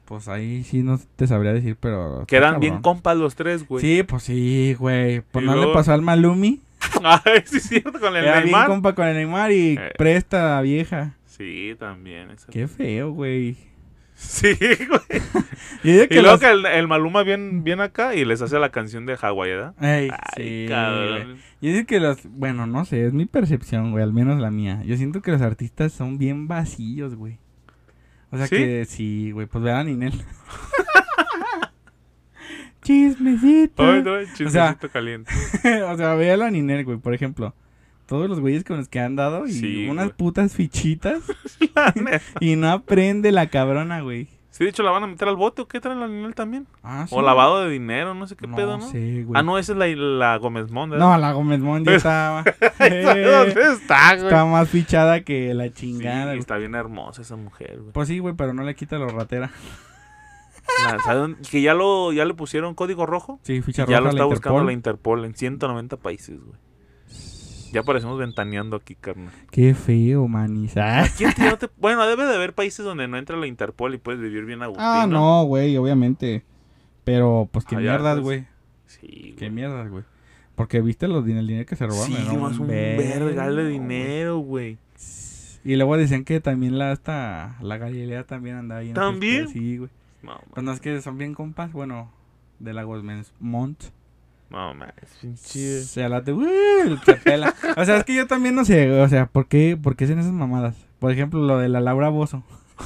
[SPEAKER 1] Pues ahí sí no te sabría decir, pero.
[SPEAKER 3] Que
[SPEAKER 1] está
[SPEAKER 3] eran bien
[SPEAKER 1] cabrón.
[SPEAKER 3] compas los tres, güey.
[SPEAKER 1] Sí, pues sí, güey. Pues
[SPEAKER 3] Y
[SPEAKER 1] no le
[SPEAKER 3] luego-
[SPEAKER 1] pasó al Malumi.
[SPEAKER 3] Ay, sí, es cierto, con el
[SPEAKER 1] Era bien
[SPEAKER 3] Neymar.
[SPEAKER 1] compa con el Neymar y
[SPEAKER 3] Eh.
[SPEAKER 1] presta a la vieja.
[SPEAKER 3] Sí, también. ese-
[SPEAKER 1] Qué feo, güey.
[SPEAKER 3] Sí, güey.
[SPEAKER 1] Yo digo
[SPEAKER 3] Y luego
[SPEAKER 1] los-
[SPEAKER 3] que el, el Maluma viene bien acá y les hace la canción de Hawái, ¿verdad?
[SPEAKER 1] Ay,
[SPEAKER 3] Ay,
[SPEAKER 1] sí, güey.
[SPEAKER 3] cabrón.
[SPEAKER 1] Yo digo que los... Bueno, no sé, es mi percepción, güey, al menos la mía. Yo siento que los artistas son bien vacíos, güey. O sea
[SPEAKER 3] ¿Sí?
[SPEAKER 1] que sí, güey, pues vean a Ninel. Chismecito.
[SPEAKER 3] Ay, no, chismecito
[SPEAKER 1] O sea,
[SPEAKER 3] caliente.
[SPEAKER 1] o sea, vean a Ninel, güey, por ejemplo. Todos los güeyes con los que han dado y
[SPEAKER 3] Sí,
[SPEAKER 1] unas
[SPEAKER 3] güey.
[SPEAKER 1] putas fichitas
[SPEAKER 3] La neta.
[SPEAKER 1] y no aprende la cabrona, güey.
[SPEAKER 3] Sí, de hecho, ¿la van a meter al bote o qué traen la Ninel también?
[SPEAKER 1] Ah,
[SPEAKER 3] O lavado de dinero, no sé qué
[SPEAKER 1] no
[SPEAKER 3] pedo, ¿no?
[SPEAKER 1] sé, güey.
[SPEAKER 3] ah, no, esa es la, la Gómez Monda.
[SPEAKER 1] No, la Gómez Mondi
[SPEAKER 3] Pues-
[SPEAKER 1] estaba.
[SPEAKER 3] ¿Dónde está, güey?
[SPEAKER 1] Está más fichada que la
[SPEAKER 3] Sí,
[SPEAKER 1] chingada, güey.
[SPEAKER 3] está bien hermosa esa mujer, güey.
[SPEAKER 1] Pues sí, güey, pero no le quita lo ratera.
[SPEAKER 3] La- ¿sabe dónde? Que ya, lo, ya le pusieron código rojo.
[SPEAKER 1] Sí,
[SPEAKER 3] y
[SPEAKER 1] ficha
[SPEAKER 3] ya
[SPEAKER 1] roja
[SPEAKER 3] lo
[SPEAKER 1] la
[SPEAKER 3] está buscando
[SPEAKER 1] Interpol.
[SPEAKER 3] la Interpol en 190 países, güey. Ya parecemos ventaneando aquí, carnal.
[SPEAKER 1] Qué feo, manis. Ah,
[SPEAKER 3] Aquí en ti no te- Bueno, debe de haber países donde no entra la Interpol y puedes vivir bien a gusto.
[SPEAKER 1] Ah, no, güey, obviamente. Pero, pues qué
[SPEAKER 3] Ah, ya,
[SPEAKER 1] mierdas,
[SPEAKER 3] pues,
[SPEAKER 1] güey.
[SPEAKER 3] Sí,
[SPEAKER 1] Qué
[SPEAKER 3] güey.
[SPEAKER 1] mierdas, güey. Porque viste los din- el dinero que se robaron.
[SPEAKER 3] Sí,
[SPEAKER 1] Era
[SPEAKER 3] más un
[SPEAKER 1] vergo,
[SPEAKER 3] vergal de
[SPEAKER 1] güey.
[SPEAKER 3] dinero, güey.
[SPEAKER 1] Y luego decían que también la hasta la Galilea también andaba ahí.
[SPEAKER 3] ¿También?
[SPEAKER 1] Sí, güey.
[SPEAKER 3] No,
[SPEAKER 1] Pues no es que son bien compas, bueno, de la Gómez Mont.
[SPEAKER 3] No, man, es bien
[SPEAKER 1] Se
[SPEAKER 3] chido.
[SPEAKER 1] Se la de "Uy", se pela. O sea, es que yo también no sé, o sea, ¿por qué, por qué hacen esas mamadas? Por ejemplo, lo de la Laura Bozo.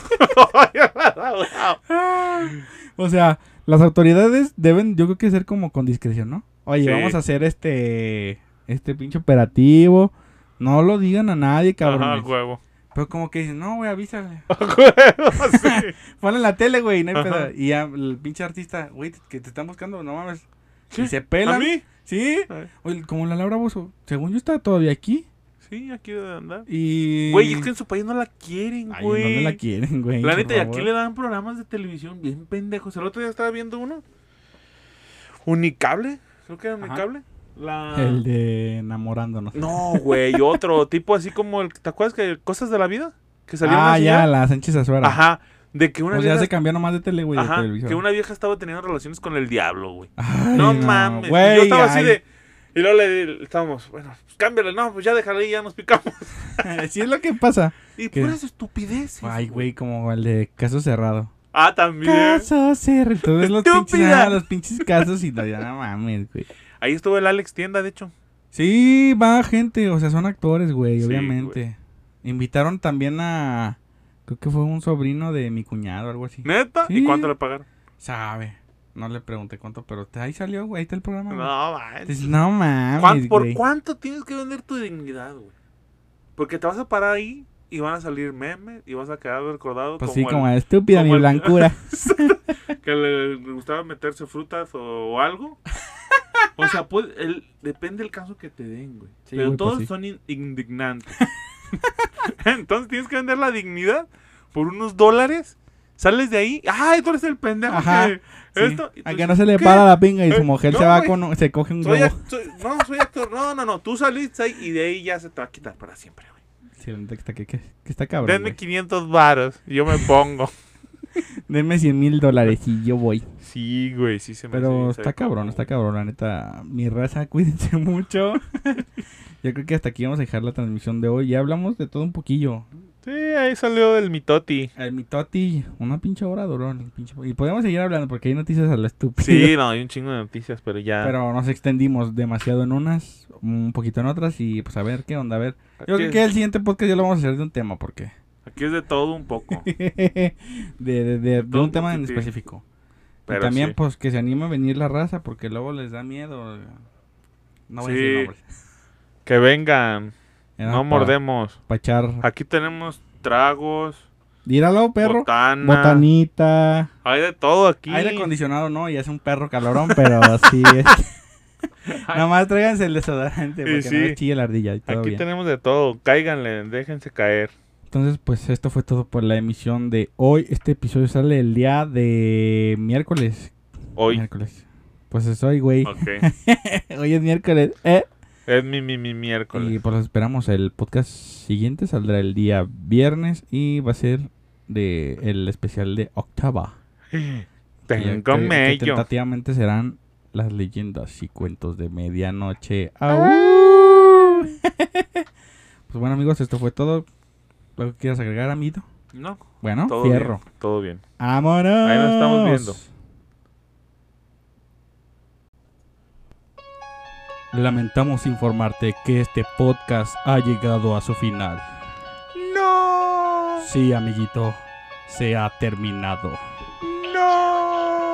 [SPEAKER 1] O sea, las autoridades deben, yo creo que ser como con discreción, ¿no? Oye,
[SPEAKER 3] Sí.
[SPEAKER 1] vamos a hacer este este pinche operativo. No lo digan a nadie,
[SPEAKER 3] Ajá,
[SPEAKER 1] cabrones.
[SPEAKER 3] ah, huevo. Ah,
[SPEAKER 1] Pero como que dicen, no, güey, avísale.
[SPEAKER 3] Huevo, sí.
[SPEAKER 1] Ponle en la tele, güey, no hay
[SPEAKER 3] Ajá.
[SPEAKER 1] pedo. Y ya el pinche artista, güey, te- que te están buscando, no mames.
[SPEAKER 3] Sí,
[SPEAKER 1] Y se
[SPEAKER 3] ¿A
[SPEAKER 1] pelan.
[SPEAKER 3] mí?
[SPEAKER 1] Sí.
[SPEAKER 3] Ay,
[SPEAKER 1] Oye, como la Laura Bozo, según yo está todavía aquí.
[SPEAKER 3] Sí, aquí debe de andar.
[SPEAKER 1] Y.
[SPEAKER 3] Güey, es que en su país no la quieren,
[SPEAKER 1] Ay, ¿en
[SPEAKER 3] güey.
[SPEAKER 1] ¿dónde la quieren, güey?
[SPEAKER 3] La
[SPEAKER 1] Por
[SPEAKER 3] neta, y aquí
[SPEAKER 1] favor.
[SPEAKER 3] le dan programas de televisión bien pendejos. El otro día estaba viendo uno. Unicable. Creo que era
[SPEAKER 1] Ajá.
[SPEAKER 3] Unicable. La...
[SPEAKER 1] El de enamorándonos.
[SPEAKER 3] No, güey, otro tipo así como el... ¿Te acuerdas que Cosas de la Vida? Que salió una
[SPEAKER 1] Ah, ya,
[SPEAKER 3] señora-
[SPEAKER 1] la Sánchez Azuera.
[SPEAKER 3] Ajá. De que una
[SPEAKER 1] o sea,
[SPEAKER 3] vieja...
[SPEAKER 1] se cambió nomás de tele, güey, de
[SPEAKER 3] Ajá,
[SPEAKER 1] televisor.
[SPEAKER 3] que una vieja estaba teniendo relaciones con el diablo, güey.
[SPEAKER 1] Ay,
[SPEAKER 3] no, mames.
[SPEAKER 1] güey,
[SPEAKER 3] Yo estaba así
[SPEAKER 1] ay.
[SPEAKER 3] de... Y luego le estábamos, bueno, pues cámbiale, no, pues ya déjale y ya nos picamos.
[SPEAKER 1] sí es lo que pasa.
[SPEAKER 3] Y
[SPEAKER 1] ¿Qué?
[SPEAKER 3] puras estupideces.
[SPEAKER 1] Ay, güey, como el de caso cerrado.
[SPEAKER 3] Ah, también.
[SPEAKER 1] Caso cerrado. Tú ves los pinches,
[SPEAKER 3] Estúpida.
[SPEAKER 1] ah, los pinches casos y todavía no mames, güey.
[SPEAKER 3] Ahí estuvo el Alex Tienda, de hecho.
[SPEAKER 1] Sí, va gente, o sea, son actores, güey,
[SPEAKER 3] Sí,
[SPEAKER 1] obviamente. Invitaron también a. Creo que fue un sobrino de mi cuñado, algo así.
[SPEAKER 3] ¿Neta?
[SPEAKER 1] Sí.
[SPEAKER 3] ¿Y cuánto le pagaron?
[SPEAKER 1] Sabe. No le pregunté cuánto, pero está- ahí salió, güey. Ahí está el programa. güey.
[SPEAKER 3] No, man.
[SPEAKER 1] Dices, no mames.
[SPEAKER 3] ¿Cuán- ¿Por
[SPEAKER 1] güey.
[SPEAKER 3] cuánto tienes que vender tu dignidad, güey? Porque te vas a parar ahí y van a salir memes y vas a quedar recordado
[SPEAKER 1] Pues
[SPEAKER 3] como,
[SPEAKER 1] sí,
[SPEAKER 3] el
[SPEAKER 1] como estúpida
[SPEAKER 3] como
[SPEAKER 1] mi
[SPEAKER 3] el-
[SPEAKER 1] blancura.
[SPEAKER 3] que le gustaba meterse frutas o, o algo. O sea, pues, el- depende del caso que te den, güey.
[SPEAKER 1] Sí,
[SPEAKER 3] Pero
[SPEAKER 1] güey, pues
[SPEAKER 3] todos
[SPEAKER 1] sí.
[SPEAKER 3] son in- indignantes. Entonces tienes que vender la dignidad por unos dólares. Sales de ahí. ¡Ay, tú eres el pendejo!
[SPEAKER 1] Ajá,
[SPEAKER 3] que
[SPEAKER 1] Sí.
[SPEAKER 3] esto! Y tú
[SPEAKER 1] a que
[SPEAKER 3] dices,
[SPEAKER 1] no se le
[SPEAKER 3] "¿Qué?
[SPEAKER 1] para la pinga y su
[SPEAKER 3] Eh,
[SPEAKER 1] mujer
[SPEAKER 3] no,
[SPEAKER 1] se va
[SPEAKER 3] güey.
[SPEAKER 1] con un- se coge un
[SPEAKER 3] Soy
[SPEAKER 1] huevo.
[SPEAKER 3] act- soy- no, soy actor. No, no, no. Tú saliste ahí y de ahí ya se te va a quitar para siempre, güey.
[SPEAKER 1] Sí, la neta que está, que, que- que está cabrón.
[SPEAKER 3] Denme
[SPEAKER 1] güey.
[SPEAKER 3] 500 varos y yo me pongo.
[SPEAKER 1] Denme 100 mil dólares y yo voy.
[SPEAKER 3] Sí, güey, sí se me hace
[SPEAKER 1] Pero
[SPEAKER 3] bien
[SPEAKER 1] está
[SPEAKER 3] saco,
[SPEAKER 1] cabrón,
[SPEAKER 3] güey.
[SPEAKER 1] está cabrón, la neta. Mi raza, cuídense mucho. yo creo que hasta aquí vamos a dejar la transmisión de hoy. Ya hablamos de todo un poquillo.
[SPEAKER 3] Sí, ahí salió el mitoti.
[SPEAKER 1] El mitoti, una pinche hora duró. el pinche- Y podemos seguir hablando porque hay noticias a lo estúpido.
[SPEAKER 3] Sí, no, hay un chingo de noticias, pero ya.
[SPEAKER 1] Pero nos extendimos demasiado en unas, un poquito en otras y pues a ver qué onda, a ver. Yo creo que el siguiente podcast ya lo vamos a hacer de un tema porque...
[SPEAKER 3] aquí es de todo un poco.
[SPEAKER 1] de, de, de- de un
[SPEAKER 3] Todo
[SPEAKER 1] tema en
[SPEAKER 3] poquitín.
[SPEAKER 1] específico.
[SPEAKER 3] Pero
[SPEAKER 1] y también
[SPEAKER 3] sí.
[SPEAKER 1] pues que se anime a venir la raza porque luego les da miedo. No voy a
[SPEAKER 3] Sí.
[SPEAKER 1] decir nombres.
[SPEAKER 3] que vengan,
[SPEAKER 1] Era
[SPEAKER 3] no
[SPEAKER 1] para-
[SPEAKER 3] mordemos.
[SPEAKER 1] Para echar...
[SPEAKER 3] Aquí tenemos tragos,
[SPEAKER 1] Díralo, perro.
[SPEAKER 3] botana.
[SPEAKER 1] Botanita.
[SPEAKER 3] Hay de todo aquí.
[SPEAKER 1] Aire acondicionado no, y hace un perro calorón, pero sí. Nomás tráiganse el desodorante porque
[SPEAKER 3] Y
[SPEAKER 1] no les
[SPEAKER 3] sí.
[SPEAKER 1] chille la ardilla y todo
[SPEAKER 3] Aquí
[SPEAKER 1] bien.
[SPEAKER 3] tenemos de todo. Cáiganle, déjense caer.
[SPEAKER 1] Entonces, pues esto fue todo por la emisión de hoy. Este episodio sale el día de miércoles.
[SPEAKER 3] Hoy.
[SPEAKER 1] Miércoles. Pues es hoy, güey.
[SPEAKER 3] Ok.
[SPEAKER 1] hoy es miércoles. ¿eh?
[SPEAKER 3] es mi, mi, mi
[SPEAKER 1] Y
[SPEAKER 3] miércoles.
[SPEAKER 1] pues los esperamos. El podcast siguiente saldrá el día viernes y va a ser de el especial de Octava. Que- que-
[SPEAKER 3] Tengo
[SPEAKER 1] que
[SPEAKER 3] mello. Ah.
[SPEAKER 1] Tentativamente serán las leyendas y cuentos de medianoche. ¡Au! Pues bueno, amigos, esto fue todo. ¿Algo que quieras agregar, amiguito?
[SPEAKER 3] No,
[SPEAKER 1] Bueno,
[SPEAKER 3] todo
[SPEAKER 1] fierro.
[SPEAKER 3] bien. Todo bien.
[SPEAKER 1] ¡Vámonos!
[SPEAKER 3] Ahí nos estamos viendo.
[SPEAKER 1] Lamentamos informarte que este podcast ha llegado a su final.
[SPEAKER 3] No,
[SPEAKER 1] Sí, amiguito, se ha terminado.
[SPEAKER 3] no.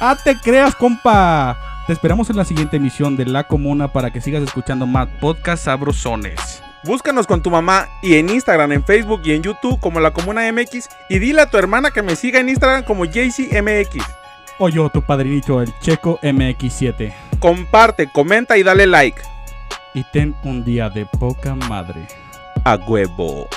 [SPEAKER 1] ¡Ah, te creas, compa! Te esperamos en la siguiente emisión de La Comuna para que sigas escuchando más podcasts sabrosones.
[SPEAKER 2] Búscanos con tu mamá y en Instagram, en Facebook y en YouTube como La Comuna MX y dile a tu hermana que me siga en Instagram como JCMX.
[SPEAKER 1] O yo, tu padrinito, el Checo MX7.
[SPEAKER 2] Comparte, comenta y dale like.
[SPEAKER 1] Y ten un día de poca madre.
[SPEAKER 2] A huevo.